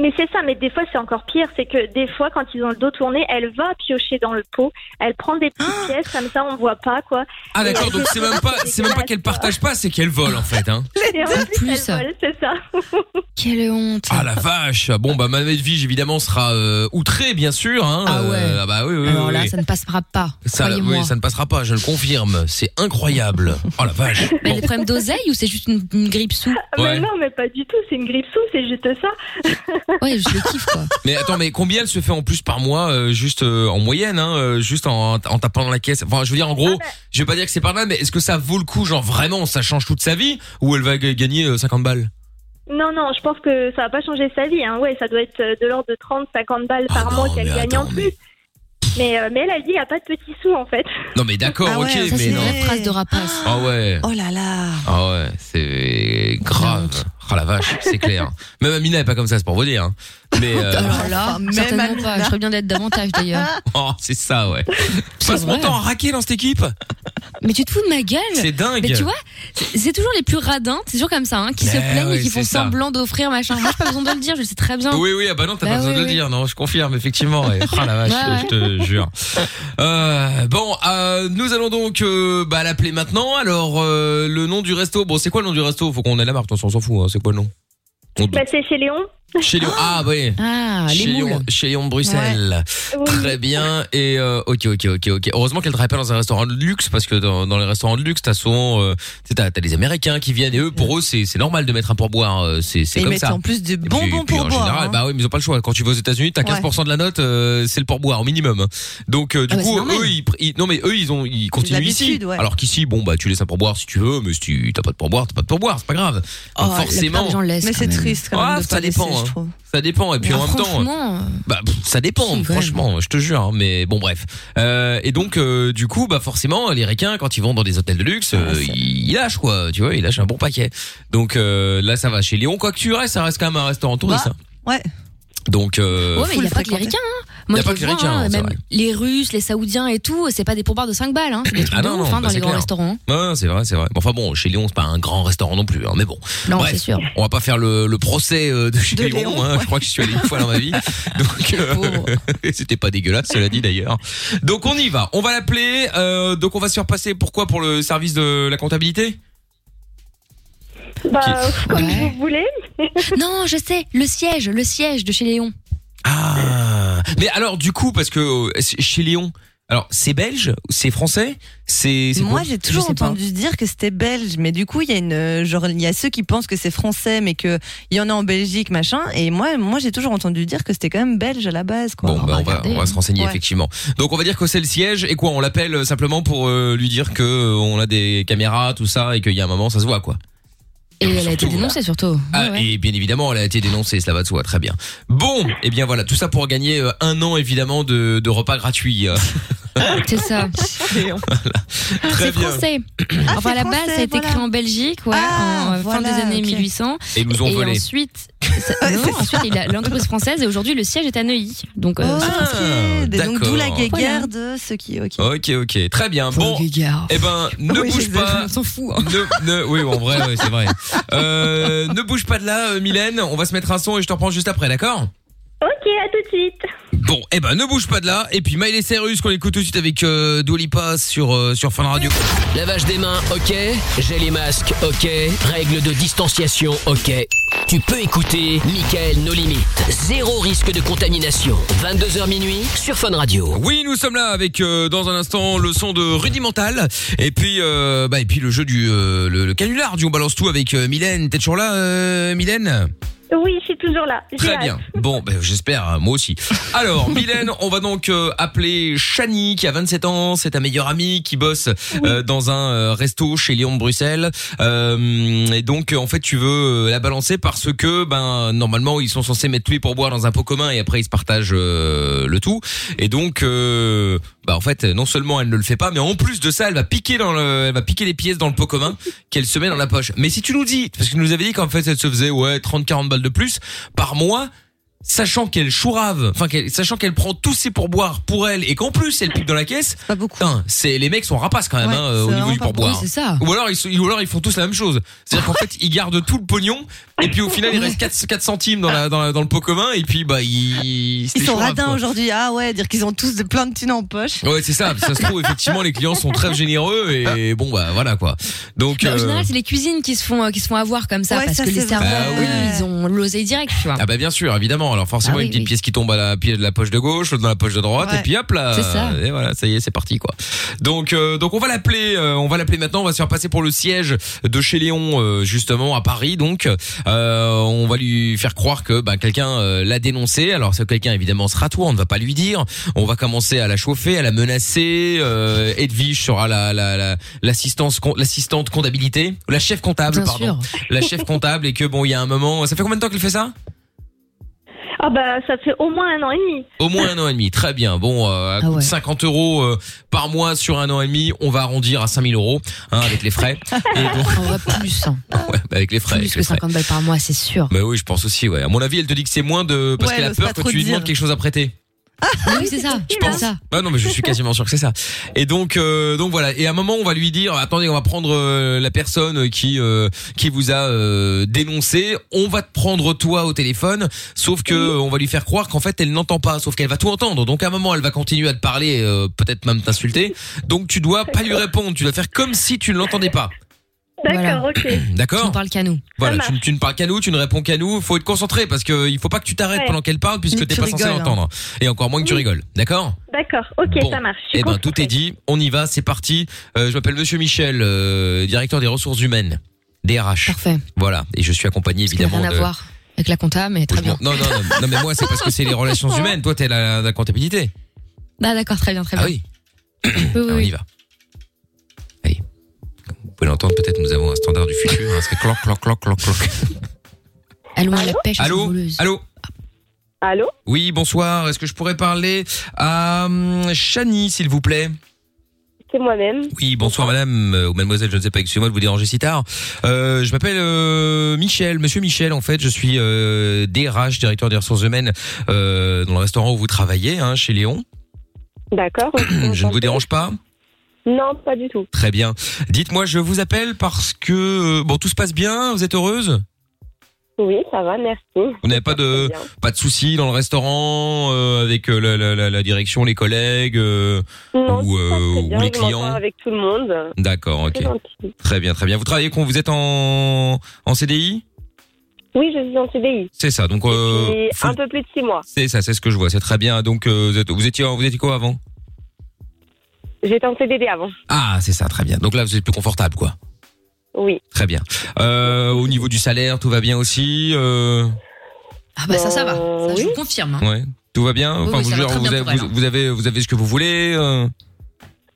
Speaker 15: mais c'est ça, mais des fois c'est encore pire, c'est que des fois quand ils ont le dos tourné, elle va piocher dans le pot, elle prend des petites
Speaker 6: Ah.
Speaker 15: pièces comme ça, on voit pas quoi.
Speaker 2: Ah d'accord,
Speaker 15: Et-
Speaker 2: donc c'est même pas, c'est même pas qu'elle partage pas, c'est qu'elle vole en fait. Hein.
Speaker 15: Et en plus, elle vole, c'est ça.
Speaker 5: Quelle honte.
Speaker 2: Ah la vache. Bon bah ma Edwige évidemment sera euh, outrée bien sûr. Hein.
Speaker 5: Ah ouais.
Speaker 2: Euh, ah bah oui oui.
Speaker 5: Alors
Speaker 2: oui,
Speaker 5: là,
Speaker 2: oui.
Speaker 5: ça ne passera pas.
Speaker 2: Ça,
Speaker 5: Croyez-moi.
Speaker 2: oui, ça ne passera pas, je le confirme. C'est incroyable. Oh la vache.
Speaker 5: Mais les problèmes d'oseille ou c'est juste une, une grippe sous
Speaker 2: Ouais. Mais
Speaker 15: non, Ah, mais pas du tout, c'est une grippe sous, c'est juste ça.
Speaker 5: ouais, je le kiffe quoi.
Speaker 2: Mais attends, mais combien elle se fait en plus par mois, euh, juste euh, en moyenne, hein, euh, juste en, en tapant dans la caisse Enfin, je veux dire, en gros, je vais pas dire que c'est par là, mais est-ce que ça vaut le coup, genre vraiment, ça change toute sa vie, ou elle va g- gagner euh, 50 balles
Speaker 15: Non, non, je pense que ça va pas changer sa vie. Hein. Ouais, ça doit être euh, de l'ordre de 30, 50 balles
Speaker 2: Ah
Speaker 15: par mois qu'elle gagne en plus. Mais, euh, mais elle a dit, il n'y a pas de petits sous en fait.
Speaker 2: Non, mais d'accord,
Speaker 15: Ah
Speaker 2: ok,
Speaker 15: ouais, ça,
Speaker 2: mais
Speaker 15: c'est
Speaker 2: non.
Speaker 15: vrai.
Speaker 5: Phrase de rapace.
Speaker 2: Ah ouais.
Speaker 15: Oh
Speaker 6: là là.
Speaker 2: Ah ouais, c'est grave. Ah la vache, c'est clair. Même Amina est pas comme ça, c'est pour vous dire. hein. Mais euh,
Speaker 5: Alors là,
Speaker 6: Enfin, même
Speaker 5: certainement
Speaker 6: Amina.
Speaker 5: pas. Je serais bien d'être davantage d'ailleurs.
Speaker 2: oh, c'est ça, ouais. Je passe mon
Speaker 5: vrai.
Speaker 2: temps à raquer dans cette équipe.
Speaker 5: Mais tu te fous de ma gueule
Speaker 2: C'est dingue.
Speaker 5: Mais tu vois, c'est- c'est toujours les plus radins, c'est toujours comme ça, hein, qui se
Speaker 2: Mais
Speaker 5: plaignent
Speaker 2: oui,
Speaker 5: et qui
Speaker 2: c'est
Speaker 5: font
Speaker 2: ça.
Speaker 5: semblant d'offrir machin. Moi, j'ai pas besoin de le dire, je le sais très bien.
Speaker 2: Oui, oui, ah bah non, t'as
Speaker 5: Bah
Speaker 2: pas besoin
Speaker 5: oui,
Speaker 2: de le
Speaker 5: oui.
Speaker 2: dire, non, je confirme, effectivement. ouais. Ah la vache,
Speaker 5: Ouais, ouais.
Speaker 2: je te jure. Euh, bon, euh, nous allons donc euh, bah, l'appeler maintenant. Alors, euh, le nom du resto, bon, c'est quoi le nom du resto Faut qu'on ait la marque, on s'en fout, hein, c'est quoi le nom On-
Speaker 15: Bah, c'est chez Léon.
Speaker 2: Chez Lyon, ah oui.
Speaker 5: Ah, les
Speaker 2: chez Lyon,
Speaker 5: moules.
Speaker 2: chez Lyon de Bruxelles.
Speaker 15: Oui.
Speaker 2: Très bien. Et euh, ok, ok, ok, ok. Heureusement qu'elle travaille pas dans un restaurant de luxe parce que dans, dans les restaurants de luxe, t'as souvent, euh, tu sais, t'as t'as les Américains qui viennent et eux, pour eux, c'est c'est normal de mettre un pourboire. euh, C'est c'est
Speaker 6: Et ils
Speaker 2: comme
Speaker 6: mettent
Speaker 2: ça.
Speaker 6: en plus de
Speaker 2: Et puis-
Speaker 6: bonbons
Speaker 2: et puis En
Speaker 6: pourboires,
Speaker 2: général,
Speaker 6: hein.
Speaker 2: bah oui, mais ils ont pas le choix. Quand tu vas aux États-Unis, t'as
Speaker 6: Ouais.
Speaker 2: 15% de la note, euh, c'est le pourboire au minimum. Donc euh, du
Speaker 6: Ah bah, c'est
Speaker 2: coup,
Speaker 6: normal.
Speaker 2: eux, ils, pr- ils- non mais eux, ils ont, ils continuent ici.
Speaker 6: l'habitude, ouais.
Speaker 2: Alors qu'ici, bon bah, tu laisses un pourboire si tu veux, mais si tu t'as pas de pourboire, t'as pas de pourboire, c'est pas grave.
Speaker 6: Oh,
Speaker 2: Donc, forcément.
Speaker 6: Mais c'est triste quand même. Bah,
Speaker 2: Ah,
Speaker 6: de
Speaker 2: ça
Speaker 6: pas
Speaker 2: dépend.
Speaker 6: laisser,
Speaker 2: hein.
Speaker 6: je trouve.
Speaker 2: Ça dépend. Et puis
Speaker 6: Ouais,
Speaker 2: en même temps, hein.
Speaker 5: Franchement, euh,
Speaker 2: bah, pff, ça dépend,
Speaker 5: Si, quand
Speaker 2: franchement, je te jure. hein, Mais bon, bref. Euh, et donc, euh, du coup, bah forcément, les requins, quand ils vont dans des hôtels de
Speaker 5: Ah,
Speaker 2: luxe, euh, ils ils lâchent quoi. Tu vois, ils lâchent un bon paquet. Donc euh, là, ça va chez Léon. Quoi que tu restes, ça reste quand même un restaurant touriste.
Speaker 5: Bah,
Speaker 2: hein.
Speaker 6: Ouais.
Speaker 2: Donc, euh,
Speaker 5: ouais, mais il n'y a pas que les ricains. Hein.
Speaker 2: Y
Speaker 5: Moi,
Speaker 2: a
Speaker 5: je
Speaker 2: pas
Speaker 5: le
Speaker 2: que les
Speaker 5: vois,
Speaker 2: Ricains,
Speaker 5: hein,
Speaker 2: c'est
Speaker 5: même
Speaker 2: vrai.
Speaker 5: les Russes, les Saoudiens et tout, c'est pas des pourboires de 5 balles. Hein. C'est des trucs
Speaker 2: Ah
Speaker 5: de
Speaker 2: non,
Speaker 5: ouf
Speaker 2: non,
Speaker 5: hein,
Speaker 2: bah,
Speaker 5: dans
Speaker 2: c'est
Speaker 5: les grands
Speaker 2: clair.
Speaker 5: restaurants.
Speaker 2: Ouais, ouais, c'est vrai, c'est vrai. Bon, enfin bon, chez Léon, c'est pas un grand restaurant non plus, hein, mais bon.
Speaker 5: Non,
Speaker 2: Bref,
Speaker 5: c'est sûr.
Speaker 2: On va pas faire le, le procès euh, de chez
Speaker 5: De
Speaker 2: Léon.
Speaker 5: Léon,
Speaker 2: hein, Je crois que je suis allé une fois dans ma vie. Donc, euh, c'était pas dégueulasse, cela dit d'ailleurs. Donc, on y va. On va l'appeler. euh, donc, on va se faire passer. Pourquoi Pour le service de la comptabilité
Speaker 15: Bah, comme vous voulez.
Speaker 5: non, je sais, le siège, le siège de chez Léon.
Speaker 2: Ah. Mais alors, du coup, parce que euh, chez Léon, alors, c'est belge C'est français C'est. c'est
Speaker 6: Moi,
Speaker 2: quoi
Speaker 6: j'ai toujours
Speaker 2: Je sais pas.
Speaker 6: entendu dire que c'était belge, mais du coup, il y a une euh, genre il y a ceux qui pensent que c'est français, mais que il y en a en Belgique, machin. Et moi, moi, j'ai toujours entendu dire que c'était quand même belge à la base, quoi.
Speaker 5: Oh,
Speaker 2: Bon, bah, on, va, on va se renseigner
Speaker 6: Ouais.
Speaker 2: effectivement. Donc on va dire que c'est le siège et quoi On l'appelle euh, simplement pour euh, lui dire que euh, on a des caméras, tout ça, et qu'il y a un moment ça se voit quoi.
Speaker 5: Et elle a été dénoncée surtout.
Speaker 2: Ah, Et bien évidemment, elle a été dénoncée, cela va de soi, très bien. Bon, et bien voilà, tout ça pour gagner euh, un an évidemment de, de repas gratuits. euh.
Speaker 5: C'est ça.
Speaker 2: très
Speaker 5: C'est
Speaker 2: bien. Ah,
Speaker 5: français. enfin, à la base, ça a été créé en Belgique, ouais, en euh, fin des années 1800.
Speaker 2: Et ils nous ont volé.
Speaker 5: ensuite, ça- non, ensuite, il a- l'entreprise française et aujourd'hui, le siège est à Neuilly. Donc, euh, c'est français.
Speaker 2: Ah,
Speaker 6: Et donc d'où la
Speaker 2: d'accord.
Speaker 6: guéguerre de ceux qui. ok.
Speaker 2: Ok, ok, très bien. Bon, eh ben, ne
Speaker 6: Oui,
Speaker 2: bouge pas.
Speaker 5: On s'en fout.
Speaker 2: Ne, ne- oui, en vrai, ouais, c'est vrai. Euh, ne bouge pas de là, euh, Mylène. On va se mettre un son et je te reprends juste après, d'accord
Speaker 15: Ok, à tout de suite.
Speaker 2: Bon, eh ben ne bouge pas de là. Et puis Miley Cyrus qu'on écoute tout de suite avec euh, Dua Lipa sur euh, sur Fun Radio.
Speaker 1: Lavage des mains, ok. J'ai les masques, ok. Règles de distanciation, ok. Tu peux écouter Mickaël No limites. Zéro risque de contamination. 22h minuit sur Fun Radio.
Speaker 2: Oui, nous sommes là avec euh, dans un instant le son de Rudimental et puis euh, bah, et puis le jeu du euh, le, le canular du on balance tout avec euh, Mylène. T'es toujours là, euh, Mylène
Speaker 15: Oui, je suis toujours là. J'ai
Speaker 2: Très
Speaker 15: hâte.
Speaker 2: bien. Bon, ben, j'espère, euh, moi aussi. Alors, Mylène, on va donc euh, appeler Shani, qui a 27 ans, c'est ta meilleure amie, qui bosse euh, dans un euh, resto chez Lyon de Bruxelles. Euh, et donc, euh, en fait, tu veux euh, la balancer parce que, ben, normalement, ils sont censés mettre tous les pourboires dans un pot commun et après, ils se partagent euh, le tout. Et donc, euh, bah, en fait, non seulement elle ne le fait pas, mais en plus de ça, elle va piquer dans le, elle va piquer les pièces dans le pot commun qu'elle se met dans la poche. Mais si tu nous dis, parce que tu nous avais dit qu'en fait, elle se faisait, ouais, 30, 40 balles de plus par mois, sachant qu'elle chourave, enfin, qu'elle- sachant qu'elle prend tous ses pourboires pour elle et qu'en plus elle pique dans la caisse. C'est pas beaucoup. C'est, les mecs sont rapaces quand même,
Speaker 5: Ouais,
Speaker 2: hein, euh,
Speaker 5: c'est
Speaker 2: au niveau
Speaker 5: vraiment
Speaker 2: du
Speaker 5: pas beaucoup.
Speaker 2: pourboire.
Speaker 5: Oui, c'est ça.
Speaker 2: Ou alors ils, sont- ou alors ils font tous la même chose. C'est-à-dire qu'en fait, ils gardent tout le pognon et puis au final, il reste 4, 4 centimes dans la, dans la- dans le pot commun et puis, bah, ils, c'est
Speaker 6: Ils
Speaker 2: les
Speaker 6: sont
Speaker 2: chouraves,
Speaker 6: radins
Speaker 2: quoi.
Speaker 6: aujourd'hui. Ah ouais, dire qu'ils ont tous de plein de thunes en poche.
Speaker 2: Ouais, c'est ça. Ça se trouve, effectivement, les clients sont très généreux et bon, bah voilà quoi. Donc,
Speaker 5: En
Speaker 2: euh,
Speaker 5: général, c'est les cuisines qui se font euh, qui se font avoir comme ça
Speaker 6: Ouais,
Speaker 5: parce
Speaker 6: ça,
Speaker 5: que les
Speaker 6: c'est vrai.
Speaker 5: serveurs
Speaker 2: Bah oui.
Speaker 5: eux, ils ont l'oseille direct, tu vois.
Speaker 2: ah bah bien sûr, évidemment. Alors forcément,
Speaker 5: Ah oui,
Speaker 2: une petite
Speaker 5: oui.
Speaker 2: pièce qui tombe à la, pièce de la poche de gauche, l'autre dans la poche de droite,
Speaker 5: Ouais.
Speaker 2: et puis hop là.
Speaker 5: C'est ça.
Speaker 2: Et voilà, ça y est, c'est parti quoi. Donc, euh, donc on va l'appeler, euh, on va l'appeler maintenant. On va se faire passer pour le siège de chez Léon, euh, justement à Paris. Donc, euh, on va lui faire croire que bah, quelqu'un euh, l'a dénoncé. Alors ce quelqu'un évidemment sera toi. On ne va pas lui dire. On va commencer à la chauffer, à la menacer. Euh, Edwige sera la la- la- l'assistance con- l'assistante comptabilité, la chef comptable,
Speaker 5: Bien
Speaker 2: pardon,
Speaker 5: sûr.
Speaker 2: la chef comptable, et que bon, il y a un moment. Ça fait combien de temps qu'elle fait ça
Speaker 15: Ah bah ça fait au moins un an et demi.
Speaker 2: Au moins un an et demi, très bien. Bon,
Speaker 5: Ah
Speaker 2: euh, à coût de 50 euros euh, par mois sur un an et demi, on va arrondir à 5000 euros hein, avec les frais. Et donc,
Speaker 5: On va plus, hein.
Speaker 2: ouais, bah, avec les frais.
Speaker 5: plus
Speaker 2: avec
Speaker 5: que
Speaker 2: les frais.
Speaker 5: 50 balles par mois, c'est sûr.
Speaker 2: Bah oui, je pense aussi. Ouais. À mon avis, elle te dit que c'est moins de parce
Speaker 5: Ouais,
Speaker 2: qu'elle
Speaker 5: elle
Speaker 2: a
Speaker 5: ose
Speaker 2: peur
Speaker 5: pas
Speaker 2: que
Speaker 5: trop
Speaker 2: tu lui
Speaker 5: dire.
Speaker 2: demandes quelque chose à prêter.
Speaker 11: Ah,
Speaker 5: oui, c'est ça. Je pense
Speaker 11: hein.
Speaker 5: ça.
Speaker 2: Bah non, mais je suis quasiment sûr que c'est ça. Et donc, euh, donc voilà. Et à un moment, on va lui dire attendez, on va prendre euh, la personne qui euh, qui vous a euh, dénoncé. On va te prendre toi au téléphone. Sauf que euh, on va lui faire croire qu'en fait, elle n'entend pas. Sauf qu'elle va tout entendre. Donc à un moment, elle va continuer à te parler, euh, peut-être même t'insulter. Donc tu dois pas lui répondre. Tu dois faire comme si tu ne l'entendais pas.
Speaker 5: D'accord,
Speaker 15: ok.
Speaker 2: D'accord.
Speaker 5: On parle qu'à nous.
Speaker 2: Voilà, tu, tu ne parles qu'à nous, tu ne réponds qu'à nous. Faut être concentré parce que il faut pas que tu t'arrêtes
Speaker 15: Ouais.
Speaker 2: pendant qu'elle parle
Speaker 15: Ni
Speaker 2: puisque
Speaker 15: que
Speaker 2: t'es
Speaker 15: tu
Speaker 2: pas censé
Speaker 15: rigoles, hein.
Speaker 2: l'entendre. Et encore moins que tu rigoles. D'accord.
Speaker 15: D'accord, ok,
Speaker 2: Bon.
Speaker 15: ça marche.
Speaker 2: Eh ben tout est dit, on y va, c'est parti. Euh, je m'appelle Monsieur Michel, euh, directeur des ressources humaines, DRH.
Speaker 5: Parfait.
Speaker 2: Voilà, et je suis accompagné
Speaker 5: Ça n'a
Speaker 2: évidemment
Speaker 5: rien
Speaker 2: de.
Speaker 5: à voir avec la compta, mais très bien.
Speaker 2: euh, Non, non, non, non, mais moi c'est parce que c'est les relations humaines. Toi t'es la, la comptabilité.
Speaker 5: Ah, d'accord, très bien, très
Speaker 2: Ah
Speaker 5: bien.
Speaker 2: oui.
Speaker 5: Oui, oui,
Speaker 2: On y va. Allez. Comme vous pouvez l'entendre, peut-être nous avons un standard du futur. Hein, c'est cloc, cloc, cloc, cloc, cloc.
Speaker 5: Allons à la pêche. aux
Speaker 2: Allô,
Speaker 5: voleuses.
Speaker 2: allô.
Speaker 14: Allô.
Speaker 2: Oui, bonsoir. Est-ce que je pourrais parler à hum, Chani, s'il vous plaît?
Speaker 14: C'est moi-même.
Speaker 2: Oui, bonsoir madame euh, ou mademoiselle, je ne sais pas, excusez-moi de vous déranger si tard. Euh, je m'appelle euh, Michel, monsieur Michel en fait, je suis euh, DRH, directeur des ressources humaines euh, dans le restaurant où vous travaillez, hein, chez Léon.
Speaker 14: D'accord.
Speaker 2: Je ne vous dérange pas
Speaker 14: Non, pas du tout.
Speaker 2: Très bien. Dites-moi, je vous appelle parce que, euh, bon, tout se passe bien, vous êtes heureuse
Speaker 14: Oui, ça va, merci.
Speaker 2: Vous n'avez pas de, pas de soucis dans le restaurant, euh, avec euh, la, la- la- la direction, les collègues euh,
Speaker 14: Non,
Speaker 2: ou, euh,
Speaker 14: C'est bien,
Speaker 2: ou les
Speaker 14: je m'entends
Speaker 2: clients
Speaker 14: avec tout le monde.
Speaker 2: D'accord, ok.
Speaker 14: C'est gentil.
Speaker 2: Très bien, très bien. Vous travaillez quand vous êtes en, en CDI
Speaker 14: Oui, je suis en CDI.
Speaker 2: C'est ça, donc euh,
Speaker 14: Et
Speaker 2: full-
Speaker 14: un peu plus de six mois.
Speaker 2: c'est ça, c'est ce que je vois, c'est très bien. Donc euh, vous êtes, vous étiez, vous étiez quoi avant
Speaker 14: J'étais en CDD avant.
Speaker 2: Ah, c'est ça, très bien. Donc là, vous êtes plus confortable, quoi.
Speaker 14: Oui.
Speaker 2: Très bien. Euh, au niveau du salaire, tout va bien aussi. Euh,
Speaker 5: Ah, bah ça, ça va.
Speaker 11: Euh,
Speaker 5: Ça, Je vous confirme. hein.
Speaker 2: ouais, tout va bien.
Speaker 5: Oui, oui,
Speaker 2: vous,
Speaker 5: ça va très
Speaker 2: vous,
Speaker 5: bien
Speaker 2: avez,
Speaker 5: pour elle,
Speaker 2: vous-
Speaker 5: hein.
Speaker 2: vous avez, vous avez ce que vous voulez. euh,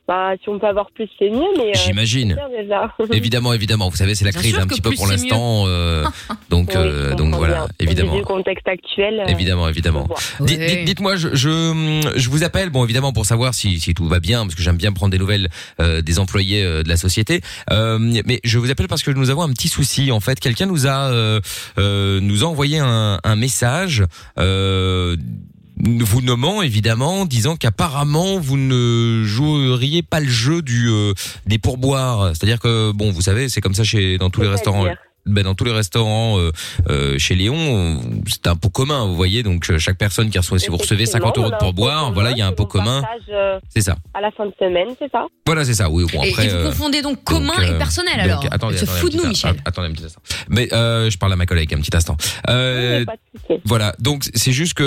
Speaker 14: Bah, si on peut avoir plus, c'est mieux, mais. euh,
Speaker 2: J'imagine.
Speaker 14: c'est bien déjà.
Speaker 2: évidemment, évidemment. Vous savez, c'est la
Speaker 14: Bien
Speaker 2: crise
Speaker 14: sûr
Speaker 2: un
Speaker 14: que
Speaker 2: petit peu
Speaker 14: plus
Speaker 2: pour
Speaker 14: c'est
Speaker 2: l'instant. euh, donc,
Speaker 14: Oui, je
Speaker 2: euh, donc
Speaker 14: comprends
Speaker 2: voilà,
Speaker 14: bien. Au
Speaker 2: évidemment.
Speaker 14: vu du contexte actuel. euh,
Speaker 2: Évidemment, évidemment.
Speaker 14: Ouais.
Speaker 2: Dites- dites- Dites-moi, je, hum, je, je vous appelle, bon, évidemment, pour savoir si, si tout va bien, parce que j'aime bien prendre des nouvelles euh, des employés euh, de la société. Euh, mais je vous appelle parce que nous avons un petit souci. En fait, quelqu'un nous a euh, euh, nous a envoyé un, un message. Euh, vous nommant évidemment, disant qu'apparemment vous ne joueriez pas le jeu du euh, des pourboires, c'est-à-dire que bon, vous savez, c'est comme ça chez dans tous les restaurants.
Speaker 14: C'est-à-dire
Speaker 2: ben, dans tous les restaurants euh, euh, chez Léon, on- c'est un pot commun, vous voyez. Donc euh, chaque personne qui reçoit, si vous recevez 50 euros de
Speaker 11: Effectivement, on a un pot
Speaker 2: pourboire, voilà, il y a hein, un pot commun.
Speaker 11: Partage, euh,
Speaker 2: C'est ça.
Speaker 11: À la fin de semaine, c'est ça
Speaker 2: Voilà, c'est ça. Oui, bon,
Speaker 5: Et-
Speaker 2: après.
Speaker 5: et, vous
Speaker 2: euh,
Speaker 5: confondez donc commun
Speaker 2: donc, euh,
Speaker 5: et personnel
Speaker 2: donc,
Speaker 5: alors.
Speaker 2: attendez,
Speaker 5: se
Speaker 2: attendez un
Speaker 5: fout de
Speaker 2: petit
Speaker 5: nous,
Speaker 2: instant, Ah,
Speaker 5: Michel.
Speaker 2: Attendez un petit instant. Mais euh, je parle à ma collègue un petit instant. Euh, voilà, donc c'est juste que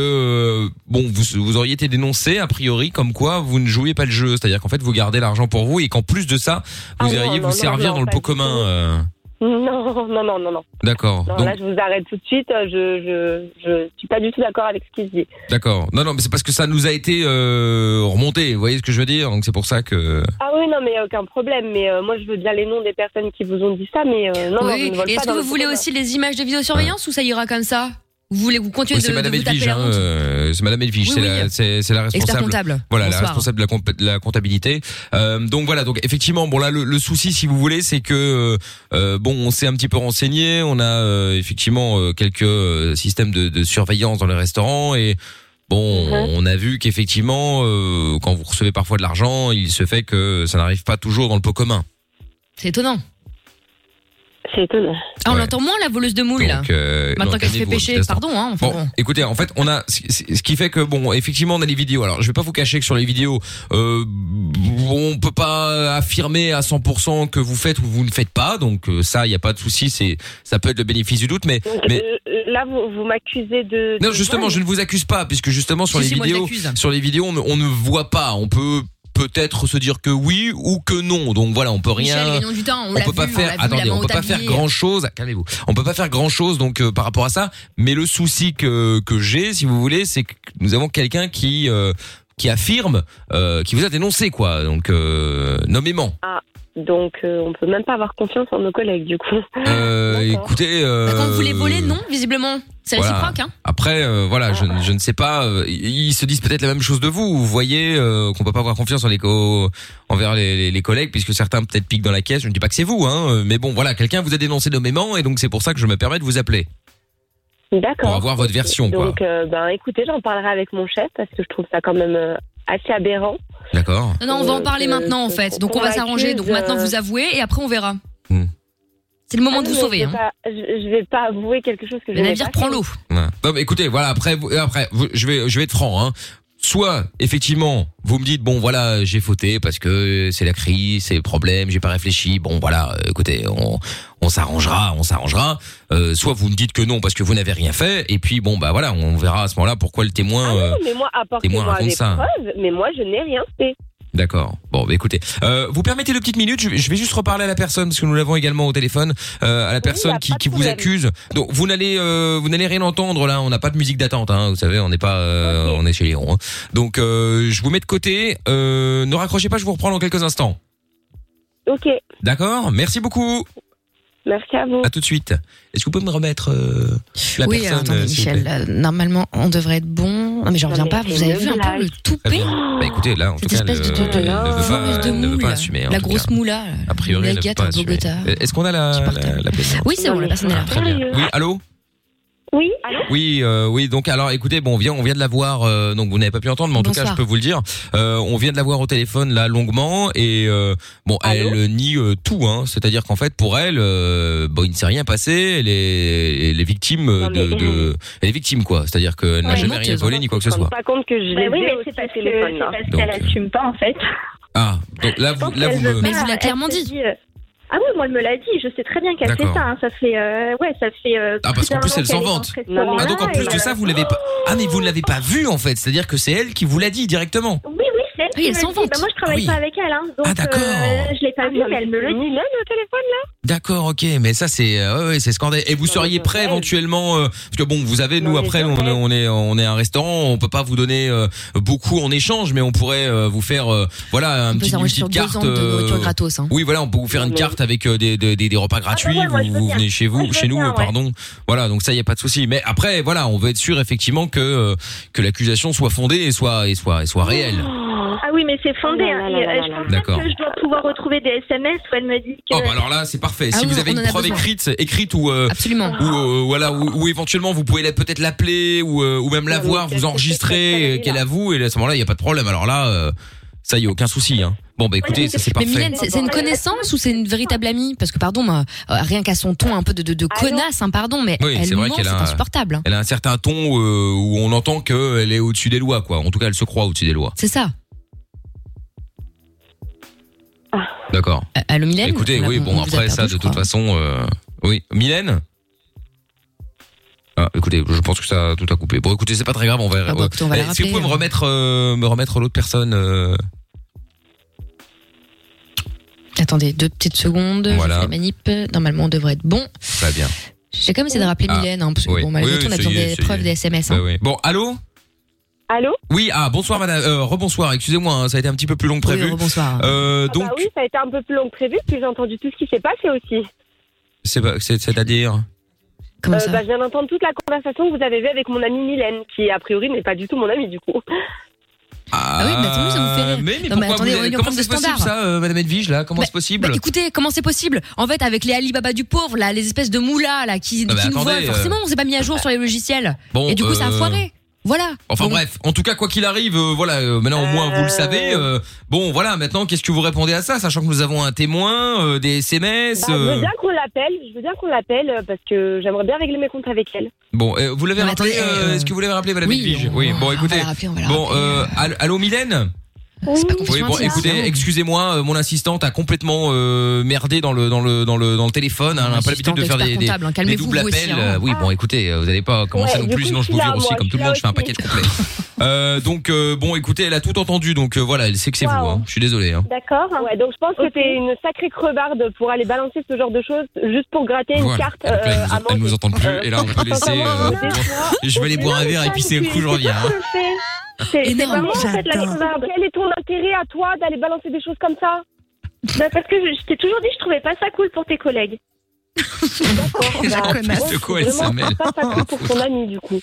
Speaker 2: euh, bon, vous, vous auriez été dénoncé a priori comme quoi vous ne jouiez pas le jeu, c'est-à-dire qu'en fait vous gardez l'argent pour vous et qu'en plus de ça vous
Speaker 11: Ah non,
Speaker 2: iriez
Speaker 11: non,
Speaker 2: vous
Speaker 11: non,
Speaker 2: servir
Speaker 11: non,
Speaker 2: dans le
Speaker 11: pas
Speaker 2: pot
Speaker 11: du tout.
Speaker 2: commun. euh,
Speaker 11: Non, non, non, non, non.
Speaker 2: D'accord.
Speaker 11: Non,
Speaker 2: Donc-
Speaker 11: là, je vous arrête tout de suite. euh, Je, je, je suis pas du tout d'accord avec ce qu'il dit.
Speaker 2: D'accord. Non, non, mais c'est parce que ça nous a été euh, remonté. Vous voyez ce que je veux dire Donc c'est pour ça que.
Speaker 11: Ah oui, non, mais y a aucun problème. Mais euh, moi, je veux bien les noms des personnes qui vous ont dit ça, mais euh, non, non,
Speaker 5: oui.
Speaker 11: je ne vole
Speaker 5: Et
Speaker 11: pas
Speaker 5: est-ce que
Speaker 11: dans le
Speaker 5: vous voulez
Speaker 11: pot
Speaker 5: aussi les images de vidéosurveillance ou ça ira comme ça Vous voulez vous
Speaker 2: Oui,
Speaker 5: continuer de,
Speaker 2: c'est Madame
Speaker 5: de vous taper
Speaker 2: Edwige,
Speaker 5: la
Speaker 2: hein,
Speaker 5: honte
Speaker 2: euh, c'est Madame Edwige,
Speaker 5: Oui,
Speaker 2: c'est
Speaker 5: oui.
Speaker 2: la, c'est- c'est la
Speaker 5: Expert
Speaker 2: responsable.
Speaker 5: comptable.
Speaker 2: Voilà, la
Speaker 5: Bonsoir.
Speaker 2: responsable de la, compa- de la comptabilité. Euh, donc voilà, donc effectivement, bon là, le, le souci, si vous voulez, c'est que euh, bon, on s'est un petit peu renseigné, on a euh, effectivement euh, quelques euh, systèmes de, de surveillance dans les restaurants et bon, on a vu qu'effectivement, euh, quand vous recevez parfois de l'argent, il se fait que ça n'arrive pas toujours dans le pot commun.
Speaker 5: C'est étonnant.
Speaker 11: C'est étonnant.
Speaker 5: Ah, on l'entend moins la voleuse de moules là.
Speaker 2: Donc, euh,
Speaker 5: Hein. Maintenant
Speaker 2: non,
Speaker 5: qu'elle se fait
Speaker 2: calmez-vous un petit
Speaker 5: pêcher,
Speaker 2: instant.
Speaker 5: pardon. Hein, enfin,
Speaker 2: Bon, écoutez, en fait, on a ce ce- ce qui fait que bon, effectivement, on a les vidéos. Alors, je vais pas vous cacher que sur les vidéos, euh, on peut pas affirmer à 100% que vous faites ou vous ne faites pas. Donc euh, ça, il y a pas de souci. C'est ça peut être le bénéfice du doute, mais
Speaker 11: commun.
Speaker 2: mais
Speaker 11: Euh, Là, vous, vous m'accusez de.
Speaker 2: non,
Speaker 11: de
Speaker 2: justement,
Speaker 11: vol.
Speaker 2: je ne vous accuse pas, puisque justement sur
Speaker 11: Si,
Speaker 2: les
Speaker 11: si, moi, je
Speaker 2: vidéos,
Speaker 11: l'accuse.
Speaker 2: sur les vidéos, on ne, on ne voit pas. On peut peut-être se dire que oui ou que non. Donc voilà, on peut rien.
Speaker 5: Michel, gagnons du temps, on
Speaker 2: on,
Speaker 5: l'a
Speaker 2: peut
Speaker 5: vu,
Speaker 2: pas
Speaker 5: on
Speaker 2: faire.
Speaker 5: l'a vu, la
Speaker 2: attendez,
Speaker 5: main
Speaker 2: on
Speaker 5: au
Speaker 2: peut pas
Speaker 5: tablier.
Speaker 2: faire grand chose. Calmez-vous. On peut pas faire grand chose donc euh, par rapport à ça. Mais le souci que que j'ai, si vous voulez, c'est que nous avons quelqu'un qui euh, qui affirme, euh, qui vous a dénoncé quoi. Donc euh, nommément.
Speaker 11: Ah, donc euh, on peut même pas avoir confiance en nos collègues, du coup.
Speaker 2: Euh, écoutez. Euh,
Speaker 5: Bah, Quand vous les volez, non, visiblement. C'est
Speaker 2: voilà.
Speaker 5: réciproque, hein.
Speaker 2: Après, euh, voilà, je, je ne sais pas. euh, ils se disent peut-être la même chose de vous. Vous voyez euh, qu'on peut pas avoir confiance en les co- envers les, les- les collègues, puisque certains peut-être piquent dans la caisse. Je ne dis pas que c'est vous, hein, euh, mais bon, voilà, quelqu'un vous a dénoncé nommément, et donc c'est pour ça que je me permets de vous appeler
Speaker 11: D'accord.
Speaker 2: pour avoir votre version, quoi.
Speaker 11: Donc, euh, ben, écoutez, j'en parlerai avec mon chef parce que je trouve ça quand même euh, assez aberrant.
Speaker 2: ah. D'accord.
Speaker 5: Non, non, on va
Speaker 11: Euh,
Speaker 5: en parler maintenant en fait. Donc on va s'arranger. Donc maintenant vous avouez et après on verra. C'est le moment
Speaker 11: Ah
Speaker 5: de
Speaker 11: non,
Speaker 5: vous
Speaker 11: mais
Speaker 5: sauver.
Speaker 11: Je
Speaker 5: hein.
Speaker 11: vais, pas, je, je vais pas avouer quelque chose que je
Speaker 5: Le
Speaker 11: n'ai
Speaker 5: navire
Speaker 11: pas
Speaker 5: prend
Speaker 11: fait.
Speaker 5: l'eau.
Speaker 2: Ouais. Non, mais écoutez, voilà, après, vous- euh, après, vous- je vais, je vais être franc, hein. Soit, effectivement, vous me dites, bon, voilà, j'ai fauté parce que c'est la crise, c'est le problème, j'ai pas réfléchi, bon, voilà, euh, écoutez, on, on s'arrangera, on s'arrangera. Euh, soit vous me dites que non parce que vous n'avez rien fait, et puis, bon, bah voilà, on verra à ce moment-là pourquoi le témoin. euh,
Speaker 11: Non, Ah mais moi, apportez-moi
Speaker 2: raconte
Speaker 11: des
Speaker 2: ça.
Speaker 11: preuves, mais moi, je n'ai rien fait.
Speaker 2: D'accord. Bon, bah, écoutez, euh, vous permettez deux petites minutes. Je, vais- je vais juste reparler à la personne parce que nous l'avons également au téléphone, euh, à la personne qui, qui vous accuse. Donc vous n'allez, euh, vous n'allez rien entendre là. On n'a pas de musique d'attente. Hein, vous savez, on n'est pas, euh, on est chez Léon. hein. Donc euh, je vous mets de côté. Euh, ne raccrochez pas. Je vous reprends dans quelques instants.
Speaker 11: Ok,
Speaker 2: D'accord. Merci beaucoup.
Speaker 11: merci à vous.
Speaker 2: À tout de suite. Est-ce que vous pouvez me remettre euh, la
Speaker 5: oui,
Speaker 2: personne
Speaker 5: alors, attendez,
Speaker 2: euh, s'il vous plaît
Speaker 5: Michel, là, normalement, on devrait être bon. Non, mais j'en
Speaker 11: Non,
Speaker 5: reviens
Speaker 11: mais
Speaker 5: pas,
Speaker 11: c'est
Speaker 5: vous avez
Speaker 11: une
Speaker 5: vu un peu
Speaker 11: blague.
Speaker 5: le toupé
Speaker 2: Bah écoutez, là en tout cas, elle, elle ne veut pas, elle ne veut pas assumer. hein,
Speaker 5: La
Speaker 2: en tout
Speaker 5: grosse
Speaker 2: cas.
Speaker 5: moula. euh.
Speaker 2: A priori, elle ne veut
Speaker 5: L'agate
Speaker 2: pas
Speaker 5: à
Speaker 2: assumer. Euh,
Speaker 5: Bogota.
Speaker 2: Est-ce qu'on a la, la, la personne
Speaker 5: Oui, c'est bon, la personne est là.
Speaker 2: Très bien. Oui, allô.
Speaker 11: Oui, allô
Speaker 2: Oui, euh, oui. Donc, alors, écoutez, bon, on vient, on vient de la voir. euh, donc, vous n'avez pas pu entendre, mais en tout
Speaker 11: Bonsoir.
Speaker 2: cas, je peux vous le dire. Euh, on vient de la voir au téléphone là longuement et euh, bon, elle nie euh, tout. Hein, C'est-à-dire qu'en fait, pour elle, euh, bon, il ne s'est rien passé. Elle est, elle est victime euh, de, de- elle est victime quoi. C'est-à-dire qu'elle n'a
Speaker 11: Ouais,
Speaker 2: jamais rien
Speaker 11: menteuse,
Speaker 2: volé ni quoi que ce soit. Euh,
Speaker 11: Pas compte que je
Speaker 15: Bah
Speaker 11: l'ai
Speaker 15: oui,
Speaker 11: vu
Speaker 15: mais
Speaker 11: aussi
Speaker 15: c'est parce que-
Speaker 11: téléphone,
Speaker 15: c'est
Speaker 11: là.
Speaker 15: parce
Speaker 2: Donc,
Speaker 15: qu'elle assume pas en fait.
Speaker 2: Ah, donc là, vous, là, vous me.
Speaker 15: Mais vous l'a clairement dit. euh, Ah oui, moi elle me l'a dit. Je sais très bien qu'elle fait
Speaker 2: D'accord.
Speaker 15: ça. hein, Ça fait, euh, ouais, ça fait. euh,
Speaker 2: Ah parce
Speaker 15: plus
Speaker 2: qu'en
Speaker 15: d'un
Speaker 2: plus
Speaker 15: an
Speaker 2: elle s'en
Speaker 15: qu'elle est dans
Speaker 2: vante.
Speaker 15: ce restaurant-là,
Speaker 2: Ah donc en
Speaker 15: et
Speaker 2: plus de
Speaker 15: voilà.
Speaker 2: ça vous l'avez pas. Ah mais vous ne l'avez pas vu en fait. C'est-à-dire que c'est elle qui vous l'a dit directement.
Speaker 15: Oui, oui, c'est elle. qui
Speaker 5: elle
Speaker 15: me
Speaker 5: s'en
Speaker 15: le dit. Bah, moi je travaille
Speaker 2: Ah oui.
Speaker 15: pas avec elle, hein, donc euh, je l'ai pas vue, mais elle me le dit.
Speaker 11: Mylène au téléphone là
Speaker 2: D'accord, ok, mais ça c'est euh, ouais, ouais, c'est scandaleux. Et vous seriez prêt éventuellement euh, parce que bon, vous avez nous après on, on est on est un restaurant, on peut pas vous donner euh, beaucoup en échange, mais on pourrait euh, vous faire euh, voilà un
Speaker 5: On peut
Speaker 2: petit une
Speaker 5: s'arranger
Speaker 2: petite
Speaker 5: sur deux
Speaker 2: carte
Speaker 5: ans de nourriture
Speaker 2: euh,
Speaker 5: gratos. hein.
Speaker 2: Oui, voilà, on peut vous faire une carte avec euh, des, des, des- des repas gratuits.
Speaker 5: ouais, Ah, moi, je
Speaker 2: vous
Speaker 5: veux
Speaker 2: vous
Speaker 5: bien.
Speaker 2: venez chez vous,
Speaker 5: Moi, je
Speaker 2: chez
Speaker 5: veux
Speaker 2: nous,
Speaker 5: bien, ouais.
Speaker 2: pardon. Voilà, donc ça, il y a pas de souci. Mais après, voilà, on veut être sûr effectivement que euh, que l'accusation soit fondée et soit et soit et soit réelle.
Speaker 15: Ah oui, mais c'est fondé. hein, et, euh, je pense même
Speaker 2: D'accord.
Speaker 15: que je dois pouvoir retrouver des SMS où elle me dit que.
Speaker 2: Oh, bah alors là, c'est parfait.
Speaker 15: Ah
Speaker 2: si
Speaker 15: oui,
Speaker 2: vous avez
Speaker 15: on
Speaker 2: une
Speaker 15: en a
Speaker 2: preuve
Speaker 15: besoin.
Speaker 2: écrite, écrite ou euh,
Speaker 5: Absolument.
Speaker 2: ou euh, voilà, ou, ou éventuellement vous pouvez la- peut-être l'appeler ou euh, ou même la voir, vous enregistrer euh, qu'elle avoue et à ce moment-là, il y a pas de problème. Alors là, euh, ça y est, aucun souci. Hein. Bon, bah écoutez, ça c'est
Speaker 5: Mais
Speaker 2: parfait.
Speaker 5: Mylène, c'est c'est une connaissance ou c'est une véritable amie Parce que pardon, moi, euh, rien qu'à son ton un peu de, de- de connasse, hein, pardon, mais
Speaker 2: Oui,
Speaker 5: elle
Speaker 2: c'est vrai
Speaker 5: ment,
Speaker 2: qu'elle
Speaker 5: c'est
Speaker 2: a un-
Speaker 5: insupportable. hein.
Speaker 2: Elle a un certain ton euh, où on entend qu'elle est au-dessus des lois, quoi. En tout cas, elle se croit au-dessus des lois.
Speaker 5: C'est ça.
Speaker 2: D'accord.
Speaker 5: Euh, Allô, Mylène
Speaker 2: Écoutez, oui, bon, après ça, de toute façon, euh, oui. Mylène ah, écoutez, je pense que ça a tout a coupé. Bon, écoutez, c'est pas très grave, on va. ouais.
Speaker 5: Ah, bah, on va la
Speaker 2: Est-ce que vous pouvez
Speaker 5: rappeler, hein.
Speaker 2: me remettre, euh, me remettre l'autre personne euh,
Speaker 5: Attendez, deux petites secondes.
Speaker 2: Voilà.
Speaker 5: Je fais la manip. Normalement, on devrait être bon.
Speaker 2: Très bien.
Speaker 5: J'ai quand même essayé de rappeler
Speaker 2: Ah,
Speaker 5: Mylène, hein, parce que
Speaker 2: oui.
Speaker 5: bon, malgré
Speaker 2: Oui,
Speaker 5: tout, on a
Speaker 2: oui, ça
Speaker 5: besoin
Speaker 2: y est,
Speaker 5: des
Speaker 2: ça y
Speaker 5: preuves
Speaker 2: est.
Speaker 5: des SMS.
Speaker 2: Bah
Speaker 5: hein.
Speaker 2: oui. Bon, allô
Speaker 11: Allô
Speaker 2: Oui, ah, bonsoir madame. Euh, rebonsoir, excusez-moi, hein, ça a été un petit peu plus long que prévu.
Speaker 5: bonsoir.
Speaker 2: Euh, donc,
Speaker 11: Ah bah oui, ça a été un peu plus long que prévu, puis j'ai entendu tout ce qui s'est passé aussi.
Speaker 2: c'est pas- c'est- c'est-à-dire.
Speaker 11: Euh, bah, Je viens d'entendre toute la conversation que vous avez eue avec mon amie Mylène, qui a priori n'est pas du tout mon amie du coup.
Speaker 2: Ah,
Speaker 5: oui, mais attendez, ça vous fait rire.
Speaker 2: Mais, mais
Speaker 5: Non, mais
Speaker 2: pourquoi
Speaker 5: attendez,
Speaker 2: vous-
Speaker 5: on est en
Speaker 2: Comment
Speaker 5: forme de
Speaker 2: c'est possible
Speaker 5: standard.
Speaker 2: ça, euh, madame Edwige, là Comment c'est possible
Speaker 5: Bah, écoutez, comment c'est possible En fait, avec les Alibaba du pauvre, là, les espèces de moulas là, qui,
Speaker 2: Ah bah
Speaker 5: qui nous
Speaker 2: attendez,
Speaker 5: volent, forcément,
Speaker 2: euh,
Speaker 5: on s'est pas mis à jour sur les logiciels.
Speaker 2: Bon,
Speaker 5: Et du coup, ça a
Speaker 2: euh,
Speaker 5: foiré. Voilà.
Speaker 2: Enfin bref, en tout cas quoi qu'il arrive, euh, voilà, euh, maintenant au moins vous le savez. euh, bon voilà, maintenant qu'est-ce que vous répondez à ça, sachant que nous avons un témoin, euh, des SMS.
Speaker 11: Bah, Je
Speaker 2: euh,
Speaker 11: veux bien qu'on l'appelle, je veux bien qu'on l'appelle euh, parce que j'aimerais bien régler mes comptes avec elle.
Speaker 2: Bon, euh, vous l'avez
Speaker 11: Non, mais
Speaker 2: rappelé.
Speaker 11: attendez,
Speaker 2: euh, Est-ce que vous l'avez rappelé, Madame
Speaker 11: oui,
Speaker 2: Edwige Oui. Bon, écoutez. Bon, euh, allô- allô, Mylène. Oui, bon, écoutez, excusez-moi, euh, mon assistante a complètement euh, merdé dans le dans le dans le dans le téléphone. hein, Elle n'a pas l'habitude de faire des, des,
Speaker 5: expert comptable, hein,
Speaker 2: des
Speaker 5: calmez-vous,
Speaker 2: doubles
Speaker 5: vous
Speaker 2: appels.
Speaker 5: aussi, hein.
Speaker 2: Euh, Oui, bon, écoutez, euh, vous n'allez pas commencer
Speaker 11: Ouais,
Speaker 2: non
Speaker 11: du
Speaker 2: plus,
Speaker 11: coup,
Speaker 2: sinon je
Speaker 11: je suis
Speaker 2: vous
Speaker 11: là,
Speaker 2: vire aussi
Speaker 11: moi,
Speaker 2: comme
Speaker 11: je
Speaker 2: tout le
Speaker 11: suis
Speaker 2: monde.
Speaker 11: là
Speaker 2: Je fais un paquet complet.
Speaker 11: aussi.
Speaker 2: Euh, donc euh, bon, écoutez, elle a tout entendu. Donc euh, voilà, elle sait que c'est vous. hein. Je suis désolé. hein.
Speaker 11: D'accord. Ouais, donc je pense que t'es une sacrée crevarde pour aller balancer ce genre de choses juste pour gratter une
Speaker 2: Voilà.
Speaker 11: carte.
Speaker 2: Donc là,
Speaker 11: euh,
Speaker 2: elle nous,
Speaker 11: à
Speaker 2: elle nous entend plus. Et là, on peut laisser. euh,
Speaker 11: Sincèrement,
Speaker 2: je vais aller boire un verre et puis c'est le coup, je reviens. hein.
Speaker 11: C'est- C'est vraiment en fait la crevarde. Quel est ton intérêt à toi d'aller balancer des choses comme ça
Speaker 15: Bah, parce que je, je t'ai toujours dit que je trouvais pas ça cool pour tes collègues.
Speaker 6: Oh,
Speaker 11: Bah,
Speaker 2: connasse.
Speaker 11: bon,
Speaker 2: De quoi elle
Speaker 11: vraiment,
Speaker 2: s'amène
Speaker 11: c'est pas ça cool pour ton ami du coup.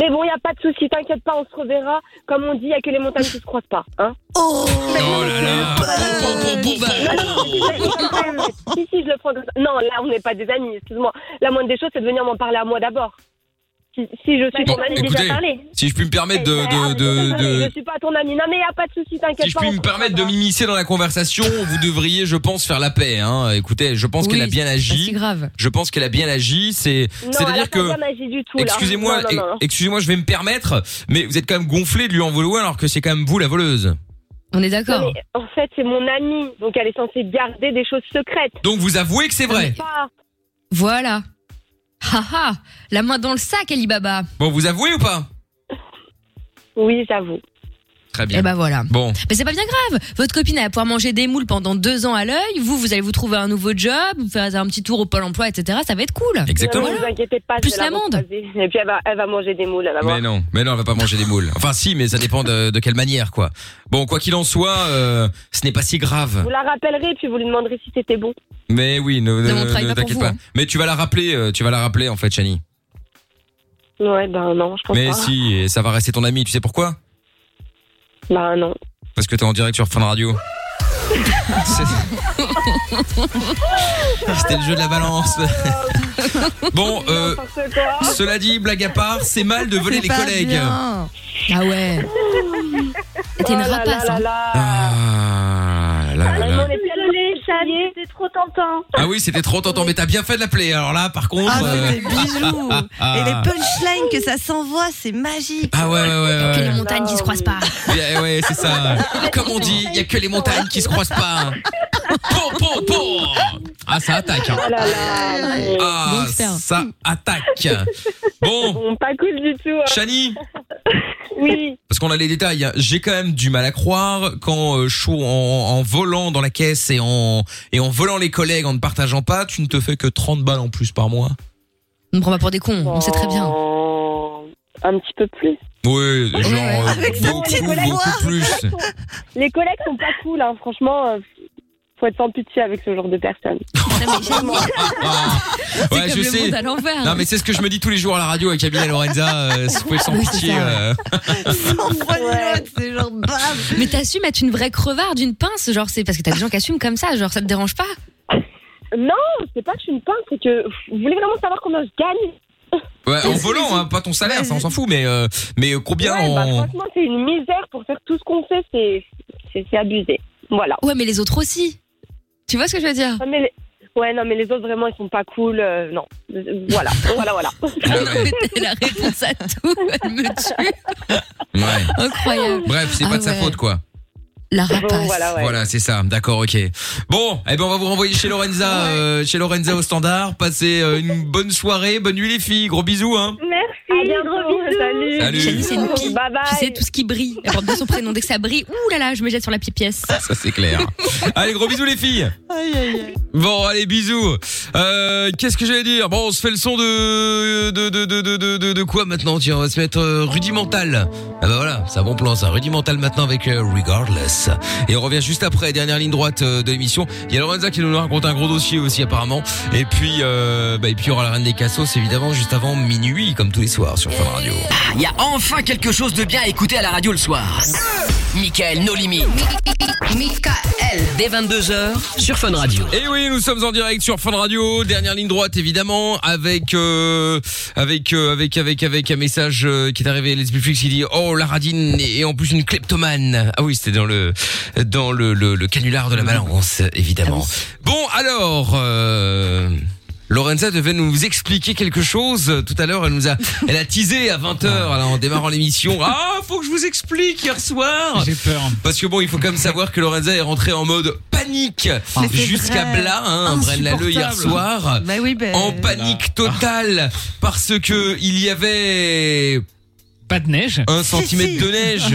Speaker 11: Mais bon, il a pas de souci, t'inquiète pas, on se reverra. Comme on dit, il y a que les montagnes qui se croisent pas, hein.
Speaker 5: Oh,
Speaker 2: là là.
Speaker 11: Si si, je le prends. comme ça. Non, là on n'est pas des amis, excuse-moi. La moindre des choses, c'est de venir m'en parler à moi d'abord. Si, si je suis
Speaker 2: Bon,
Speaker 11: ton ami,
Speaker 2: écoutez,
Speaker 11: déjà parlé. Eh, ah
Speaker 2: si je puis me permettre de, de, de, de-
Speaker 11: Je suis pas ton ami. Non mais y a pas de souci, t'inquiète
Speaker 2: si je
Speaker 11: pas.
Speaker 2: puis
Speaker 11: on
Speaker 2: me
Speaker 11: se
Speaker 2: permettre de m'immiscer dans la conversation, vous devriez, je pense, faire la paix. Hein. Écoutez, je pense
Speaker 11: Oui,
Speaker 2: qu'elle a bien
Speaker 11: c'est
Speaker 2: agi.
Speaker 11: si grave.
Speaker 2: Je pense qu'elle a bien agi. C'est,
Speaker 11: Non, elle a
Speaker 2: c'est-à-dire
Speaker 11: pas
Speaker 2: que,
Speaker 11: bien agi du tout, là.
Speaker 2: excusez-moi,
Speaker 11: Non, non, non, non.
Speaker 2: excusez-moi, je vais me permettre, mais vous êtes quand même gonflé de lui en vouloir alors que c'est quand même vous la voleuse.
Speaker 5: On est
Speaker 11: d'accord. En fait, c'est mon amie, donc elle est censée garder des choses secrètes.
Speaker 2: Donc vous avouez que c'est vrai.
Speaker 11: Ah, Pas.
Speaker 5: Voilà. Haha, la main dans le sac, Alibaba.
Speaker 2: Bon, vous avouez ou pas
Speaker 11: Oui, j'avoue.
Speaker 2: Très bien.
Speaker 5: Eh ben voilà.
Speaker 2: Bon.
Speaker 5: Mais c'est pas bien grave. Votre copine elle va pouvoir manger des moules pendant deux ans à l'œil. Vous, vous allez vous trouver un nouveau job, vous faire un petit tour au pôle emploi, etc. Ça va être cool.
Speaker 11: Ne vous
Speaker 5: Voilà.
Speaker 11: inquiétez pas,
Speaker 5: Plus
Speaker 11: je vais la
Speaker 5: l'amende.
Speaker 11: recroiser. Et puis elle va, elle va manger des moules, elle va voir.
Speaker 2: Mais non, mais non, elle va pas manger des moules. Enfin, si, mais ça dépend de, de quelle manière, quoi. Bon, quoi qu'il en soit, euh, ce n'est pas si grave.
Speaker 11: Vous la rappellerez, puis vous lui demanderez si c'était bon.
Speaker 2: Mais oui, ne, ne-
Speaker 11: on travaille
Speaker 2: ne
Speaker 11: pas pour
Speaker 2: t'inquiète
Speaker 11: vous,
Speaker 2: pas.
Speaker 11: hein.
Speaker 2: Mais tu vas la rappeler, euh, tu vas la rappeler en fait, Chani.
Speaker 11: Ouais, ben non, je pense
Speaker 2: Mais
Speaker 11: pas.
Speaker 2: si, et ça va rester ton ami. Tu sais pourquoi
Speaker 11: Bah non.
Speaker 2: Parce que t'es en direct sur Fun Radio. C'était le jeu de la balance. bon, euh, cela dit, blague à part, c'est mal de voler les collègues.
Speaker 5: Ah ouais. T'es une
Speaker 11: Oh
Speaker 5: rapace. hein.
Speaker 2: Ah là là là.
Speaker 15: Désolée, Chad, c'était trop tentant.
Speaker 2: Ah oui, c'était trop tentant, mais t'as bien fait de l'appeler. Alors là, par contre.
Speaker 6: Ah,
Speaker 2: euh,
Speaker 6: c'était bijou. Et les
Speaker 2: ah.
Speaker 6: punchlines que ça s'envoie, c'est magique.
Speaker 2: Ah ouais, ouais, ouais. ouais.
Speaker 5: montagnes qui se croisent pas.
Speaker 2: Ouais, ouais, c'est ça. Comme on dit, il y a que les montagnes qui se croisent pas. Pom, pom, pom. Ah, ça attaque. hein. Ah, ça attaque. Bon.
Speaker 11: pas cool du tout. hein.
Speaker 2: Chani
Speaker 11: Oui.
Speaker 2: Parce qu'on a les détails. hein. J'ai quand même du mal à croire quand euh, Chou, en, en volant dans la caisse et en et en volant les collègues en ne partageant pas, tu ne te fais que 30 balles en plus par mois.
Speaker 5: On me prend pas pour des cons, on sait très bien.
Speaker 13: Euh,
Speaker 11: Un petit peu plus.
Speaker 2: Oui, genre euh,
Speaker 11: Avec ça,
Speaker 2: beaucoup,
Speaker 11: les collègues.
Speaker 2: beaucoup plus.
Speaker 11: Les collègues sont pas cool, hein. franchement. euh, faut être sans pitié avec ce genre de personnes.
Speaker 2: Ah. Ouais,
Speaker 5: comme
Speaker 2: je
Speaker 5: le
Speaker 2: sais.
Speaker 5: monde à l'envers. hein.
Speaker 2: Non, mais c'est ce que je me dis tous les jours à la radio avec Camilla Lorenza. euh, si vous pouvez sans pitié. euh,
Speaker 5: Mais t'assumes être une vraie crevarde, une pince, genre c'est parce que t'as des gens qui assument comme ça, genre ça te dérange pas
Speaker 11: Non, Oh, c'est pas que je suis une pinte, c'est que vous voulez vraiment savoir combien je gagne
Speaker 2: ouais, en volant, hein, pas ton salaire, ça on s'en fout, mais euh, mais combien
Speaker 11: Ouais, bah,
Speaker 2: en
Speaker 11: Franchement, c'est une misère pour faire tout ce qu'on fait, c'est c'est- c'est abusé. Voilà.
Speaker 5: Ouais, mais les autres aussi. Tu vois ce que je veux dire
Speaker 11: ouais, mais les... ouais, non, mais les autres, vraiment, ils sont pas cool. euh, non. Euh, Voilà, voilà, voilà.
Speaker 5: la réponse à tout, elle me tue.
Speaker 2: Ouais.
Speaker 5: Incroyable.
Speaker 2: Bref, c'est pas
Speaker 5: Ah
Speaker 2: de sa
Speaker 5: ouais.
Speaker 2: faute, quoi.
Speaker 5: La rapace.
Speaker 2: Voilà, c'est ça. D'accord, ok. Bon, eh ben on va vous renvoyer chez Lorenza, euh, chez Lorenza au standard. Passez euh, une bonne soirée, bonne nuit les filles. Gros bisous, hein.
Speaker 11: Merci. À bientôt. Salut.
Speaker 2: Salut.
Speaker 5: Shelly, c'est une pie.
Speaker 11: Bye bye.
Speaker 5: Tu sais, tout ce qui brille. Elle porte bien son prénom. Dès que ça brille, ouh là là, je me jette sur la petite pièce.
Speaker 2: Ça c'est clair. Allez, gros bisous les filles.
Speaker 5: Aïe, aïe, aïe.
Speaker 2: Bon, allez, bisous. Euh, Qu'est-ce que j'allais dire Bon, on se fait le son de de de de de de, de- de quoi maintenant Tiens, on va se mettre euh, rudimental. Ah bah voilà, c'est un bon plan ça. Rudimental maintenant avec euh, Regardless. Et on revient juste après dernière ligne droite euh, de l'émission. Il y a Lorenza qui nous raconte un gros dossier aussi apparemment. Et puis euh, bah, et puis il y aura la reine des cassos évidemment juste avant minuit comme tous les soirs sur Fun Radio.
Speaker 1: Il Ah, y a enfin quelque chose de bien à écouter à la radio le soir. Michael, nos limites. Michael. Dès 22h sur Fun Radio.
Speaker 2: Et oui, nous sommes en direct sur Fun Radio, dernière ligne droite évidemment, avec euh, avec euh, avec avec avec un message euh, qui est arrivé les Flix qui dit "Oh la radine et en plus une kleptomane." Ah oui, c'était dans le dans le, le, le canular de la balance évidemment. Bon alors euh, Lorenza devait nous expliquer quelque chose euh, tout à l'heure. Elle nous a, elle a teasé à 20 h en démarrant l'émission. Ah, faut que je vous explique hier soir.
Speaker 3: J'ai peur.
Speaker 2: Parce que bon, il faut quand même savoir que Lorenza est rentrée en mode panique
Speaker 3: Ah.
Speaker 6: Mais c'est
Speaker 2: jusqu'à
Speaker 6: vrai.
Speaker 2: Blas, hein, Bren Laleu hier
Speaker 6: Insupportable.
Speaker 2: soir.
Speaker 6: Bah oui, bah,
Speaker 2: En panique totale parce que il y avait
Speaker 3: pas de neige. Ah,
Speaker 2: Un centimètre de neige.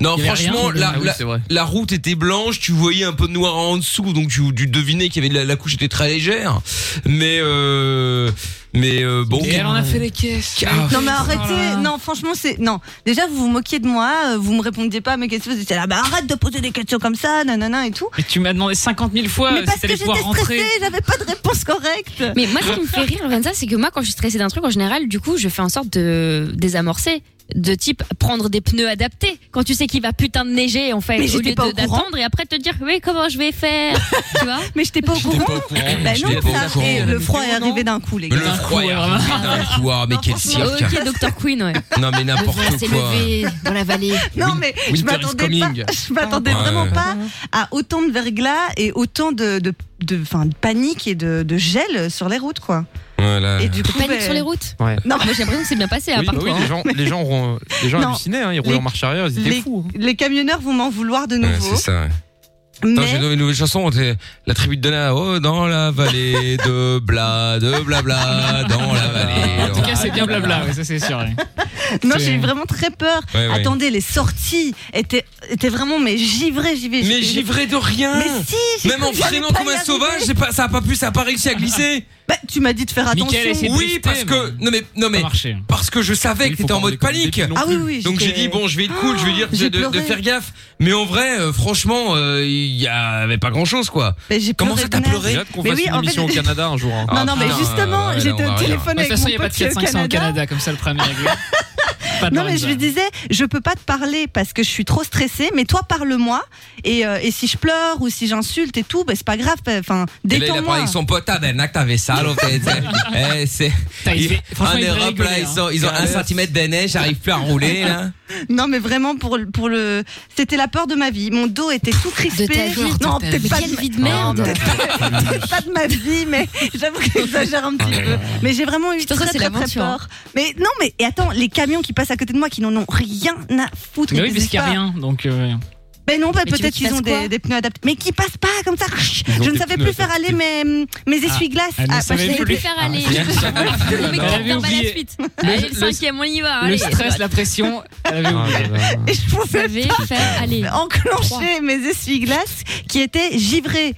Speaker 2: Non, franchement, la, la- la route était blanche, tu voyais un peu de noir en dessous, donc tu, tu devinais qu'il y avait de la, la couche était très légère. Mais euh, mais euh, bon. Ah
Speaker 3: Et elle en a fait les caisses. Oh
Speaker 6: Non mais arrêtez, non franchement c'est non. Déjà vous vous moquiez de moi, euh, vous me répondiez pas à mes questions, vous étiez là bah arrête de poser des questions comme ça, nanana et tout.
Speaker 3: Mais tu m'as demandé 50 000 fois
Speaker 6: mais
Speaker 3: si
Speaker 6: parce que
Speaker 3: t'allais
Speaker 6: j'étais
Speaker 3: pouvoir rentrer.
Speaker 6: stressée, j'avais pas de réponse correcte.
Speaker 5: Mais moi, ce qui me fait rire, Lorenza, c'est que moi, quand je suis stressée d'un truc, en général, du coup, je fais en sorte de désamorcer. De type prendre des pneus adaptés quand tu sais qu'il va putain de neiger en fait
Speaker 6: Mais
Speaker 5: au
Speaker 6: j'étais
Speaker 5: lieu
Speaker 6: pas
Speaker 5: de-
Speaker 6: au courant.
Speaker 5: d'attendre et après te dire oui comment je vais faire tu vois
Speaker 6: mais j'étais pas au courant Bah non, ça- et le froid est arrivé d'un coup les
Speaker 2: Mais
Speaker 6: gars.
Speaker 2: le froid est arrivé d'un coup, ah, mais quel cirque.
Speaker 5: ok Dr Queen ouais
Speaker 2: Non mais n'importe
Speaker 5: Le vent s'est
Speaker 2: quoi.
Speaker 5: levé dans la vallée
Speaker 6: Non mais je
Speaker 2: Winter is
Speaker 6: m'attendais
Speaker 2: coming.
Speaker 6: pas, je m'attendais
Speaker 2: Ouais.
Speaker 6: vraiment pas à autant de verglas et autant de de, de- 'fin, de panique et de, de gel sur les routes quoi.
Speaker 2: Voilà.
Speaker 6: Et du coup,
Speaker 5: panique
Speaker 6: ben-
Speaker 5: sur les routes
Speaker 4: Ouais.
Speaker 5: non moi j'ai l'impression que c'est bien passé à
Speaker 4: Oui,
Speaker 5: part
Speaker 4: bah oui,
Speaker 5: toi,
Speaker 4: les
Speaker 5: hein.
Speaker 4: gens, les gens, auront- les gens
Speaker 6: Non.
Speaker 4: hallucinaient, hein, ils roulaient
Speaker 6: Les-
Speaker 4: en marche arrière, ils étaient
Speaker 6: Les,
Speaker 4: fous.
Speaker 6: les camionneurs vont m'en vouloir de nouveau.
Speaker 2: hein. Ouais, c'est ça. ouais.
Speaker 6: Mais-
Speaker 2: Attends, j'ai donné une nouvelle chanson. t'es- La tribu de Dana. Oh, dans la vallée de bla, de blabla, dans la vallée.
Speaker 3: En tout cas, c'est bien blabla, ouais, ça c'est sûr. ouais.
Speaker 6: Non,
Speaker 3: C'est-
Speaker 6: j'ai eu vraiment très peur.
Speaker 2: Ouais, ouais.
Speaker 6: Attendez, les sorties étaient, étaient vraiment mais givrées, givrées.
Speaker 2: Mais givré de rien.
Speaker 6: Mais si, j'ai
Speaker 2: Même
Speaker 6: cru
Speaker 2: en
Speaker 6: que j'allais
Speaker 2: freinant
Speaker 6: pas
Speaker 2: comme
Speaker 6: y
Speaker 2: un
Speaker 6: arriver.
Speaker 2: sauvage, j'ai pas, ça a pas pu, ça a pas réussi à glisser.
Speaker 6: Bah, tu m'as dit de faire attention.
Speaker 2: Mickaël essaie de Ah. Oui, drifter, parce que- non mais non mais parce que je savais que t'étais en mode panique.
Speaker 6: non Ah oui, plus. oui,
Speaker 2: Donc j'ai
Speaker 6: j'étais-
Speaker 2: dit bon, je vais être cool, je vais dire de,
Speaker 6: j'ai
Speaker 2: de- de
Speaker 6: pleuré.
Speaker 2: faire gaffe. Mais en vrai, euh, franchement, euh, il y avait pas grand chose quoi.
Speaker 6: Mais j'ai
Speaker 2: Comment
Speaker 6: pleuré
Speaker 2: ça
Speaker 6: de
Speaker 2: t'as
Speaker 6: nerfs.
Speaker 2: pleuré Ah,
Speaker 6: J'ai hâte qu'on Mais fasse oui, une en fait- émission au Canada hein.
Speaker 2: un jour.
Speaker 6: Non, non, euh, mais justement, j'étais au téléphone
Speaker 3: De toute
Speaker 6: avec
Speaker 3: façon,
Speaker 6: mon
Speaker 3: il n'y a pas de
Speaker 6: pote qui est au
Speaker 3: 4500 au
Speaker 6: Canada.
Speaker 3: Canada, comme ça le premier réglé. Pas de
Speaker 6: Non mais
Speaker 3: Lorenza.
Speaker 6: je lui disais, je peux pas te parler parce que je suis trop stressée. Mais toi parle-moi et, euh, et si je pleure ou si j'insulte et tout, bah, c'est pas grave.
Speaker 2: Et là,
Speaker 6: Enfin,
Speaker 2: il a
Speaker 6: détends-moi.
Speaker 2: parlé avec son pote, ah ben, Nac, t'avais ça, l'autre, t'es- t'es- eh, c'est.
Speaker 3: Putain, il
Speaker 2: ils-
Speaker 3: fait- franchement,
Speaker 2: En
Speaker 3: il devrait
Speaker 2: Europe, là,
Speaker 3: rigoler,
Speaker 2: ils ont,
Speaker 3: hein.
Speaker 2: ils ont un
Speaker 3: Ouais.
Speaker 2: centimètre de neige, j'arrive plus à rouler, là.
Speaker 6: Non mais vraiment pour le- pour le, c'était la peur de ma vie. Mon dos était tout crispé.
Speaker 5: ta vie,
Speaker 6: non,
Speaker 5: de ta
Speaker 6: peut-être
Speaker 5: vie.
Speaker 6: pas
Speaker 5: Quelle
Speaker 6: de ma-
Speaker 5: vie de merde.
Speaker 6: Non, peut-être pas- peut-être pas de ma vie, mais j'avoue que j'exagère un
Speaker 3: Ah
Speaker 6: petit peu. Mais j'ai vraiment eu
Speaker 5: Putain,
Speaker 6: très
Speaker 5: ça,
Speaker 6: très,
Speaker 5: c'est
Speaker 6: très
Speaker 5: l'aventure, hein.
Speaker 6: peur. Mais non mais et attends, les camions qui passent à côté de moi qui n'en ont rien à foutre.
Speaker 3: Mais
Speaker 6: ils
Speaker 3: oui, parce
Speaker 6: existent
Speaker 3: qu'il n'y a
Speaker 6: pas.
Speaker 3: rien, donc. euh,
Speaker 6: Ben non, bah,
Speaker 5: Mais tu veux
Speaker 6: peut-être
Speaker 5: qu'ils
Speaker 6: qu'ils ont
Speaker 5: fassent quoi
Speaker 6: des, des pneus adaptés, mais qui passent pas comme ça.
Speaker 3: ont
Speaker 6: Je ne
Speaker 3: des
Speaker 6: savais
Speaker 3: pneus
Speaker 6: plus faire aller mes, mes
Speaker 3: Ah,
Speaker 6: essuie-glaces.
Speaker 3: elle ne
Speaker 6: bah,
Speaker 3: savait
Speaker 6: je savais
Speaker 3: plus.
Speaker 5: Je vais faire aller
Speaker 3: Ah, c'est-
Speaker 5: Non, mais
Speaker 3: Elle
Speaker 5: quatre
Speaker 3: avait
Speaker 5: heures, bah, la
Speaker 3: oublié.
Speaker 5: suite
Speaker 3: Le-
Speaker 5: allez le
Speaker 3: le-
Speaker 5: cinquième on y va
Speaker 3: Le
Speaker 5: allez
Speaker 3: stress, la pression, elle
Speaker 2: Ah,
Speaker 3: avait oublié.
Speaker 2: bah,
Speaker 6: Et je
Speaker 5: Vous
Speaker 6: pouvais
Speaker 5: savez faire aller
Speaker 6: enclencher mes essuie-glaces qui étaient givrés.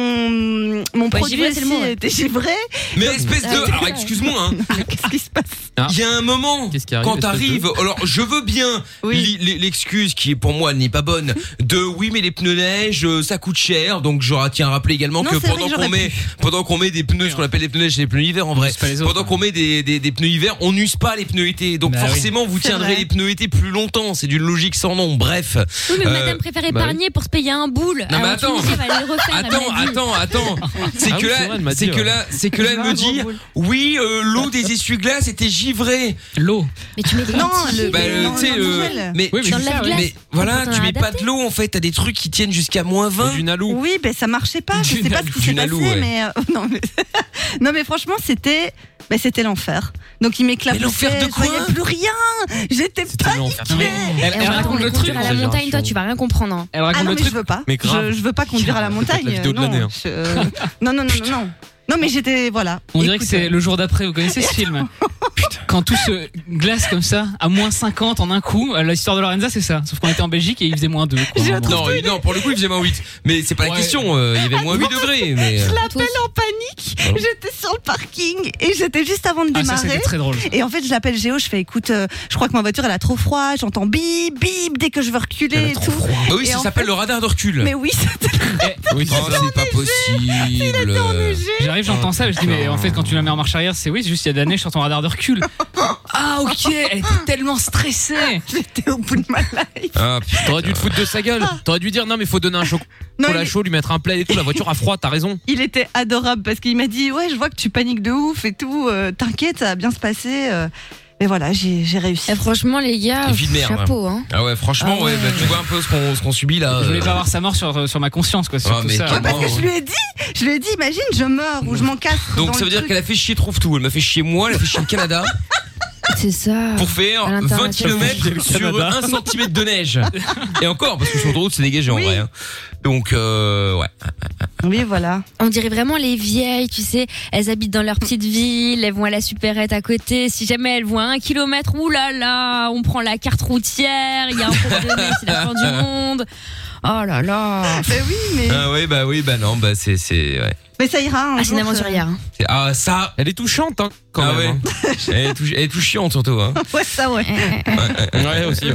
Speaker 6: Mon, mon produit
Speaker 5: givré, c'est le
Speaker 6: aussi
Speaker 5: mot, ouais.
Speaker 6: était givré.
Speaker 2: Mais espèce de. Alors, excuse-moi, hein.
Speaker 6: Qu'est-ce qui se passe
Speaker 2: Il y a un moment,
Speaker 4: arrive,
Speaker 2: quand
Speaker 4: espèce
Speaker 2: t'arrives, alors je veux bien li- li- l'excuse qui pour moi n'est pas bonne de oui mais les pneus neige euh, ça coûte cher donc je tiens à rappeler également
Speaker 4: Non,
Speaker 2: que
Speaker 4: c'est vrai
Speaker 2: pendant
Speaker 4: que
Speaker 2: qu'on
Speaker 4: j'aurais
Speaker 2: met pendant qu'on met des pneus ce qu'on appelle les pneus neige c'est les hein. pneus hiver en vrai pendant qu'on met des, des, des pneus hiver on n'use pas les pneus été donc
Speaker 4: Bah oui.
Speaker 2: forcément vous
Speaker 4: C'est
Speaker 2: tiendrez
Speaker 4: vrai.
Speaker 2: les pneus été plus longtemps c'est d'une logique sans nom bref
Speaker 5: oui mais
Speaker 2: Euh,
Speaker 5: madame préfère
Speaker 2: bah oui.
Speaker 5: épargner pour se payer un boule
Speaker 2: Non, mais
Speaker 5: Alors, tu
Speaker 2: attends.
Speaker 5: me dis, elle Ah, va aller le refaire, la
Speaker 2: Attends,
Speaker 5: maladie.
Speaker 2: attends, attends. C'est
Speaker 4: Ah
Speaker 2: que
Speaker 4: oui, c'est vrai, elle
Speaker 2: là,
Speaker 4: m'a
Speaker 2: c'est
Speaker 4: dit,
Speaker 2: que
Speaker 4: ouais.
Speaker 2: là, c'est que là, elle me dit, oui, euh, l'eau des essuie-glaces était givrée.
Speaker 3: L'eau.
Speaker 5: mais tu mets des
Speaker 6: Non,
Speaker 5: petits
Speaker 6: le-
Speaker 5: gels.
Speaker 2: Bah,
Speaker 6: Mais
Speaker 2: euh,
Speaker 6: non,
Speaker 2: tu sais,
Speaker 6: non,
Speaker 2: euh,
Speaker 6: non, non,
Speaker 2: mais,
Speaker 3: Oui, mais
Speaker 2: tu-
Speaker 3: c'est ça,
Speaker 2: mais
Speaker 5: oui.
Speaker 2: voilà,
Speaker 5: Quand on
Speaker 2: tu
Speaker 5: a
Speaker 2: mets pas de
Speaker 5: adapté.
Speaker 2: l'eau nalo en fait, t'as des trucs qui tiennent jusqu'à moins 20. Du nalo.
Speaker 6: Oui, ben ça marchait pas. Je
Speaker 2: Du
Speaker 6: sais pas
Speaker 2: nalou-
Speaker 6: ce qui
Speaker 2: du
Speaker 6: s'est passé,
Speaker 2: nalou, ouais.
Speaker 6: mais euh, non, mais non, mais franchement, c'était, ben, c'était l'enfer. Donc il m'éclate.
Speaker 2: Mais l'enfer de
Speaker 6: Je voyais plus rien. J'étais paniquée.
Speaker 3: Elle-
Speaker 5: Eh, on va attendre les conduire à la montagne, toi, tu vas rien comprendre. hein.
Speaker 3: Elle raconte
Speaker 6: ah non,
Speaker 3: le
Speaker 6: mais
Speaker 3: truc.
Speaker 6: je veux pas. Euh,
Speaker 3: Mais grave.
Speaker 6: je, je veux pas conduire à la
Speaker 3: peut-être la
Speaker 6: montagne.
Speaker 3: vidéo de
Speaker 6: non,
Speaker 3: l'année, hein.
Speaker 6: je- euh, non, non, non, non, non. Non, mais j'étais voilà.
Speaker 3: On dirait que
Speaker 6: Écoute,
Speaker 3: c'est le jour d'après, vous connaissez ce film Quand tout se glace comme ça, à moins 50 en un coup, euh, l'histoire de Lorenza c'est ça. Sauf qu'on était en Belgique et il faisait moins 2.
Speaker 2: Non, il- non, pour le coup, il faisait moins 8. Mais c'est pas la question, euh, il y avait moins 8 degrés. Mais...
Speaker 3: euh,
Speaker 2: euh.
Speaker 6: Je l'appelle en panique.
Speaker 3: Ah
Speaker 2: Pardon
Speaker 6: J'étais sur le parking et j'étais juste avant de
Speaker 2: Ah, ça,
Speaker 6: démarrer.
Speaker 2: c'était très drôle.
Speaker 6: Et en fait, je l'appelle Géo. Je fais écoute, euh, je crois que ma voiture elle a trop froid. J'entends bip bip dès que je veux reculer et tout.
Speaker 2: Bah oui,
Speaker 6: Et
Speaker 2: ça
Speaker 6: en
Speaker 2: s'appelle le radar de recul.
Speaker 6: fait- Mais oui, c'était
Speaker 2: Oui, oh, c'est pas possible.
Speaker 3: J'arrive, j'entends ça,
Speaker 6: Ah,
Speaker 3: je dis mais en fait quand tu la mets en marche arrière, c'est oui, c'est juste il y a de la neige sur ton radar de recul. Ah ok, elle était tellement
Speaker 2: Ah,
Speaker 3: stressée.
Speaker 6: J'étais au bout de ma life.
Speaker 4: T'aurais dû te foutre de sa gueule. T'aurais dû dire non, mais faut donner un choc.
Speaker 6: Non,
Speaker 4: Faut la
Speaker 6: il-
Speaker 4: chaud, lui mettre un plaid et tout. La voiture à froid, t'as raison.
Speaker 6: Il était adorable parce qu'il m'a dit ouais je vois que tu paniques de ouf et tout euh, t'inquiète ça va bien se passer euh. mais voilà j'ai j'ai réussi
Speaker 5: Eh, franchement les gars
Speaker 2: Et vie de merde,
Speaker 5: chapeau
Speaker 2: ouais.
Speaker 5: hein
Speaker 2: Ah ouais, franchement, ouais, bah, tu vois un peu ce qu'on ce qu'on subit là.
Speaker 3: Je voulais
Speaker 2: euh,
Speaker 3: pas avoir sa mort sur, sur ma conscience quoi, sur
Speaker 2: Ah,
Speaker 3: tout
Speaker 2: mais
Speaker 3: ça.
Speaker 2: comment,
Speaker 6: parce que je lui ai dit je lui ai dit imagine je meurs ou je m'en casse dans
Speaker 2: Donc ça
Speaker 6: le
Speaker 2: veut dire
Speaker 6: truc.
Speaker 2: qu'elle a fait chier trouve tout. Elle m'a fait chier moi, elle a fait chier le Canada
Speaker 5: C'est ça.
Speaker 2: pour faire
Speaker 5: À
Speaker 2: 20
Speaker 5: l'international.
Speaker 2: km sur 1 cm de neige. Et encore, parce que sur l'autoroute c'est dégagé en vrai. hein. Donc euh, ouais.
Speaker 6: Oui, voilà.
Speaker 5: On dirait vraiment les vieilles, tu sais, elles habitent dans leur petite ville, elles vont à la supérette à côté. Si jamais elles voient un kilomètre, oulala, on prend la carte routière, il y a un problème, c'est la fin du monde. Oh là là.
Speaker 6: Mais Bah oui, mais.
Speaker 2: Ah ouais, bah oui, bah non, bah c'est c'est ouais.
Speaker 6: mais ça ira un
Speaker 5: Ah, c'est
Speaker 6: jour,
Speaker 5: une aventurière. hein.
Speaker 2: C'est- Ah ça, elle est touchante hein, quand même. hein. Elle, est touch- elle est touchante surtout hein.
Speaker 6: ouais ça ouais
Speaker 5: Eh,
Speaker 2: Ouais aussi.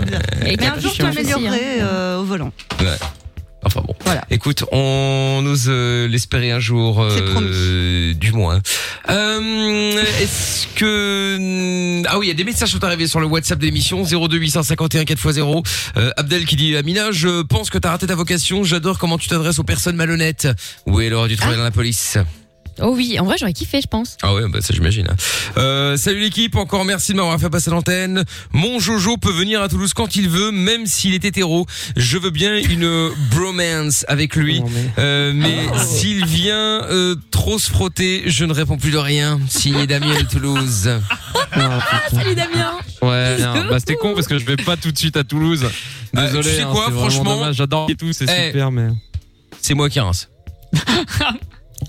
Speaker 6: mais un jour je m'améliorerai
Speaker 5: hein.
Speaker 6: euh, au volant
Speaker 2: Ouais. Enfin bon. Écoute, on ose euh, l'espérer un jour, euh, du moins. Euh, Est-ce que ah oui, il y a des messages qui sont arrivés sur le WhatsApp de l'émission 02851 4x0. Euh, Abdel qui dit Amina, je pense que t'as raté ta vocation. J'adore comment tu t'adresses aux personnes malhonnêtes. Oui, elle aurait dû travailler dans la police.
Speaker 5: Oh oui, en vrai j'aurais kiffé, je pense.
Speaker 2: Ah ouais, bah ça j'imagine. hein. Euh, salut l'équipe, encore merci de m'avoir fait passer l'antenne. Mon Jojo peut venir à Toulouse quand il veut, même s'il est hétéro. Je veux bien une bromance avec lui. Euh, mais
Speaker 4: Ah,
Speaker 2: s'il vient euh, trop se frotter, je ne réponds plus de rien. Signé Damien de Toulouse.
Speaker 5: Salut Damien.
Speaker 4: Ouais, non, bah c'était con Ah, parce que je vais pas tout de suite à Toulouse. Désolé.
Speaker 2: Euh, tu sais
Speaker 4: hein,
Speaker 2: quoi,
Speaker 4: c'est vraiment
Speaker 2: franchement,
Speaker 4: dommage. J'adore et tout, c'est
Speaker 2: eh,
Speaker 4: super, mais.
Speaker 2: C'est moi qui rince.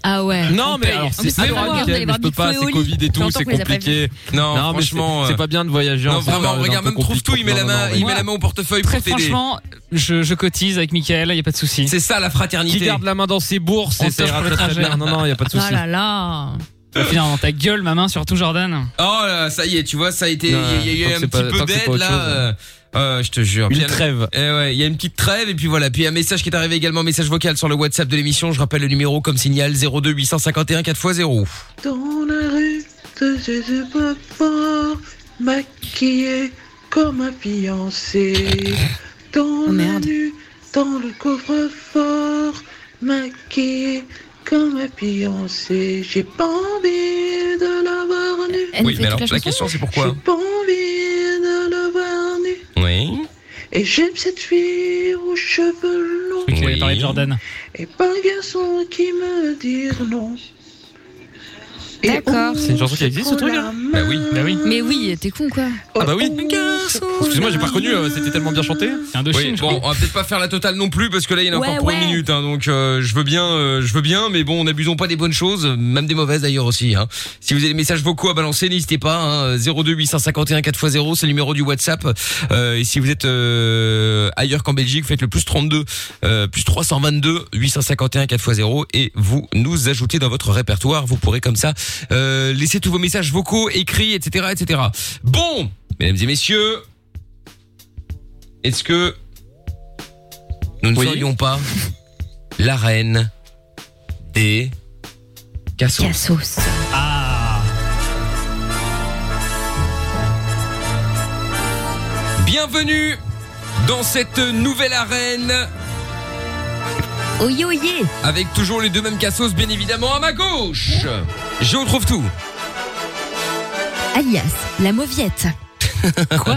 Speaker 5: Ah ouais.
Speaker 4: Non,
Speaker 5: on
Speaker 4: mais
Speaker 5: paye.
Speaker 4: alors,
Speaker 5: En plus,
Speaker 4: c'est
Speaker 5: on va
Speaker 4: c'est
Speaker 5: voir,
Speaker 4: radical,
Speaker 5: vous allez
Speaker 4: mais
Speaker 5: voir
Speaker 4: je peux
Speaker 5: Big
Speaker 4: pas,
Speaker 5: Flo et
Speaker 4: c'est
Speaker 5: Oli.
Speaker 4: Covid et tout,
Speaker 5: Longtemps
Speaker 4: c'est
Speaker 5: qu'on les a pas
Speaker 4: compliqué.
Speaker 5: vus.
Speaker 2: Non,
Speaker 4: mais c'est-
Speaker 2: franchement,
Speaker 4: C'est
Speaker 2: euh,
Speaker 4: pas bien de voyager
Speaker 2: non,
Speaker 4: en cette
Speaker 2: vraiment,
Speaker 4: période un
Speaker 2: regarde,
Speaker 4: peu
Speaker 2: même trouve
Speaker 4: compliquée.
Speaker 2: tout, il met
Speaker 4: Non,
Speaker 2: la
Speaker 4: non,
Speaker 2: main,
Speaker 4: non,
Speaker 2: il met
Speaker 4: ouais.
Speaker 2: la main au portefeuille
Speaker 3: Très
Speaker 2: pour t'aider.
Speaker 3: franchement, je, je cotise avec Michael, il y a pas de souci.
Speaker 2: C'est ça la fraternité.
Speaker 4: Qui garde la main dans ses bourses
Speaker 3: On
Speaker 4: et ça
Speaker 3: tâche
Speaker 4: ira
Speaker 3: pour le
Speaker 4: très très
Speaker 3: trajet.
Speaker 4: bien. Non, non, y a pas de souci.
Speaker 5: Oh là là.
Speaker 3: Finalement, dans ta gueule, ma main, surtout Jordan.
Speaker 2: Oh là, ça y est, tu vois, ça a été, il y a- il y, a
Speaker 4: tant
Speaker 2: eu
Speaker 4: que
Speaker 2: un
Speaker 4: c'est
Speaker 2: petit
Speaker 4: pas- tant
Speaker 2: peu
Speaker 4: que c'est pas
Speaker 2: d'aide
Speaker 4: autre
Speaker 2: là.
Speaker 4: chose. hein.
Speaker 2: euh, euh, je te jure.
Speaker 4: Une
Speaker 2: Bien-
Speaker 4: trêve.
Speaker 2: Eh ouais, il y a une petite trêve et puis voilà. Puis un message qui est arrivé également, message vocal sur le WhatsApp de l'émission. Je rappelle le numéro comme signal 02 851 4x0.
Speaker 10: Dans la rue de Jésus Papa, maquillé comme un fiancé.
Speaker 5: Oh,
Speaker 10: Dans la nuit, dans le coffre-fort, maquillé comme un fiancé. J'ai pas envie de l'avoir nu.
Speaker 2: Oui, mais alors la question c'est pourquoi
Speaker 10: Pas envie de l'avoir nu.
Speaker 2: Oui.
Speaker 10: Et j'aime cette fille aux cheveux longs.
Speaker 3: Tu avais parlé de Jordan.
Speaker 10: Et pas un garçon qui me dire non. D'accord.
Speaker 4: C'est une chanson qui existe ce truc là
Speaker 10: Bah
Speaker 4: oui, bah oui.
Speaker 5: Mais oui, t'es con quoi.
Speaker 4: Ah bah oui. Excusez-moi, j'ai pas reconnu, euh, c'était tellement bien chanté.
Speaker 2: Oui, bon, on va peut-être pas faire la totale non plus parce que là il y en a
Speaker 5: Ouais,
Speaker 2: encore pour
Speaker 5: ouais.
Speaker 2: une minute. hein, donc euh, je veux bien, euh, je veux bien, mais bon, n'abusons pas des bonnes choses, même des mauvaises d'ailleurs aussi. Hein. Si vous avez des messages vocaux à balancer, n'hésitez pas. Hein, 02 851 4x0, c'est le numéro du WhatsApp. Euh, et si vous êtes euh, ailleurs qu'en Belgique, faites le plus 32, euh, plus 322 851 4x0 et vous nous ajoutez dans votre répertoire. Vous pourrez comme ça euh, laisser tous vos messages vocaux, écrits, etc., etc. Bon, mesdames et messieurs, est-ce que nous ne
Speaker 4: Oui.
Speaker 2: serions pas la reine des cassos.
Speaker 3: Ah.
Speaker 2: Bienvenue dans cette nouvelle arène
Speaker 5: Oyé, oyé.
Speaker 2: avec toujours les deux mêmes cassos bien évidemment à ma gauche. Je retrouve tout.
Speaker 5: Alias, la mauviette.
Speaker 2: Quoi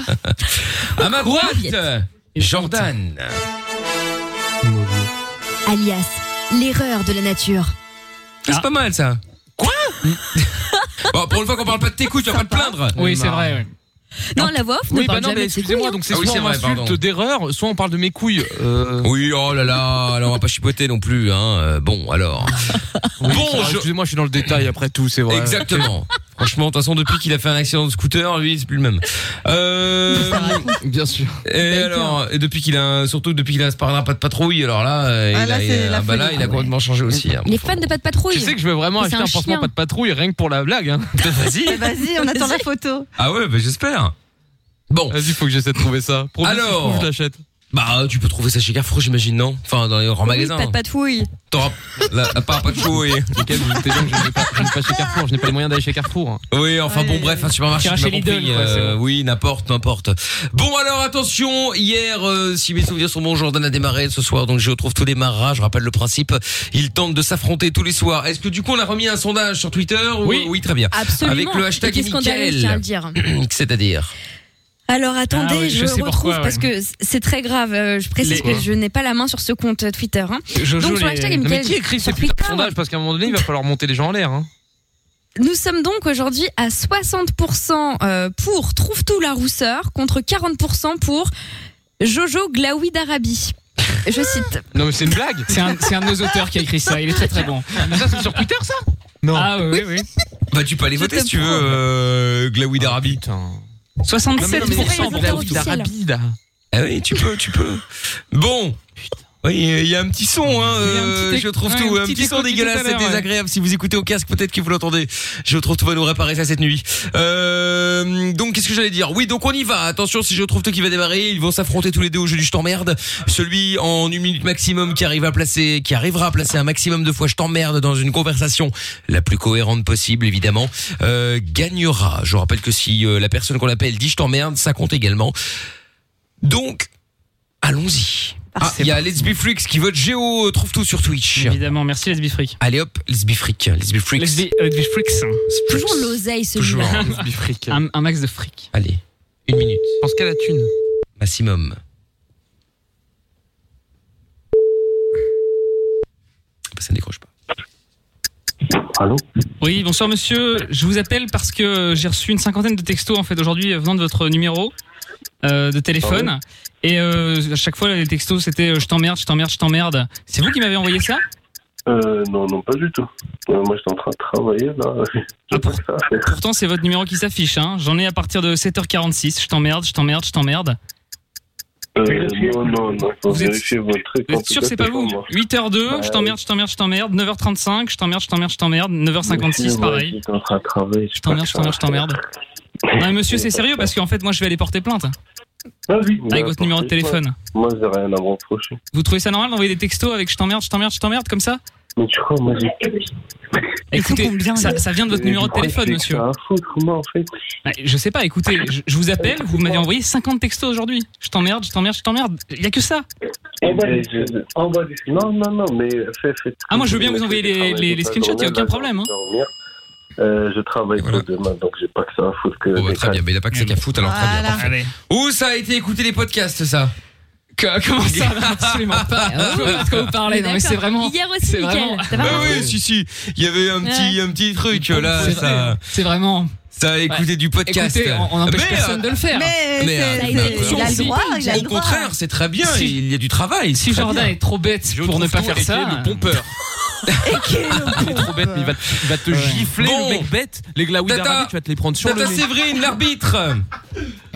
Speaker 2: À ma droite, Jordan. Ah,
Speaker 5: alias l'erreur de la nature.
Speaker 3: Ah.
Speaker 2: C'est pas mal ça. Quoi Bon, pour une fois qu'on parle pas de tes couilles, tu vas pas te plaindre.
Speaker 3: Oui, c'est vrai, oui.
Speaker 5: Non, la voix off ne
Speaker 4: Oui, bah
Speaker 5: parle
Speaker 4: non,
Speaker 5: jamais
Speaker 4: mais
Speaker 5: de ses couilles,
Speaker 4: excusez-moi,
Speaker 5: hein.
Speaker 4: donc c'est
Speaker 2: Ah
Speaker 4: soit on m'insulte d'erreur, soit on parle de mes couilles. euh.
Speaker 2: Oui, oh là là, alors on va pas chipoter non plus, hein. euh, Bon, alors.
Speaker 4: bon, excusez-moi, je suis dans le détail après tout, c'est vrai.
Speaker 2: Exactement. Franchement, de toute façon, depuis qu'il a fait un accident de scooter, lui, c'est plus le même. Euh,
Speaker 4: Bien sûr.
Speaker 2: et alors, et depuis qu'il a, un- surtout depuis qu'il a un sparadrap pas de patrouille, alors là, euh,
Speaker 5: Ah,
Speaker 2: il,
Speaker 5: là,
Speaker 2: a, il
Speaker 5: c'est
Speaker 2: a-
Speaker 5: la
Speaker 2: bah là,
Speaker 5: folie.
Speaker 2: il a complètement changé aussi. hein.
Speaker 5: Les fans de Pas de Patrouille.
Speaker 4: Ah Tu sais que je vais vraiment
Speaker 5: Mais c'est
Speaker 4: acheter un
Speaker 5: chien.
Speaker 4: pansement pas de patrouille rien que pour la blague. Hein.
Speaker 6: Bah, Vas-y, on attend la photo.
Speaker 2: Ah ouais, bah j'espère. Bon.
Speaker 4: Vas-y, faut que j'essaie de trouver ça. Promis, si je
Speaker 2: Alors.
Speaker 4: trouve, je l'achète.
Speaker 2: Bah, tu peux trouver ça chez Carrefour, j'imagine, non Enfin, dans les grands
Speaker 5: Oui,
Speaker 2: magasins.
Speaker 5: Pas de patrouille.
Speaker 2: T'auras la, la part pas de chou et.
Speaker 4: Nickel, je t'ai dit que je n'ai pas, je n'ai pas chez Carrefour, je n'ai pas les moyens d'aller chez Carrefour. hein.
Speaker 2: Oui, enfin bon, bref, un supermarché.
Speaker 4: T'iras
Speaker 2: tu m'as
Speaker 4: chez Lidl,
Speaker 2: compris,
Speaker 4: quoi, c'est
Speaker 2: euh, Oui, n'importe, n'importe. Bon, alors attention, hier, euh, si mes souvenirs sont bons, Jordan a démarré ce soir, donc je retrouve tout démarrage. Je rappelle le principe. Ils tentent de s'affronter tous les soirs. Est-ce que du coup, on a remis un sondage sur Twitter ou-
Speaker 5: Oui.
Speaker 2: oui, très bien.
Speaker 5: Absolument.
Speaker 2: Avec le hashtag
Speaker 5: Et qu'est-ce qu'on a
Speaker 2: Mickaël.
Speaker 5: réussi à le dire
Speaker 2: C'est-à-dire.
Speaker 5: Alors attendez,
Speaker 2: Ah oui,
Speaker 5: je,
Speaker 2: je sais
Speaker 5: retrouve
Speaker 2: pourquoi, ouais.
Speaker 5: parce que c- c'est très grave. euh, je précise
Speaker 4: Les-
Speaker 5: que je n'ai pas la main sur ce compte euh, Twitter. hein.
Speaker 4: Jojo,
Speaker 5: donc sur
Speaker 4: les-
Speaker 5: hashtag et
Speaker 4: Non, Mais
Speaker 5: Mickaël
Speaker 4: qui écrit ces
Speaker 5: sur
Speaker 4: putains de
Speaker 5: Twitter,
Speaker 4: sondages Parce qu'à un moment donné, il va falloir monter les gens en l'air. Hein.
Speaker 5: Nous sommes donc aujourd'hui à 60% euh, pour Trouve tout la rousseur contre 40% pour Jojo Glaoui d'Arabie. Je cite.
Speaker 4: Non, mais c'est une blague.
Speaker 3: C'est un, c'est un de nos auteurs qui a écrit ça. Il est très très bon.
Speaker 4: Ça, c'est sur Twitter, ça Non.
Speaker 3: Ah oui, oui.
Speaker 2: Bah, tu peux aller voter si tu veux, euh, Glaoui d'Arabie.
Speaker 3: 67% pour Trouve tout.
Speaker 2: Ah oui, tu peux, tu peux. Bon. Oui, il y a un petit son, hein, euh,
Speaker 4: petit éc-
Speaker 2: je trouve
Speaker 4: ouais,
Speaker 2: tout,
Speaker 4: un
Speaker 2: un
Speaker 4: petit
Speaker 2: petit son
Speaker 4: écho depuis tout à
Speaker 2: dégueulasse, c'est
Speaker 4: l'heure, ouais.
Speaker 2: désagréable. Si vous écoutez au casque, peut-être que vous l'entendez. Je trouve tout va nous réparer ça cette nuit. Euh, donc qu'est-ce que j'allais dire Oui, donc on y va. Attention, si je trouve tout qui va démarrer, ils vont s'affronter tous les deux au jeu du je t'emmerde. Celui en une minute maximum qui arrive à placer, qui arrivera à placer un maximum de fois je t'emmerde dans une conversation la plus cohérente possible, évidemment, euh, gagnera. Je rappelle que si euh, la personne qu'on appelle dit je t'emmerde, ça compte également. Donc, allons-y. Ah, il y a Let's Be Freaks qui vote Géo euh, trouve tout sur Twitch.
Speaker 3: Évidemment, merci Let's Be Freak.
Speaker 2: Allez hop, Let's Be Freak, Let's Be Freaks.
Speaker 3: Let's Be, euh, Let's Be Freaks.
Speaker 4: Ah.
Speaker 5: Toujours l'oseille
Speaker 2: Toujours.
Speaker 5: celui-là.
Speaker 3: un, un max de fric.
Speaker 2: Allez, une minute.
Speaker 4: Pense qu'à la thune.
Speaker 2: Maximum. Ça ne décroche pas.
Speaker 9: Allô
Speaker 3: Oui, bonsoir monsieur. Je vous appelle parce que j'ai reçu une cinquantaine de textos en fait aujourd'hui euh, venant de votre numéro euh, de téléphone. Et euh, à chaque fois, les textos c'était euh, je t'emmerde, je t'emmerde, je t'emmerde. C'est vous qui m'avez envoyé ça
Speaker 9: euh, Non, non, pas du tout. Euh, moi, j'étais en train de travailler, là. J'ai pas que ça à faire.
Speaker 3: Pourtant, c'est votre numéro qui s'affiche. Hein. J'en ai à partir de 7h46. Je t'emmerde, je t'emmerde, je t'emmerde.
Speaker 9: Euh, non, non, non, faut
Speaker 3: Vous êtes-
Speaker 9: vérifier votre truc.
Speaker 3: Vous
Speaker 9: en
Speaker 3: êtes
Speaker 9: tout
Speaker 3: sûr
Speaker 9: cas,
Speaker 3: que c'est pas vous
Speaker 9: moi.
Speaker 10: Bah
Speaker 9: Bah,
Speaker 3: 8h02, je
Speaker 9: Ouais.
Speaker 3: t'emmerde, je t'emmerde, je t'emmerde. 9h35, je t'emmerde, je t'emmerde, je t'emmerde.
Speaker 9: Monsieur,
Speaker 3: 9h56,
Speaker 9: moi,
Speaker 3: pareil.
Speaker 9: J'étais en train de travailler.
Speaker 3: Je t'emmerde, je t'emmerde, je t'emmerde. Non, mais monsieur, c'est sérieux parce qu'en fait, moi, je vais aller porter plainte avec votre numéro de téléphone.
Speaker 9: Moi, j'ai rien à me reprocher.
Speaker 3: Vous trouvez ça normal d'envoyer des textos avec je t'emmerde, je t'emmerde, je t'emmerde comme ça
Speaker 9: Mais tu crois, moi, j'ai.
Speaker 3: Écoutez, ça, ça vient de votre
Speaker 9: Mais
Speaker 3: numéro
Speaker 9: je
Speaker 3: de
Speaker 9: crois
Speaker 3: téléphone,
Speaker 9: que c'est
Speaker 3: monsieur.
Speaker 9: que ça a foutre, moi, en fait.
Speaker 3: Bah, Je sais pas, écoutez, je, je vous appelle, vous m'avez envoyé 50 textos aujourd'hui. Je t'emmerde, je t'emmerde, je t'emmerde. Il y a que ça.
Speaker 9: Eh ben, je- en bas du- Non, non, non, mais fais, fais.
Speaker 3: Ah, moi, je veux bien vous envoyer les-
Speaker 9: Travailler
Speaker 3: les- les
Speaker 9: toute la
Speaker 3: screenshots, y a
Speaker 9: journée,
Speaker 3: aucun
Speaker 9: là,
Speaker 3: problème, hein.
Speaker 9: je vais dormir. Euh, je travaille pour demain, donc j'ai pas que ça à foutre que.
Speaker 3: bah,
Speaker 9: des
Speaker 2: très bien, mais il a pas que
Speaker 1: Ah,
Speaker 2: ça qu'à foutre, alors très bien. parfait. Où ça a été écouter les podcasts, ça Ah
Speaker 3: Comment ça Non, Absolument pas. Je vois pas de quoi vous parlez. Non, mais c'est vraiment.
Speaker 5: Hier aussi,
Speaker 3: c'est
Speaker 5: Mickaël,
Speaker 3: vraiment-
Speaker 5: ça va
Speaker 2: Bah oui, si, si. Il y avait un petit, un petit truc, là.
Speaker 3: C'est
Speaker 2: ça,
Speaker 3: vrai. C'est
Speaker 6: Euh,
Speaker 3: vraiment.
Speaker 2: ça a écouté
Speaker 3: Ouais.
Speaker 2: du podcast.
Speaker 3: Écoutez, on- on empêche
Speaker 2: Mais,
Speaker 3: personne
Speaker 2: euh,
Speaker 3: de le faire. hein.
Speaker 2: Mais,
Speaker 6: Mais, c'est-
Speaker 2: euh,
Speaker 6: c'est-
Speaker 2: bah,
Speaker 6: il a le
Speaker 2: si.
Speaker 6: droit, il a
Speaker 2: Au
Speaker 6: le droit.
Speaker 2: contraire, c'est très bien.
Speaker 3: Si-
Speaker 2: Il y a du travail.
Speaker 3: Si
Speaker 2: c'est très
Speaker 3: Jordan
Speaker 2: bien.
Speaker 3: est trop bête pour ne pas faire ça.
Speaker 2: pompeur.
Speaker 4: Il est trop bête, mais il va te, il va te gifler,
Speaker 2: Bon.
Speaker 4: le mec bête. Les glaouis
Speaker 2: Tata.
Speaker 4: d'Arabie, tu vas te les prendre sur
Speaker 2: Tata
Speaker 4: le nez.
Speaker 2: Séverine, l'arbitre.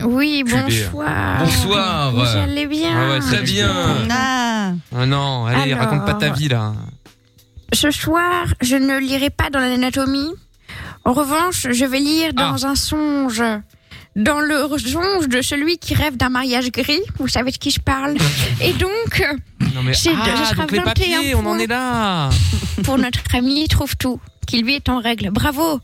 Speaker 5: Oui,
Speaker 4: Culé.
Speaker 5: bonsoir.
Speaker 2: Bonsoir.
Speaker 5: Vous allez bien.
Speaker 4: Ah ouais,
Speaker 2: Très bien.
Speaker 5: Ah.
Speaker 4: Ah non, allez,
Speaker 5: Alors.
Speaker 4: raconte pas ta vie là.
Speaker 5: Ce soir, je ne lirai pas dans l'anatomie. En revanche, je vais lire
Speaker 4: Ah.
Speaker 5: dans un songe. Dans le songe de celui qui rêve d'un mariage gris. Vous savez de qui je parle. Et donc,
Speaker 4: Non mais
Speaker 5: J'ai- je
Speaker 4: ah,
Speaker 5: serai
Speaker 4: donc les
Speaker 5: 21
Speaker 4: papiers, on en
Speaker 5: points.
Speaker 4: est là.
Speaker 5: pour notre ami, trouve tout. Qui lui est en règle. Bravo.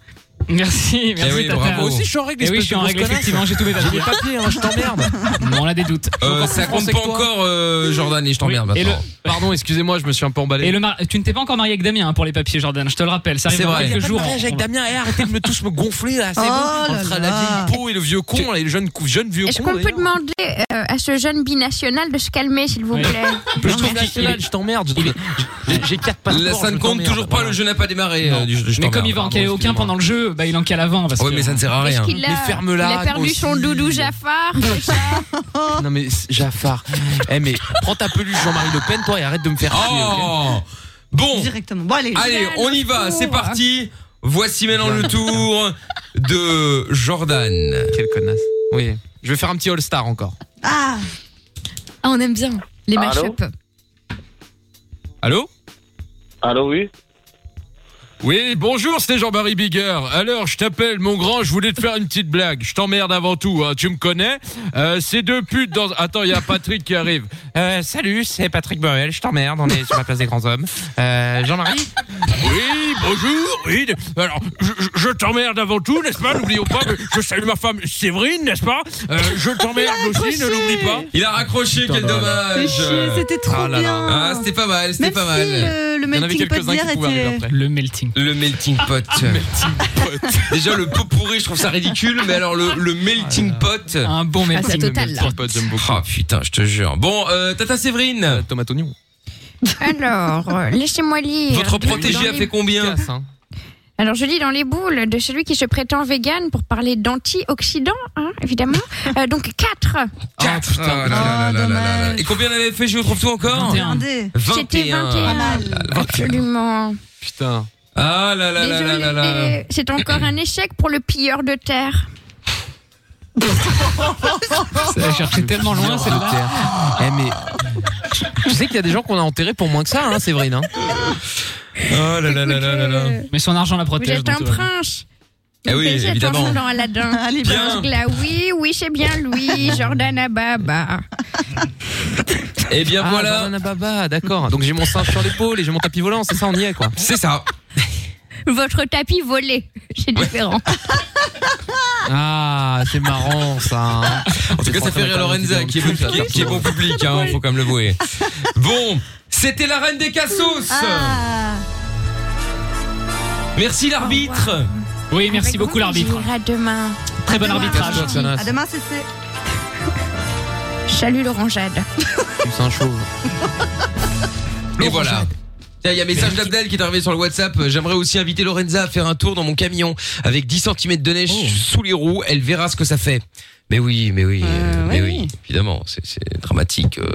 Speaker 3: Merci, merci.
Speaker 2: Eh oui,
Speaker 3: Tata.
Speaker 2: bravo. Moi aussi, je suis en règle,
Speaker 3: Eh oui,
Speaker 2: espèce
Speaker 3: je suis
Speaker 2: de
Speaker 3: en
Speaker 2: grosse
Speaker 3: règle,
Speaker 2: connasse.
Speaker 3: effectivement, j'ai tous mes papiers.
Speaker 2: J'ai des papiers, hein, je t'emmerde.
Speaker 3: Non, on a des doutes.
Speaker 2: Euh, ça compte pas encore, euh, Jordan, et je t'emmerde
Speaker 3: Et le-
Speaker 2: maintenant.
Speaker 4: Pardon, excusez-moi, je me suis un peu emballé.
Speaker 3: Et le mar- tu ne t'es pas encore marié avec Damien hein, pour les papiers, Jordan. Je te le rappelle, ça arrive
Speaker 4: C'est
Speaker 3: dans
Speaker 4: vrai. Il est
Speaker 3: quelques
Speaker 4: pas
Speaker 3: jours.
Speaker 4: marié avec
Speaker 2: Damien, et arrêtez de me tous me gonfler là.
Speaker 4: c'est
Speaker 5: Oh
Speaker 4: bon,
Speaker 5: là
Speaker 4: entre
Speaker 5: là.
Speaker 4: la vieille peau et le vieux con, là, et le jeune, cou- jeune vieux
Speaker 5: Est-ce
Speaker 4: con.
Speaker 5: qu'on peut demander euh, à ce jeune binational de se calmer, s'il vous
Speaker 4: Oui.
Speaker 5: plaît
Speaker 4: Je trouve national, je t'emmerde. je- j'ai- J'ai quatre passeports.
Speaker 2: Là, ça ne
Speaker 4: je
Speaker 2: compte
Speaker 4: t'emmerde.
Speaker 2: toujours pas, le jeu n'a pas démarré. euh, du- je
Speaker 3: Mais
Speaker 2: t'emmerde,
Speaker 3: comme il va en
Speaker 2: pardon,
Speaker 3: caler aucun
Speaker 2: excuse-moi.
Speaker 3: pendant le jeu, bah, il en cale avant. Parce
Speaker 2: Ouais, mais ça ne sert à rien.
Speaker 5: Il a, il a perdu son doudou Jafar.
Speaker 4: Non mais c'est- Jafar, eh mais prends ta peluche Jean-Marie Le Pen toi et arrête de me faire chier.
Speaker 2: Oh Bon
Speaker 6: Directement. Bon, allez.
Speaker 2: Allez, on y va, c'est parti. Voici maintenant le tour de Jordan.
Speaker 4: Quelle connasse. Oui. Je vais faire un petit All-Star encore.
Speaker 5: Ah. ah, on aime bien les
Speaker 4: Allô
Speaker 5: match-up.
Speaker 4: Allô
Speaker 13: Allô, oui
Speaker 4: Oui, bonjour, c'était Jean-Marie Bigger. Alors, je t'appelle, mon grand, je voulais te faire une petite blague. Je t'emmerde avant tout, hein, tu me connais. Euh, ces deux putes dans... Attends, il y a Patrick qui arrive. Euh, salut, c'est Patrick Borel, je t'emmerde, on est sur la place des grands hommes. Euh, Jean-Marie Oui, bonjour, oui. de- Alors, je, je- je t'emmerde avant tout, n'est-ce pas N'oublions pas que je salue ma femme Séverine, n'est-ce pas Euh, Je t'emmerde
Speaker 2: Il a
Speaker 4: aussi, ne
Speaker 2: raccroché.
Speaker 4: l'oublie pas.
Speaker 2: Il a raccroché, quel dommage.
Speaker 6: Fais chier, c'était trop
Speaker 2: Ah là là.
Speaker 6: bien.
Speaker 2: Ah, c'était pas mal, c'était
Speaker 6: Même
Speaker 2: pas
Speaker 6: si
Speaker 2: mal.
Speaker 6: le- le Il y en avait melting pot quelques-uns qui d'hier pouvaient était- arriver après.
Speaker 3: Le melting.
Speaker 2: Le melting pot. Déjà le pot pourri, je trouve ça ridicule, mais alors le, le melting pot.
Speaker 3: Un bon
Speaker 5: melting Ah, c'est total, là.
Speaker 2: pot, j'aime beaucoup. Ah putain, je te jure. Bon, euh, Tata Séverine.
Speaker 4: tomate oignon.
Speaker 5: Alors, euh, laissez-moi lire.
Speaker 2: Votre
Speaker 5: Dans
Speaker 2: protégé
Speaker 5: les-
Speaker 2: a fait combien
Speaker 5: Alors, je lis dans les boules de celui qui se prétend vegan pour parler d'antioxydants, hein, évidemment. Euh, donc, 4.
Speaker 2: Quatre. Ah, là, là, là, là, là, là. Et combien elle avait fait, je trouve tout encore
Speaker 5: 21. C'était
Speaker 2: 21.
Speaker 5: 21. Absolument.
Speaker 4: Putain.
Speaker 2: Ah là là là là là là.
Speaker 5: Et C'est encore un échec pour le pilleur de terre.
Speaker 3: Ça a cherché tellement loin, c'est là.
Speaker 4: Eh mais tu sais qu'il y a des gens qu'on a enterrés pour moins que ça, hein, Séverine. Hein
Speaker 2: oh là là là là là là.
Speaker 3: Mais son argent la
Speaker 5: euh, Vous
Speaker 3: protège.
Speaker 5: êtes un
Speaker 3: donc, euh,
Speaker 5: prince.
Speaker 2: Eh oui,
Speaker 5: Vous êtes un
Speaker 2: évidemment.
Speaker 5: jour dans Aladdin.
Speaker 2: Bien.
Speaker 5: Donc là, oui, oui, c'est bien lui, Jordan Ababa.
Speaker 2: Eh bien
Speaker 4: Ah,
Speaker 2: voilà.
Speaker 4: Banana Baba, d'accord. Donc j'ai mon singe sur l'épaule et j'ai mon tapis volant, c'est ça, on y est quoi.
Speaker 2: C'est ça.
Speaker 5: Votre tapis volé, c'est différent.
Speaker 4: Ah, c'est marrant ça. hein.
Speaker 2: En tout cas, ça fait rire Lorenza, qui est bon, qui est bon public, hein, faut quand même le vouer. Bon, c'était la reine des cassos.
Speaker 6: Ah.
Speaker 2: Merci l'arbitre.
Speaker 3: Oui, merci
Speaker 5: Ah,
Speaker 3: beaucoup l'arbitre.
Speaker 5: À demain.
Speaker 3: Très bon arbitrage.
Speaker 6: À demain, c'est c'est.
Speaker 5: Salut Laurent Jade.
Speaker 4: C'est un chauve.
Speaker 2: Et voilà. Tiens, Il y a un message d'Abdel qui est arrivé sur le WhatsApp. Euh, J'aimerais aussi inviter Lorenza à faire un tour dans mon camion avec 10 cm de neige sous les roues. Elle verra ce que ça fait. Mais oui, mais oui, euh, mais oui, évidemment, c'est- c'est dramatique. euh,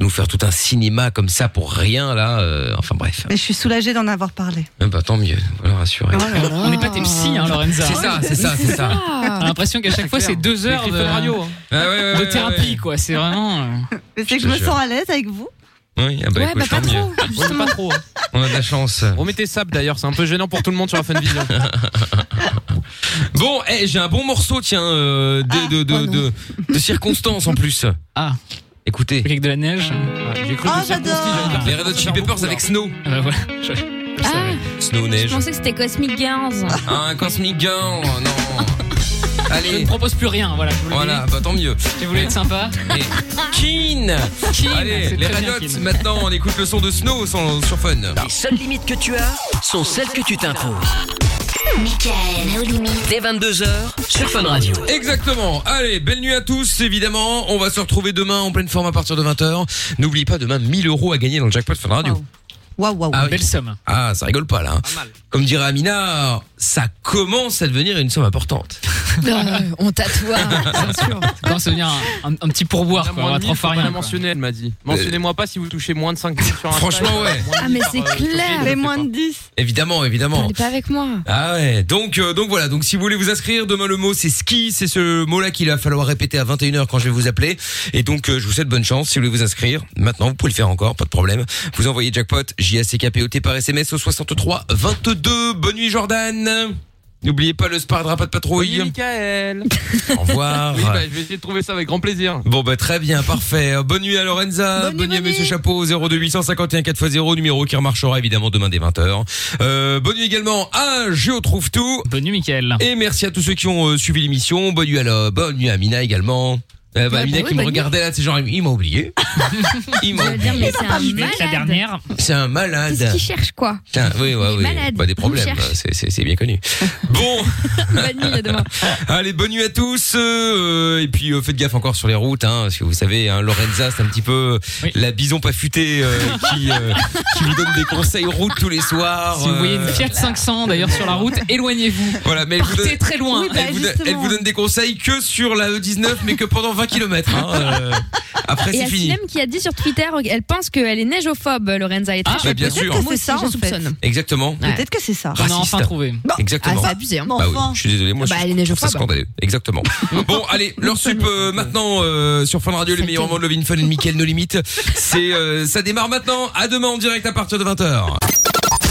Speaker 2: nous faire tout un cinéma comme ça pour rien là. euh, enfin bref.
Speaker 6: Mais je suis soulagée d'en avoir parlé.
Speaker 2: Eh ben, tant mieux, voilà rassuré.
Speaker 3: Ah, On n'est pas tes psy, hein, Lorenza.
Speaker 2: C'est ça, c'est ça, c'est ça.
Speaker 5: Ah.
Speaker 3: J'ai l'impression qu'à chaque fois, c'est deux heures de,
Speaker 4: Fun Radio,
Speaker 2: Ah ouais, ouais,
Speaker 3: de
Speaker 2: ouais,
Speaker 3: thérapie, quoi. C'est vraiment. euh,
Speaker 6: Mais c'est que
Speaker 2: Je
Speaker 6: je
Speaker 2: te
Speaker 6: me
Speaker 2: jure.
Speaker 6: sens à l'aise avec vous.
Speaker 2: Oui, ah bah, écoute, tant mieux.
Speaker 4: pas trop. hein.
Speaker 2: On a de la chance.
Speaker 4: Remettez sable d'ailleurs, c'est un peu gênant pour tout le monde sur la Fun Vision.
Speaker 2: Bon, eh, j'ai un bon morceau, tiens, euh, de, de, de, de, de circonstances en plus.
Speaker 3: Ah.
Speaker 2: Écoutez.
Speaker 3: Avec de la neige.
Speaker 4: J'ai cru
Speaker 6: Oh, que j'adore. circonstance,
Speaker 2: Les Red Hot Chili Peppers avec Snow.
Speaker 3: Ah bah voilà. Je-
Speaker 5: Ah,
Speaker 2: Snow
Speaker 5: je
Speaker 2: Neige. Ah,
Speaker 5: pensais que c'était Cosmic Girls.
Speaker 2: Un Cosmic Girl, oh, non.
Speaker 3: Je ne
Speaker 2: Allez,
Speaker 3: propose plus rien, voilà. je vous le
Speaker 2: voilà, bah tant mieux.
Speaker 3: dis. J'ai voulu être sympa.
Speaker 2: Et Keen.
Speaker 3: Keen,
Speaker 2: Allez,
Speaker 3: c'est
Speaker 2: les
Speaker 3: très
Speaker 2: Red
Speaker 3: bien,
Speaker 2: Hot,
Speaker 3: Keen. Ah.
Speaker 2: maintenant on écoute le son de Snow sur, sur Fun.
Speaker 1: Les seules limites que tu as sont celles que tu t'imposes.
Speaker 8: Michael, nos limites.
Speaker 1: Dès 22h sur Fun Radio.
Speaker 2: Exactement. Allez, belle nuit à tous, évidemment. On va se retrouver demain en pleine forme à partir de 20h. N'oublie pas demain 1000 euros à gagner dans le jackpot Fun Radio.
Speaker 6: Waouh, waouh.
Speaker 2: Ah oui.
Speaker 3: Belle somme. hein.
Speaker 2: Ah, ça rigole pas là. hein. Comme dirait Amina, ça commence à devenir une somme importante.
Speaker 5: euh, on tatoue. Ah,
Speaker 3: Quand ça devient un, un- un petit pourboire, quoi. On
Speaker 4: Moins
Speaker 3: va
Speaker 4: de
Speaker 3: trop
Speaker 4: mille, faut
Speaker 3: faire
Speaker 4: pas
Speaker 3: rien.
Speaker 4: la
Speaker 3: quoi.
Speaker 4: mentionner, elle m'a dit. Mentionnez-moi pas si vous touchez moins de 5 000 sur un
Speaker 2: Euh, Franchement, ouais.
Speaker 5: Ah, mais c'est clair.
Speaker 6: Les moins de 10.
Speaker 2: Évidemment, évidemment.
Speaker 5: T'es pas avec moi.
Speaker 2: Ah ouais. Donc euh, donc voilà, donc si vous voulez vous inscrire demain le mot c'est ski, c'est ce mot là qu'il va falloir répéter à 21h quand je vais vous appeler et donc euh, je vous souhaite bonne chance si vous voulez vous inscrire. Maintenant, vous pouvez le faire encore, pas de problème. Vous envoyez jackpot J A C K P O T par SMS au 63 22. Bonne nuit Jordan. N'oubliez pas le sparadrap de patrouille.
Speaker 4: Michael.
Speaker 2: Au revoir.
Speaker 4: Oui, bah, je vais essayer de trouver ça avec grand plaisir.
Speaker 2: Bon bah très bien, parfait. Euh, Bonne nuit à Lorenza, bonne, nuit à Monsieur Chapeau 02851 4x0 numéro qui remarchera évidemment demain dès 20h. Euh, bonne nuit également à Géo trouve tout.
Speaker 3: Bonne nuit Mickaël.
Speaker 2: Et merci à tous ceux qui ont euh, suivi l'émission. Bonne nuit à la, bonne nuit à Mina également. Euh, bah,
Speaker 3: Ouais,
Speaker 2: Mina
Speaker 3: bah oui,
Speaker 2: qui me
Speaker 3: bonne
Speaker 2: regardait là, c'est genre il m'a oublié. il m'a
Speaker 5: dire,
Speaker 2: oublié.
Speaker 5: mais c'est un malade.
Speaker 3: la dernière.
Speaker 2: C'est un malade.
Speaker 5: Qu'est-ce qu'il cherche, quoi
Speaker 2: Tiens, oui, ouais,
Speaker 5: Il est
Speaker 2: oui.
Speaker 5: malade.
Speaker 2: Bah, des
Speaker 5: Il
Speaker 2: problèmes,
Speaker 5: cherche.
Speaker 2: euh, c'est- c'est c'est bien connu. Bon.
Speaker 5: Bonne nuit, à demain.
Speaker 2: Allez, bonne nuit à tous. euh, et puis euh, faites gaffe encore sur les routes, hein, parce que vous savez, hein, Lorenza, c'est un petit peu la bison pas futée euh, qui, euh, qui vous donne des conseils route tous les soirs.
Speaker 3: Si vous voyez une
Speaker 2: euh,
Speaker 3: Fiat 500 d'ailleurs sur la route, éloignez-vous.
Speaker 2: Voilà, mais elle vous,
Speaker 3: Partez
Speaker 2: donne,
Speaker 3: très loin.
Speaker 2: elle, vous donne, elle vous donne des conseils que sur la E19, mais que pendant 20 km. euh, après,
Speaker 5: Et il y
Speaker 2: c'est
Speaker 5: a
Speaker 2: fini.
Speaker 5: Sinem qui a dit sur Twitter elle pense qu'elle est neigeophobe, Lorenza. Elle est très
Speaker 2: Bah, bien
Speaker 5: choquée.
Speaker 2: sûr.
Speaker 5: Moi aussi, je soupçonne.
Speaker 2: Exactement.
Speaker 5: Peut-être
Speaker 6: que c'est ça.
Speaker 2: Raciste. Exactement.
Speaker 5: Ah, c'est abusé, hein.
Speaker 2: Bah oui, je suis désolé, moi
Speaker 5: Bah, elle
Speaker 2: je,
Speaker 5: est
Speaker 2: je trouve ça
Speaker 5: négophobe.
Speaker 2: scandaleux. Exactement. bon, allez, leur sup euh, maintenant euh, sur Fun Radio, les meilleurs moments de Lovin Fun et de Mickaël No Limite. C'est euh, ça démarre maintenant. À demain en direct à partir de 20h.